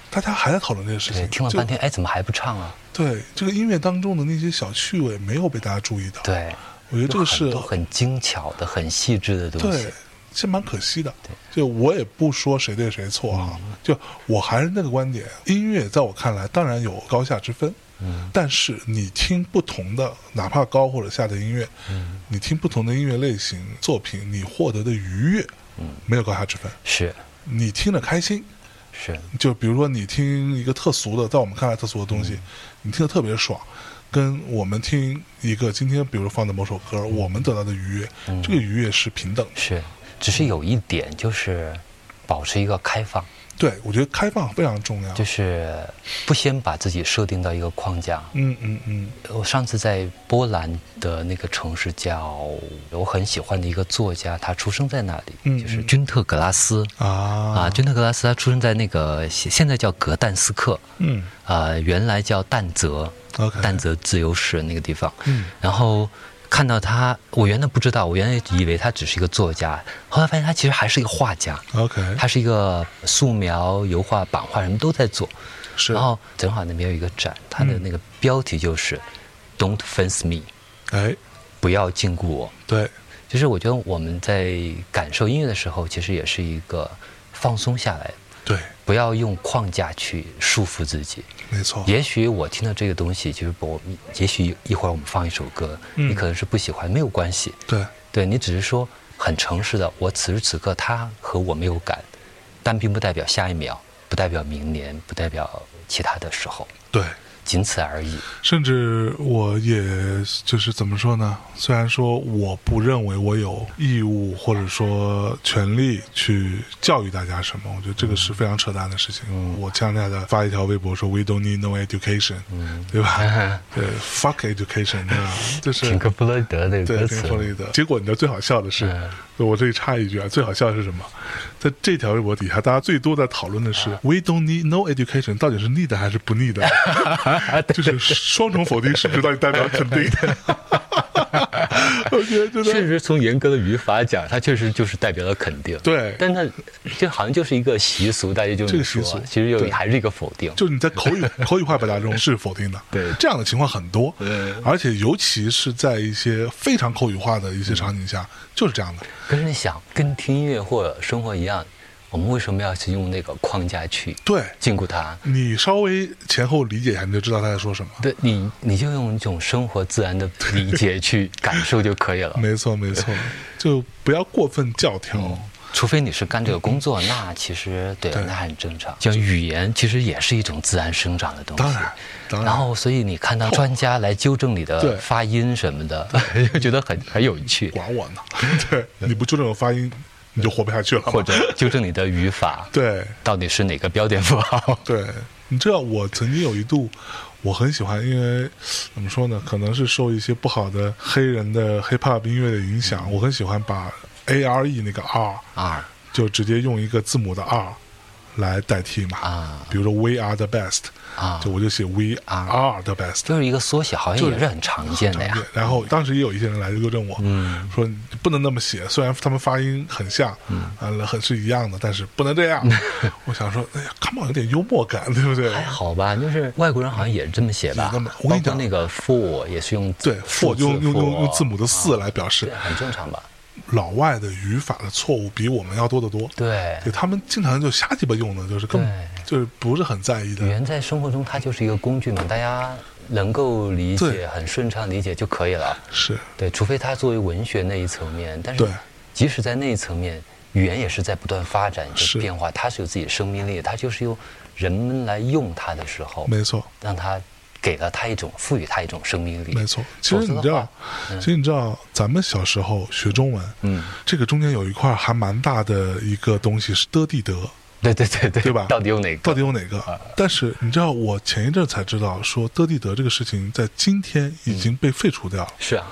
[SPEAKER 1] 大家还在讨论这些事
[SPEAKER 2] 对，
[SPEAKER 1] 情，
[SPEAKER 2] 听了
[SPEAKER 1] 就
[SPEAKER 2] 半天，哎，怎么还不唱啊？
[SPEAKER 1] 对这个音乐当中的那些小趣味没有被大家注意到。，
[SPEAKER 2] 对，
[SPEAKER 1] 我觉得这个
[SPEAKER 2] 有
[SPEAKER 1] 是
[SPEAKER 2] 很多很精巧的、很细致的东西
[SPEAKER 1] 对。，其实蛮可惜的。就我也不说谁对谁错啊，
[SPEAKER 2] 嗯
[SPEAKER 1] 就我还是那个观点，音乐在我看来当然有高下之分。嗯，但是你听不同的，哪怕高或者下的音乐，嗯，你听不同的音乐类型作品，你获得的愉悦，嗯，没有高下之分。
[SPEAKER 2] 是
[SPEAKER 1] 你听着开心，
[SPEAKER 2] 是，
[SPEAKER 1] 就比如说你听一个特俗的，在我们看来特俗的东
[SPEAKER 2] 嗯
[SPEAKER 1] 西，你听得特别爽，跟我们听一个今天比如放的某首歌，我们得到的愉悦，
[SPEAKER 2] 嗯
[SPEAKER 1] 这个愉悦是平等的。
[SPEAKER 2] 是，只是有一点就是保持一个开放，
[SPEAKER 1] 对，我觉得开放非常重要。
[SPEAKER 2] 就是不先把自己设定到一个框架。
[SPEAKER 1] 嗯嗯嗯，
[SPEAKER 2] 我上次在波兰的那个城市叫，我很喜欢的一个作家，他出生在那里，
[SPEAKER 1] 嗯
[SPEAKER 2] 就是
[SPEAKER 1] 嗯
[SPEAKER 2] 君特格拉斯。
[SPEAKER 1] 啊
[SPEAKER 2] 啊，君特格拉斯他出生在那个现现在叫格但斯克，
[SPEAKER 1] 嗯
[SPEAKER 2] 呃，原来叫但泽
[SPEAKER 1] OK
[SPEAKER 2] 但泽自由市那个地方。
[SPEAKER 1] 嗯
[SPEAKER 2] 然后看到他，我原来不知道，我原来以为他只是一个作家，后来发现他其实还是一个画家，
[SPEAKER 1] ，OK，
[SPEAKER 2] 他是一个素描、油画、版画什么都在做。
[SPEAKER 1] 是，
[SPEAKER 2] 然后正好那边有一个展，它的
[SPEAKER 1] 嗯
[SPEAKER 2] 那个标题就是、“Don't fence me”，
[SPEAKER 1] 哎，
[SPEAKER 2] 不要禁锢我。
[SPEAKER 1] 对，
[SPEAKER 2] 就是我觉得我们在感受音乐的时候，其实也是一个放松下来，
[SPEAKER 1] 对，
[SPEAKER 2] 不要用框架去束缚自己。
[SPEAKER 1] 没错，
[SPEAKER 2] 也许我听到这个东西，就是我，也许一会儿我们放一首歌，
[SPEAKER 1] 嗯
[SPEAKER 2] 你可能是不喜欢，没有关系，
[SPEAKER 1] 对，
[SPEAKER 2] 对你只是说很诚实的，我此时此刻他和我没有感，但并不代表下一秒，不代表明年，不代表其他的时候，
[SPEAKER 1] 对，
[SPEAKER 2] 仅此而 已。
[SPEAKER 1] 甚至我也就是怎么说呢？虽然说我不认为我有义务或者说权利去教育大家什么，我觉得这个是非常扯淡的事情。我前两天还发一条微博说 “We don't need no education”，、对吧？对，fuck education，对吧？就是
[SPEAKER 2] 品格弗洛伊德那个
[SPEAKER 1] 对，听
[SPEAKER 2] 歌词
[SPEAKER 1] 弗，洛伊德。结果你知道最好笑的是，我这里插一句啊，最好笑的是什么？在这条微博底下，大家最多在讨论的是、w e don't need no education” 到底是 need 还是不 need？就是双重否定是不是到底代表肯定？我觉得真
[SPEAKER 2] 确
[SPEAKER 1] 的
[SPEAKER 2] 实从严格的语法讲，它确实就是代表了肯定。
[SPEAKER 1] 对
[SPEAKER 2] 但它这好像就是一个习俗，大家就
[SPEAKER 1] 这个
[SPEAKER 2] 是
[SPEAKER 1] 习
[SPEAKER 2] 说，
[SPEAKER 1] 俗
[SPEAKER 2] 其实又
[SPEAKER 1] 对
[SPEAKER 2] 还是一个否定。
[SPEAKER 1] 就是你在口语口语化表达中是否定的，
[SPEAKER 2] 对
[SPEAKER 1] 这样的情况很多，而且尤其是在一些非常口语化的一些场景下，就是这样的。
[SPEAKER 2] 可是你想，跟听音乐或者生活一样，我们为什么要去用那个框架去
[SPEAKER 1] 对
[SPEAKER 2] 禁锢它？
[SPEAKER 1] 你稍微前后理解一下，你就知道他在说什么。
[SPEAKER 2] 对你，你就用一种生活自然的理解去感受就可以了。
[SPEAKER 1] 没错，没 错，就不要过分教条。
[SPEAKER 2] 除非你是干这个工作，那其实对，
[SPEAKER 1] 对
[SPEAKER 2] 那很正常。像语言，其实也是一种自然生长的东西。
[SPEAKER 1] 当然，当然，
[SPEAKER 2] 然后，所以你看到专家来纠正你
[SPEAKER 1] 对
[SPEAKER 2] 的发音什么的， 就觉得很很有趣，
[SPEAKER 1] 管我 呢？对， 你不纠正我发音，你就活不下去了嘛。
[SPEAKER 2] 或者纠正你的语法，
[SPEAKER 1] 对哦
[SPEAKER 2] 到底是哪个标点符号？
[SPEAKER 1] 对，你知道我曾经有一度，我很喜欢，因为怎么说呢，可能是受一些不好的黑人的 hip hop 音乐的影响，我很喜欢把 A R E 那个 R
[SPEAKER 2] 二
[SPEAKER 1] 就直接用一个字母的 R。来代替嘛。
[SPEAKER 2] 啊
[SPEAKER 1] 比如说 We are the best，
[SPEAKER 2] 啊
[SPEAKER 1] 就我就写 We are the best，
[SPEAKER 2] 就是一个缩写，好像也是很常见的呀。
[SPEAKER 1] 然后当时也有一些人来纠正我，
[SPEAKER 2] 嗯
[SPEAKER 1] 说你不能那么写，虽然他们发音很像，嗯，很是一样的，但是不能这样。我想说，哎呀，Come on，有点幽默感，对不对？
[SPEAKER 2] 还好吧，就是外国人好像也是这么写吧
[SPEAKER 1] 那么，我跟
[SPEAKER 2] 包
[SPEAKER 1] 你
[SPEAKER 2] 括
[SPEAKER 1] 讲
[SPEAKER 2] 那个 for 也是用
[SPEAKER 1] 对
[SPEAKER 2] 数
[SPEAKER 1] ，for
[SPEAKER 2] 字
[SPEAKER 1] 用用用
[SPEAKER 2] for 啊
[SPEAKER 1] 用字母的四来表示
[SPEAKER 2] 对，，很正常吧？
[SPEAKER 1] 老外的语法的错误比我们要多得多。
[SPEAKER 2] 对，
[SPEAKER 1] 对他们经常就瞎鸡巴用的，就是根本就是不是很在意
[SPEAKER 2] 语
[SPEAKER 1] 的。
[SPEAKER 2] 言在生活中它就是一个工具嘛，大家能够理
[SPEAKER 1] 对
[SPEAKER 2] 解、很顺畅理解就可以了。
[SPEAKER 1] 是，
[SPEAKER 2] 对，除非它作为文学那一层面，但是
[SPEAKER 1] 对
[SPEAKER 2] 即使在那一层面，语言也是在不断发展、
[SPEAKER 1] 是
[SPEAKER 2] 有变化，它是有自己的生命力的，它就是由人们来用它的时候，
[SPEAKER 1] 没错。
[SPEAKER 2] 让它给了它一种赋予它一种生命力。
[SPEAKER 1] 没错，其实你
[SPEAKER 2] 否
[SPEAKER 1] 知
[SPEAKER 2] 则的
[SPEAKER 1] 道
[SPEAKER 2] 话，
[SPEAKER 1] 其实你知道，咱们小时候学中文，
[SPEAKER 2] 嗯，
[SPEAKER 1] 这个中间有一块还蛮大的一个东西是的地德，
[SPEAKER 2] 对对对对，
[SPEAKER 1] 对吧
[SPEAKER 2] 到底有哪个？
[SPEAKER 1] 到底有哪个？
[SPEAKER 2] 啊
[SPEAKER 1] 但是你知道，我前一阵才知道，说的地德这个事情在今天已经被废除掉了，
[SPEAKER 2] 是啊，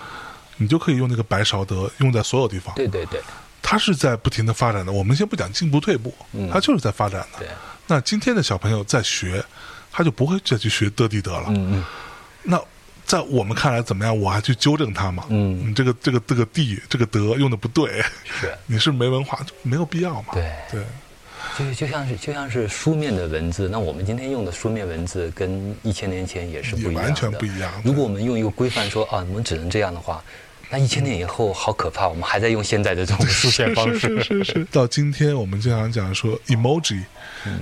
[SPEAKER 1] 你就可以用那个白勺德用在所有地方。
[SPEAKER 2] 对对对
[SPEAKER 1] 它是在不停的发展的。我们先不讲进步退步，它就是在发展的
[SPEAKER 2] 嗯对。，
[SPEAKER 1] 那今天的小朋友在学，他就不会再去学的地德了。
[SPEAKER 2] 嗯嗯，
[SPEAKER 1] 那在我们看来怎么样？我还去纠正他嘛？
[SPEAKER 2] 嗯
[SPEAKER 1] 你这个这个这个地这个德用的不对，
[SPEAKER 2] 是。
[SPEAKER 1] 你是没文化，就没有必要嘛？
[SPEAKER 2] 对
[SPEAKER 1] 对
[SPEAKER 2] 就是就像是就像是书面的文字，那我们今天用的书面文字跟一千年前也是不一样
[SPEAKER 1] 也
[SPEAKER 2] 的，
[SPEAKER 1] 完全不一样
[SPEAKER 2] 如果我们用一个规范说啊，我们只能这样的话，那一千年以后好可怕，我们还在用现在的这种书写方式。
[SPEAKER 1] 是是是是。到今天我们经常讲说 emoji、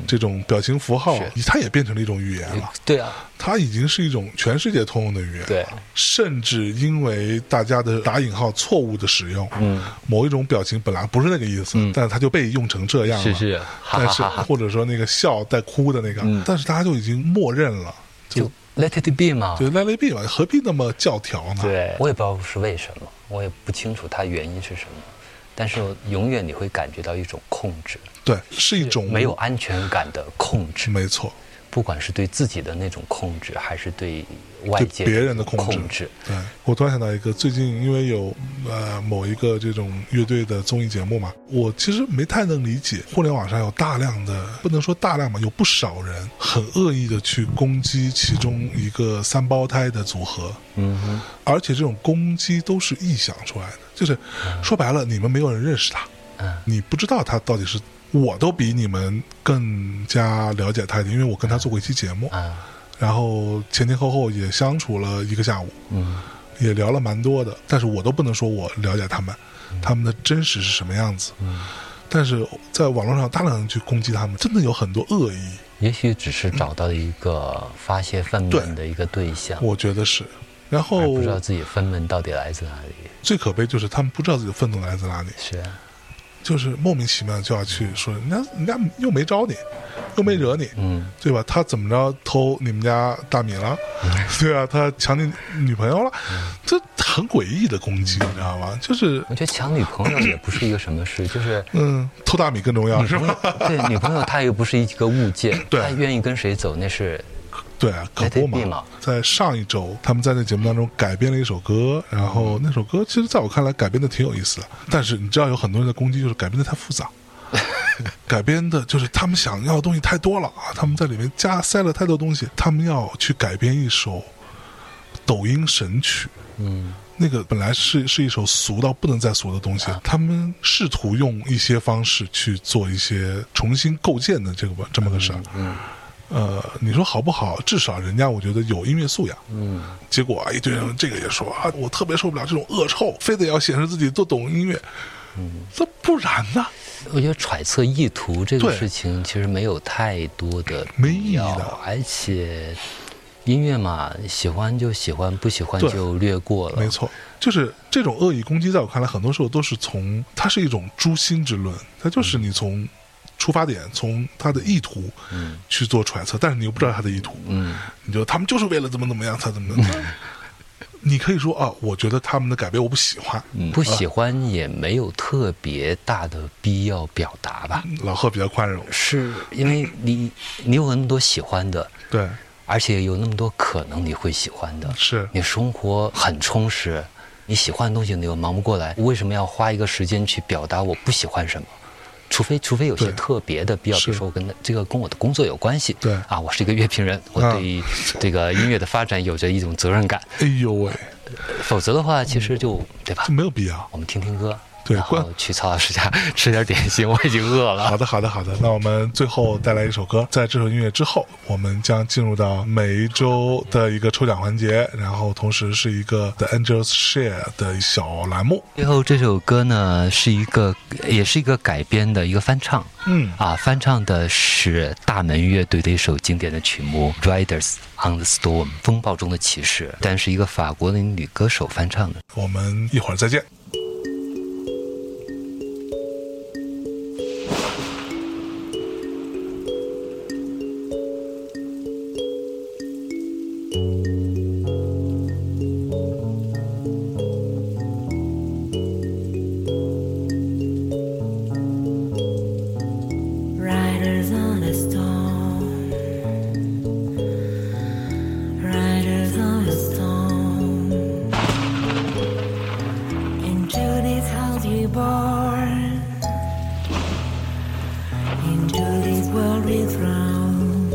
[SPEAKER 1] 这
[SPEAKER 2] 嗯
[SPEAKER 1] 种表情符号，它也变成了一种语言了。
[SPEAKER 2] 对啊，
[SPEAKER 1] 它已经是一种全世界通用的语言了，
[SPEAKER 2] 对
[SPEAKER 1] 甚至因为大家的打引号错误的使用，
[SPEAKER 2] 嗯，
[SPEAKER 1] 某一种表情本来不是那个意思，
[SPEAKER 2] 嗯
[SPEAKER 1] 但是它就被用成这样了，
[SPEAKER 2] 是是哈
[SPEAKER 1] 但
[SPEAKER 2] 哈
[SPEAKER 1] 是
[SPEAKER 2] 哈哈
[SPEAKER 1] 或者说那个笑带哭的那个，
[SPEAKER 2] 嗯
[SPEAKER 1] 但是大家就已经默认了，
[SPEAKER 2] 就 Let it be 嘛。
[SPEAKER 1] 对 let it be 吧，何必那么教条呢？，
[SPEAKER 2] 对，我也不知道是为什么，我也不清楚它原因是什么，但是永远你会感觉到一种控制，
[SPEAKER 1] 对，是一种
[SPEAKER 2] 没有，安全感的控制。
[SPEAKER 1] 没错，
[SPEAKER 2] 不管是对自己的那种控制，还是对外
[SPEAKER 1] 对
[SPEAKER 2] 界
[SPEAKER 1] 别人的
[SPEAKER 2] 的
[SPEAKER 1] 控制
[SPEAKER 2] 控制，
[SPEAKER 1] 对我突然想到一个，最近因为有呃某一个这种乐队的综艺节目嘛，我其实没太能理解，互联网上有大量的不能说大量吧，有不少人很恶意的去攻击其中一个三胞胎的组合，
[SPEAKER 2] 嗯哼，
[SPEAKER 1] 而且这种攻击都是臆想出来的，就是说白了，你们没有人认识他，
[SPEAKER 2] 嗯
[SPEAKER 1] 你不知道他到底是。我都比你们更加了解他一点，因为我跟他做过一期节目，
[SPEAKER 2] 啊，
[SPEAKER 1] 然后前前后后也相处了一个下午，
[SPEAKER 2] 嗯，
[SPEAKER 1] 也聊了蛮多的，但是我都不能说我了解他们，
[SPEAKER 2] 嗯
[SPEAKER 1] 他们的真实是什么样子。但是在网络上大量人去攻击他们，真的有很多恶意，
[SPEAKER 2] 也许只是找到了一个发泄愤懑的一个对象，
[SPEAKER 1] 我觉得是。然
[SPEAKER 2] 而
[SPEAKER 1] 后
[SPEAKER 2] 不知道自己愤懑到底来自哪里。
[SPEAKER 1] 最可悲就是他们不知道自己的愤怒来自哪里，
[SPEAKER 2] 是啊，
[SPEAKER 1] 就是莫名其妙就要去说人家人家又没招你，又没惹你，
[SPEAKER 2] 嗯，
[SPEAKER 1] 对吧？他怎么着偷你们家大米了， 对啊，他抢你女朋友了，
[SPEAKER 2] 嗯
[SPEAKER 1] 这很诡异的攻击，你知道吗？就是
[SPEAKER 2] 我觉得抢女朋友也不是一个什么事， 就是
[SPEAKER 1] 嗯，偷大米更重 要是 吧？
[SPEAKER 2] 对女朋友她又不是一个物件，
[SPEAKER 1] 对
[SPEAKER 2] 她愿意跟谁走那是
[SPEAKER 1] 对啊，可不
[SPEAKER 2] Let it be 嘛
[SPEAKER 1] 在上一周，他们在那节目当中改编了一首歌，然后那首歌其实在我看来改编的挺有意思的，但是你知道有很多人的攻击就是改编的太复杂，改编的就是他们想要的东西太多了啊，他们在里面加塞了太多东西，他们要去改编一首抖音神曲，
[SPEAKER 2] 嗯
[SPEAKER 1] 那个本来是是一首俗到不能再俗的东西，他们试图用一些方式去做一些重新构建的这个吧这么个事儿。
[SPEAKER 2] 嗯
[SPEAKER 1] 呃，你说好不好？至少人家我觉得有音乐素养。
[SPEAKER 2] 嗯，
[SPEAKER 1] 结果啊，一堆人这个也说啊，我特别受不了这种恶臭，非得要显示自己都懂音乐。
[SPEAKER 2] 嗯
[SPEAKER 1] 这不然呢？
[SPEAKER 2] 我觉得揣测意图这个
[SPEAKER 1] 对
[SPEAKER 2] 事情其实没有太多的
[SPEAKER 1] 没意义
[SPEAKER 2] 必要
[SPEAKER 1] 的
[SPEAKER 2] 而且音乐嘛，喜欢就喜欢，不喜欢
[SPEAKER 1] 对
[SPEAKER 2] 就略过了。
[SPEAKER 1] 没错，就是这种恶意攻击，在我看来，很多时候都是从它是一种诛心之论，它就是你从出发
[SPEAKER 2] 嗯
[SPEAKER 1] 点，从他的意图去做揣测，但是你又不知道他的意图，
[SPEAKER 2] 嗯，
[SPEAKER 1] 你就他们就是为了怎么怎么样才怎么怎么样。你可以说啊，我觉得他们的改编我不喜欢。
[SPEAKER 2] 不喜欢也没有特别大的必要表达吧，
[SPEAKER 1] 老贺比较宽容，
[SPEAKER 2] 是因为你你有那么多喜欢的，
[SPEAKER 1] 对，
[SPEAKER 2] 而且有那么多可能你会喜欢的，
[SPEAKER 1] 是
[SPEAKER 2] 你生活很充实，你喜欢的东西你又忙不过来，为什么要花一个时间去表达我不喜欢什么？除非除非有些
[SPEAKER 1] 对
[SPEAKER 2] 特别的必要，比如
[SPEAKER 1] 是
[SPEAKER 2] 说我跟这个跟我的工作有关系，
[SPEAKER 1] 对
[SPEAKER 2] 啊，我是一个乐评人，我
[SPEAKER 1] 啊
[SPEAKER 2] 对于这个音乐的发展有着一种责任感，
[SPEAKER 1] 哎呦喂，
[SPEAKER 2] 否则的话，其实就对吧
[SPEAKER 1] 这？没有必要。
[SPEAKER 2] 我们听听歌，
[SPEAKER 1] 对
[SPEAKER 2] 然后
[SPEAKER 1] 关
[SPEAKER 2] 去曹老师家 吃点点心，我已经饿了
[SPEAKER 1] 好。的，好的，好的。那我们最后带来一首歌，在这首音乐之后，我们将进入到每一周的一个抽奖环节，然后同时是一个 The Angels Share 的小栏目。
[SPEAKER 2] 最后这首歌呢，是一个也是一个改编的一个翻唱，
[SPEAKER 1] 嗯
[SPEAKER 2] 啊，翻唱的是大门乐队的一首经典的曲目《Riders on the Storm》风暴中的骑士，但是一个法国的女歌手翻唱的。
[SPEAKER 1] 我们一会儿再见。
[SPEAKER 6] Riders on a storm. Riders on a storm. Into this house we born. Into this world we thrown.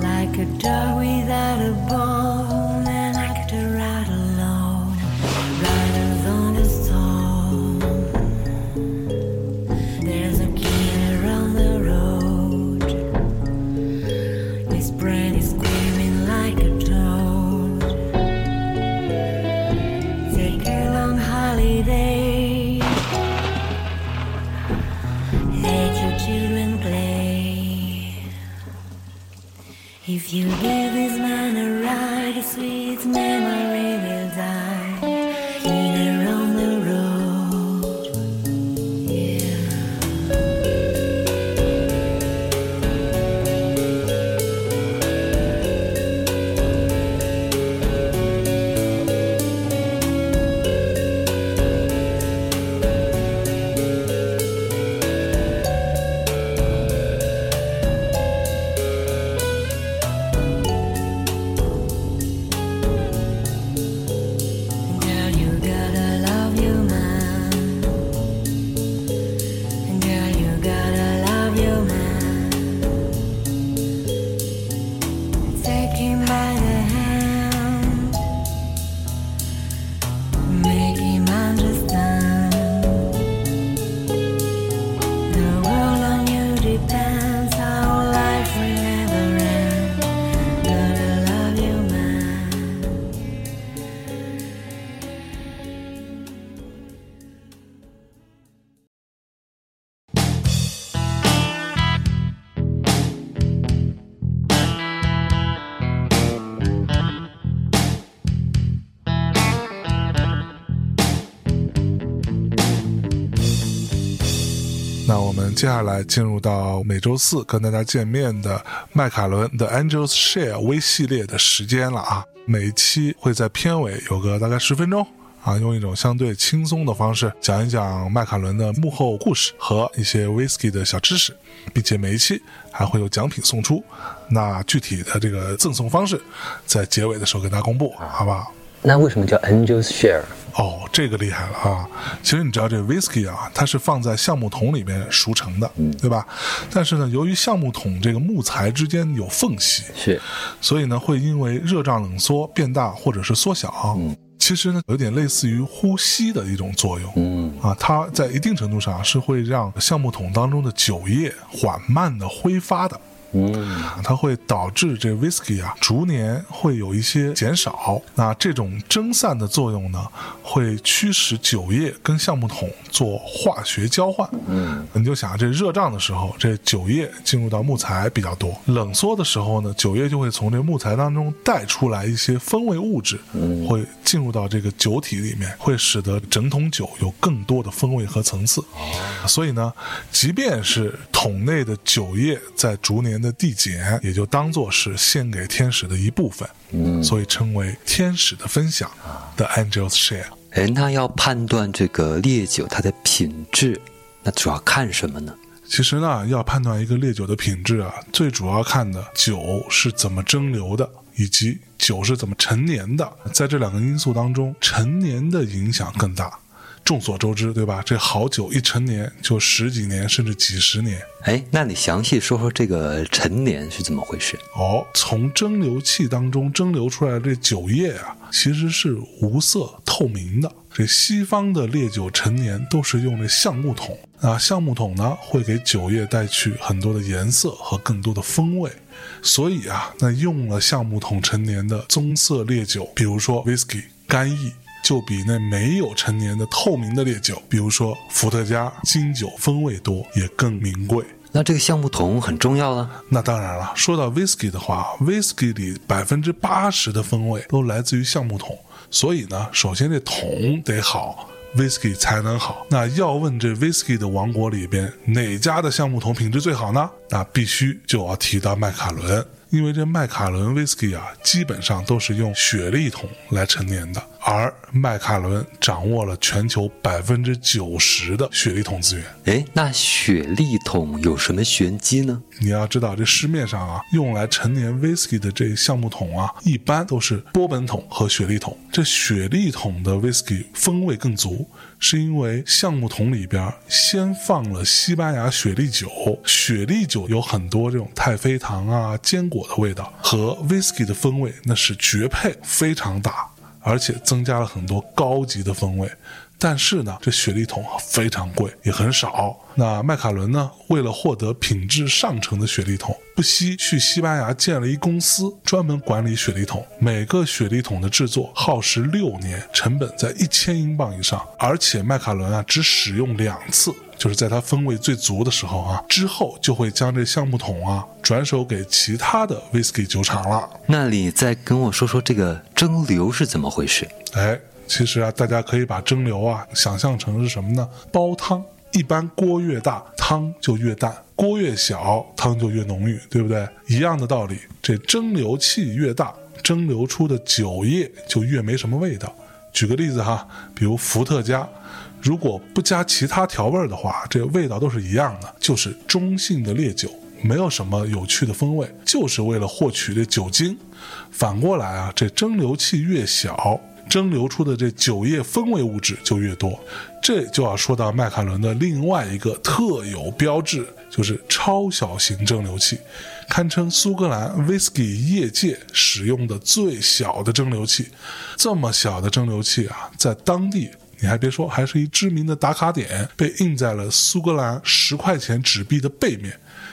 [SPEAKER 6] Like a dog without a bone, an actor out alone. Riders on a storm. There's a killer on the road. His brain is screaming like a toad. Take a long holiday. Let your children play. If you give this man a ride, his sweet memory will die. Killer on the road. Girl, you gotta love your man. Girl, you gotta love your man. Take him by the hand. Make him understand. The world on you depends. Our life will never end. Gotta love your man.
[SPEAKER 1] 那我们接下来进入到每周四跟大家见面的麦卡伦的 Angels Share 微系列的时间了啊！每期会在片尾有个大概十分钟啊，用一种相对轻松的方式讲一讲麦卡伦的幕后故事和一些 Whisky 的小知识，并且每一期还会有奖品送出。那具体的这个赠送方式，在结尾的时候给大家公布，好不好？
[SPEAKER 2] 那为什么叫 Angels Share？
[SPEAKER 1] 哦，这个厉害了啊！其实你知道这 whisky 啊，它是放在橡木桶里面熟成的，对吧？但是呢，由于橡木桶这个木材之间有缝隙，
[SPEAKER 2] 是
[SPEAKER 1] 所以呢会因为热胀冷缩变大或者是缩小。其实呢，有点类似于呼吸的一种作用。嗯啊，它在一定程度上是会让橡木桶当中的酒液缓慢的挥发的。啊它会导致这 whisky 啊逐年会有一些减少。那这种蒸散的作用呢，会驱使酒液跟橡木桶做化学交换。嗯，你就想这热胀的时候，这酒液进入到木材比较多；冷缩的时候呢，酒液就会从这木材当中带出来一些风味物质，会进入到这个酒体里面，会使得整桶酒有更多的风味和层次。啊所以呢，即便是桶内的酒液在逐年的递减，也就当做是献给天使的一部分，嗯，所以称为天使的分享的 Angels Share。
[SPEAKER 7] 哎，那要判断这个烈酒它的品质，那主要看什么呢？
[SPEAKER 1] 其实呢，要判断一个烈酒的品质啊，最主要看的酒是怎么蒸馏的，以及酒是怎么陈年的。在这两个因素当中，陈年的影响更大。众所周知，对吧？这好酒一陈年就十几年，甚至几十年。
[SPEAKER 7] 哎，那你详细说说这个陈年是怎么回事？
[SPEAKER 1] 哦，从蒸馏器当中蒸馏出来的这酒液啊，其实是无色透明的。这西方的烈酒陈年都是用这橡木桶啊，橡木桶呢会给酒液带去很多的颜色和更多的风味。所以啊，那用了橡木桶陈年的棕色烈酒，比如说 whisky 干邑，就比那没有陈年的透明的烈酒，比如说伏特加、金酒，风味多，也更名贵。
[SPEAKER 7] 那这个橡木桶很重要啊了。
[SPEAKER 1] 那当然了，说到 whisky 的话，whisky 里百分之八十的风味都来自于橡木桶，所以呢，首先这桶得好，whisky 才能好。那要问这 whisky 的王国里边哪家的橡木桶品质最好呢？那必须就要提到麦卡伦，因为这麦卡伦 whisky 啊，基本上都是用雪莉桶来陈年的，而麦卡伦掌握了全球百分之九十的雪莉桶资源。
[SPEAKER 7] 哎，那雪莉桶有什么玄机呢？
[SPEAKER 1] 你要知道，这市面上啊，用来陈年 whisky 的这橡木桶啊，一般都是波本桶和雪莉桶。这雪莉桶的 whisky 风味更足，是因为橡木桶里边先放了西班牙雪莉酒，雪莉酒有很多这种太妃糖啊、坚果的味道，和 whisky 的风味那是绝配，非常搭，而且增加了很多高级的风味。但是呢，这雪莉桶啊非常贵，也很少。那麦卡伦呢，为了获得品质上乘的雪莉桶，不惜去西班牙建了一公司，专门管理雪莉桶。每个雪莉桶的制作耗时六年，成本在一千英镑以上。而且麦卡伦啊，只使用两次，就是在它风味最足的时候啊，之后就会将这橡木桶啊转手给其他的 whisky 酒厂了。
[SPEAKER 7] 那你再跟我说说这个蒸馏是怎么回事？
[SPEAKER 1] 哎，其实啊，大家可以把蒸馏啊想象成是什么呢？煲汤，一般锅越大，汤就越淡；锅越小，汤就越浓郁，对不对？一样的道理，这蒸馏器越大，蒸馏出的酒液就越没什么味道。举个例子哈，比如伏特加，如果不加其他调味儿的话，这味道都是一样的，就是中性的烈酒，没有什么有趣的风味，就是为了获取这酒精。反过来啊，这蒸馏器越小，蒸馏出的这酒液风味物质就越多。这就要说到麦卡伦的另外一个特有标志，就是超小型蒸馏器，堪称苏格兰 whisky 业界使用的最小的蒸馏器。这么小的蒸馏器啊，在当地。你还别说，还是一知名的打卡点，被印在了苏格兰十块钱纸币的背面。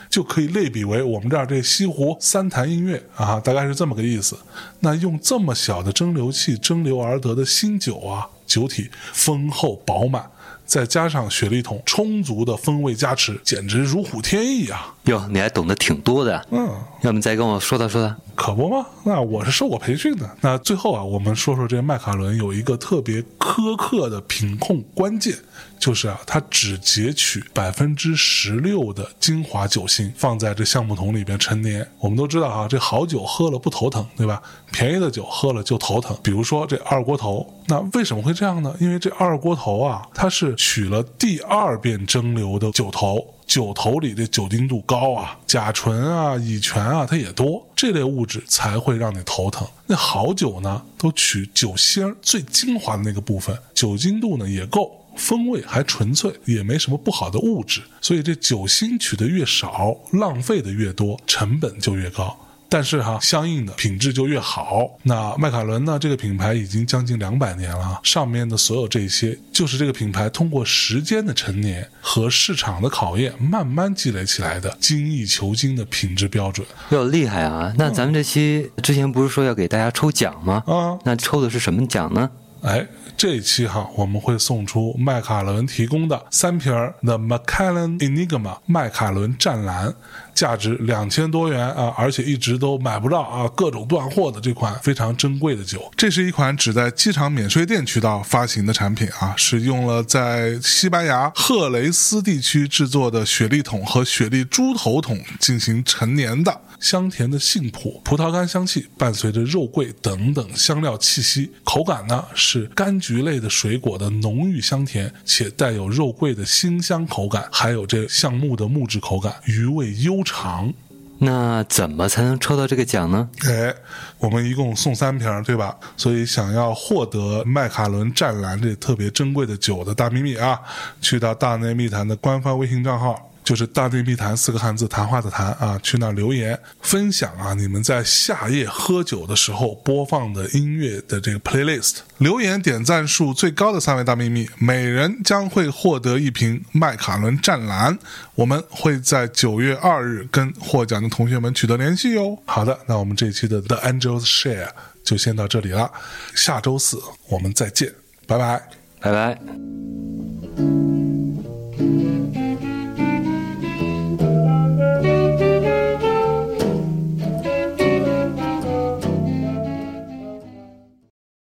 [SPEAKER 1] 就可以类比为我们这儿这西湖三潭印月啊，大概是这么个意思。那用这么小的蒸馏器蒸馏而得的新酒啊，酒体丰厚饱满，再加上雪莉桶充足的风味加持，简直如虎添翼啊！
[SPEAKER 7] 哟，你还懂得挺多的，啊
[SPEAKER 1] 嗯，
[SPEAKER 7] 要么再跟我说道说道。
[SPEAKER 1] 可不嘛，那我是受过培训的。那最后啊，我们说说这麦卡伦有一个特别苛刻的品控关键，就是啊，它只截取百分之十六的精华酒性放在这橡木桶里边陈年。我们都知道啊，这好酒喝了不头疼，对吧？便宜的酒喝了就头疼。比如说这二锅头，那为什么会这样呢？因为这二锅头啊，它是取了第二遍蒸馏的酒头。酒头里的酒精度高啊，甲醇啊、乙醛啊，它也多，这类物质才会让你头疼。那好酒呢，都取酒心儿最精华的那个部分，酒精度呢也够，风味还纯粹，也没什么不好的物质。所以这酒心取的越少，浪费的越多，成本就越高。但是哈，相应的品质就越好。那麦卡伦呢？这个品牌已经将近两百年了啊，上面的所有这些，就是这个品牌通过时间的陈年和市场的考验，慢慢积累起来的精益求精的品质标准
[SPEAKER 7] 哟，厉害啊！那咱们这期之前不是说要给大家抽奖吗？
[SPEAKER 1] 啊。
[SPEAKER 7] 那抽的是什么奖呢？
[SPEAKER 1] 哎，这一期哈，我们会送出麦卡伦提供的三瓶儿 The Macallan Enigma 麦卡伦湛蓝，价值两千多元啊，而且一直都买不到啊，各种断货的这款非常珍贵的酒。这是一款只在机场免税店渠道发行的产品啊，是用了在西班牙赫雷斯地区制作的雪莉桶和雪莉猪头桶进行陈年的。香甜的杏脯、葡萄干香气伴随着肉桂等等香料气息，口感呢是柑橘类的水果的浓郁香甜，且带有肉桂的辛香口感，还有这橡木的木质口感，余味悠长。
[SPEAKER 7] 那怎么才能抽到这个奖呢？
[SPEAKER 1] 哎，我们一共送三瓶儿，对吧？所以想要获得麦卡伦湛蓝这特别珍贵的酒的大秘密啊，去到大内密谈的官方微信账号。就是大内密谈四个汉字，谈话的谈啊，去那儿留言分享啊，你们在夏夜喝酒的时候播放的音乐的这个 playlist，留言点赞数最高的三位大秘密，每人将会获得一瓶麦卡伦湛蓝。我们会在九月二日跟获奖的同学们取得联系哟。好的，那我们这一期的 The Angels Share 就先到这里了，下周四我们再见，拜拜。
[SPEAKER 7] 拜拜。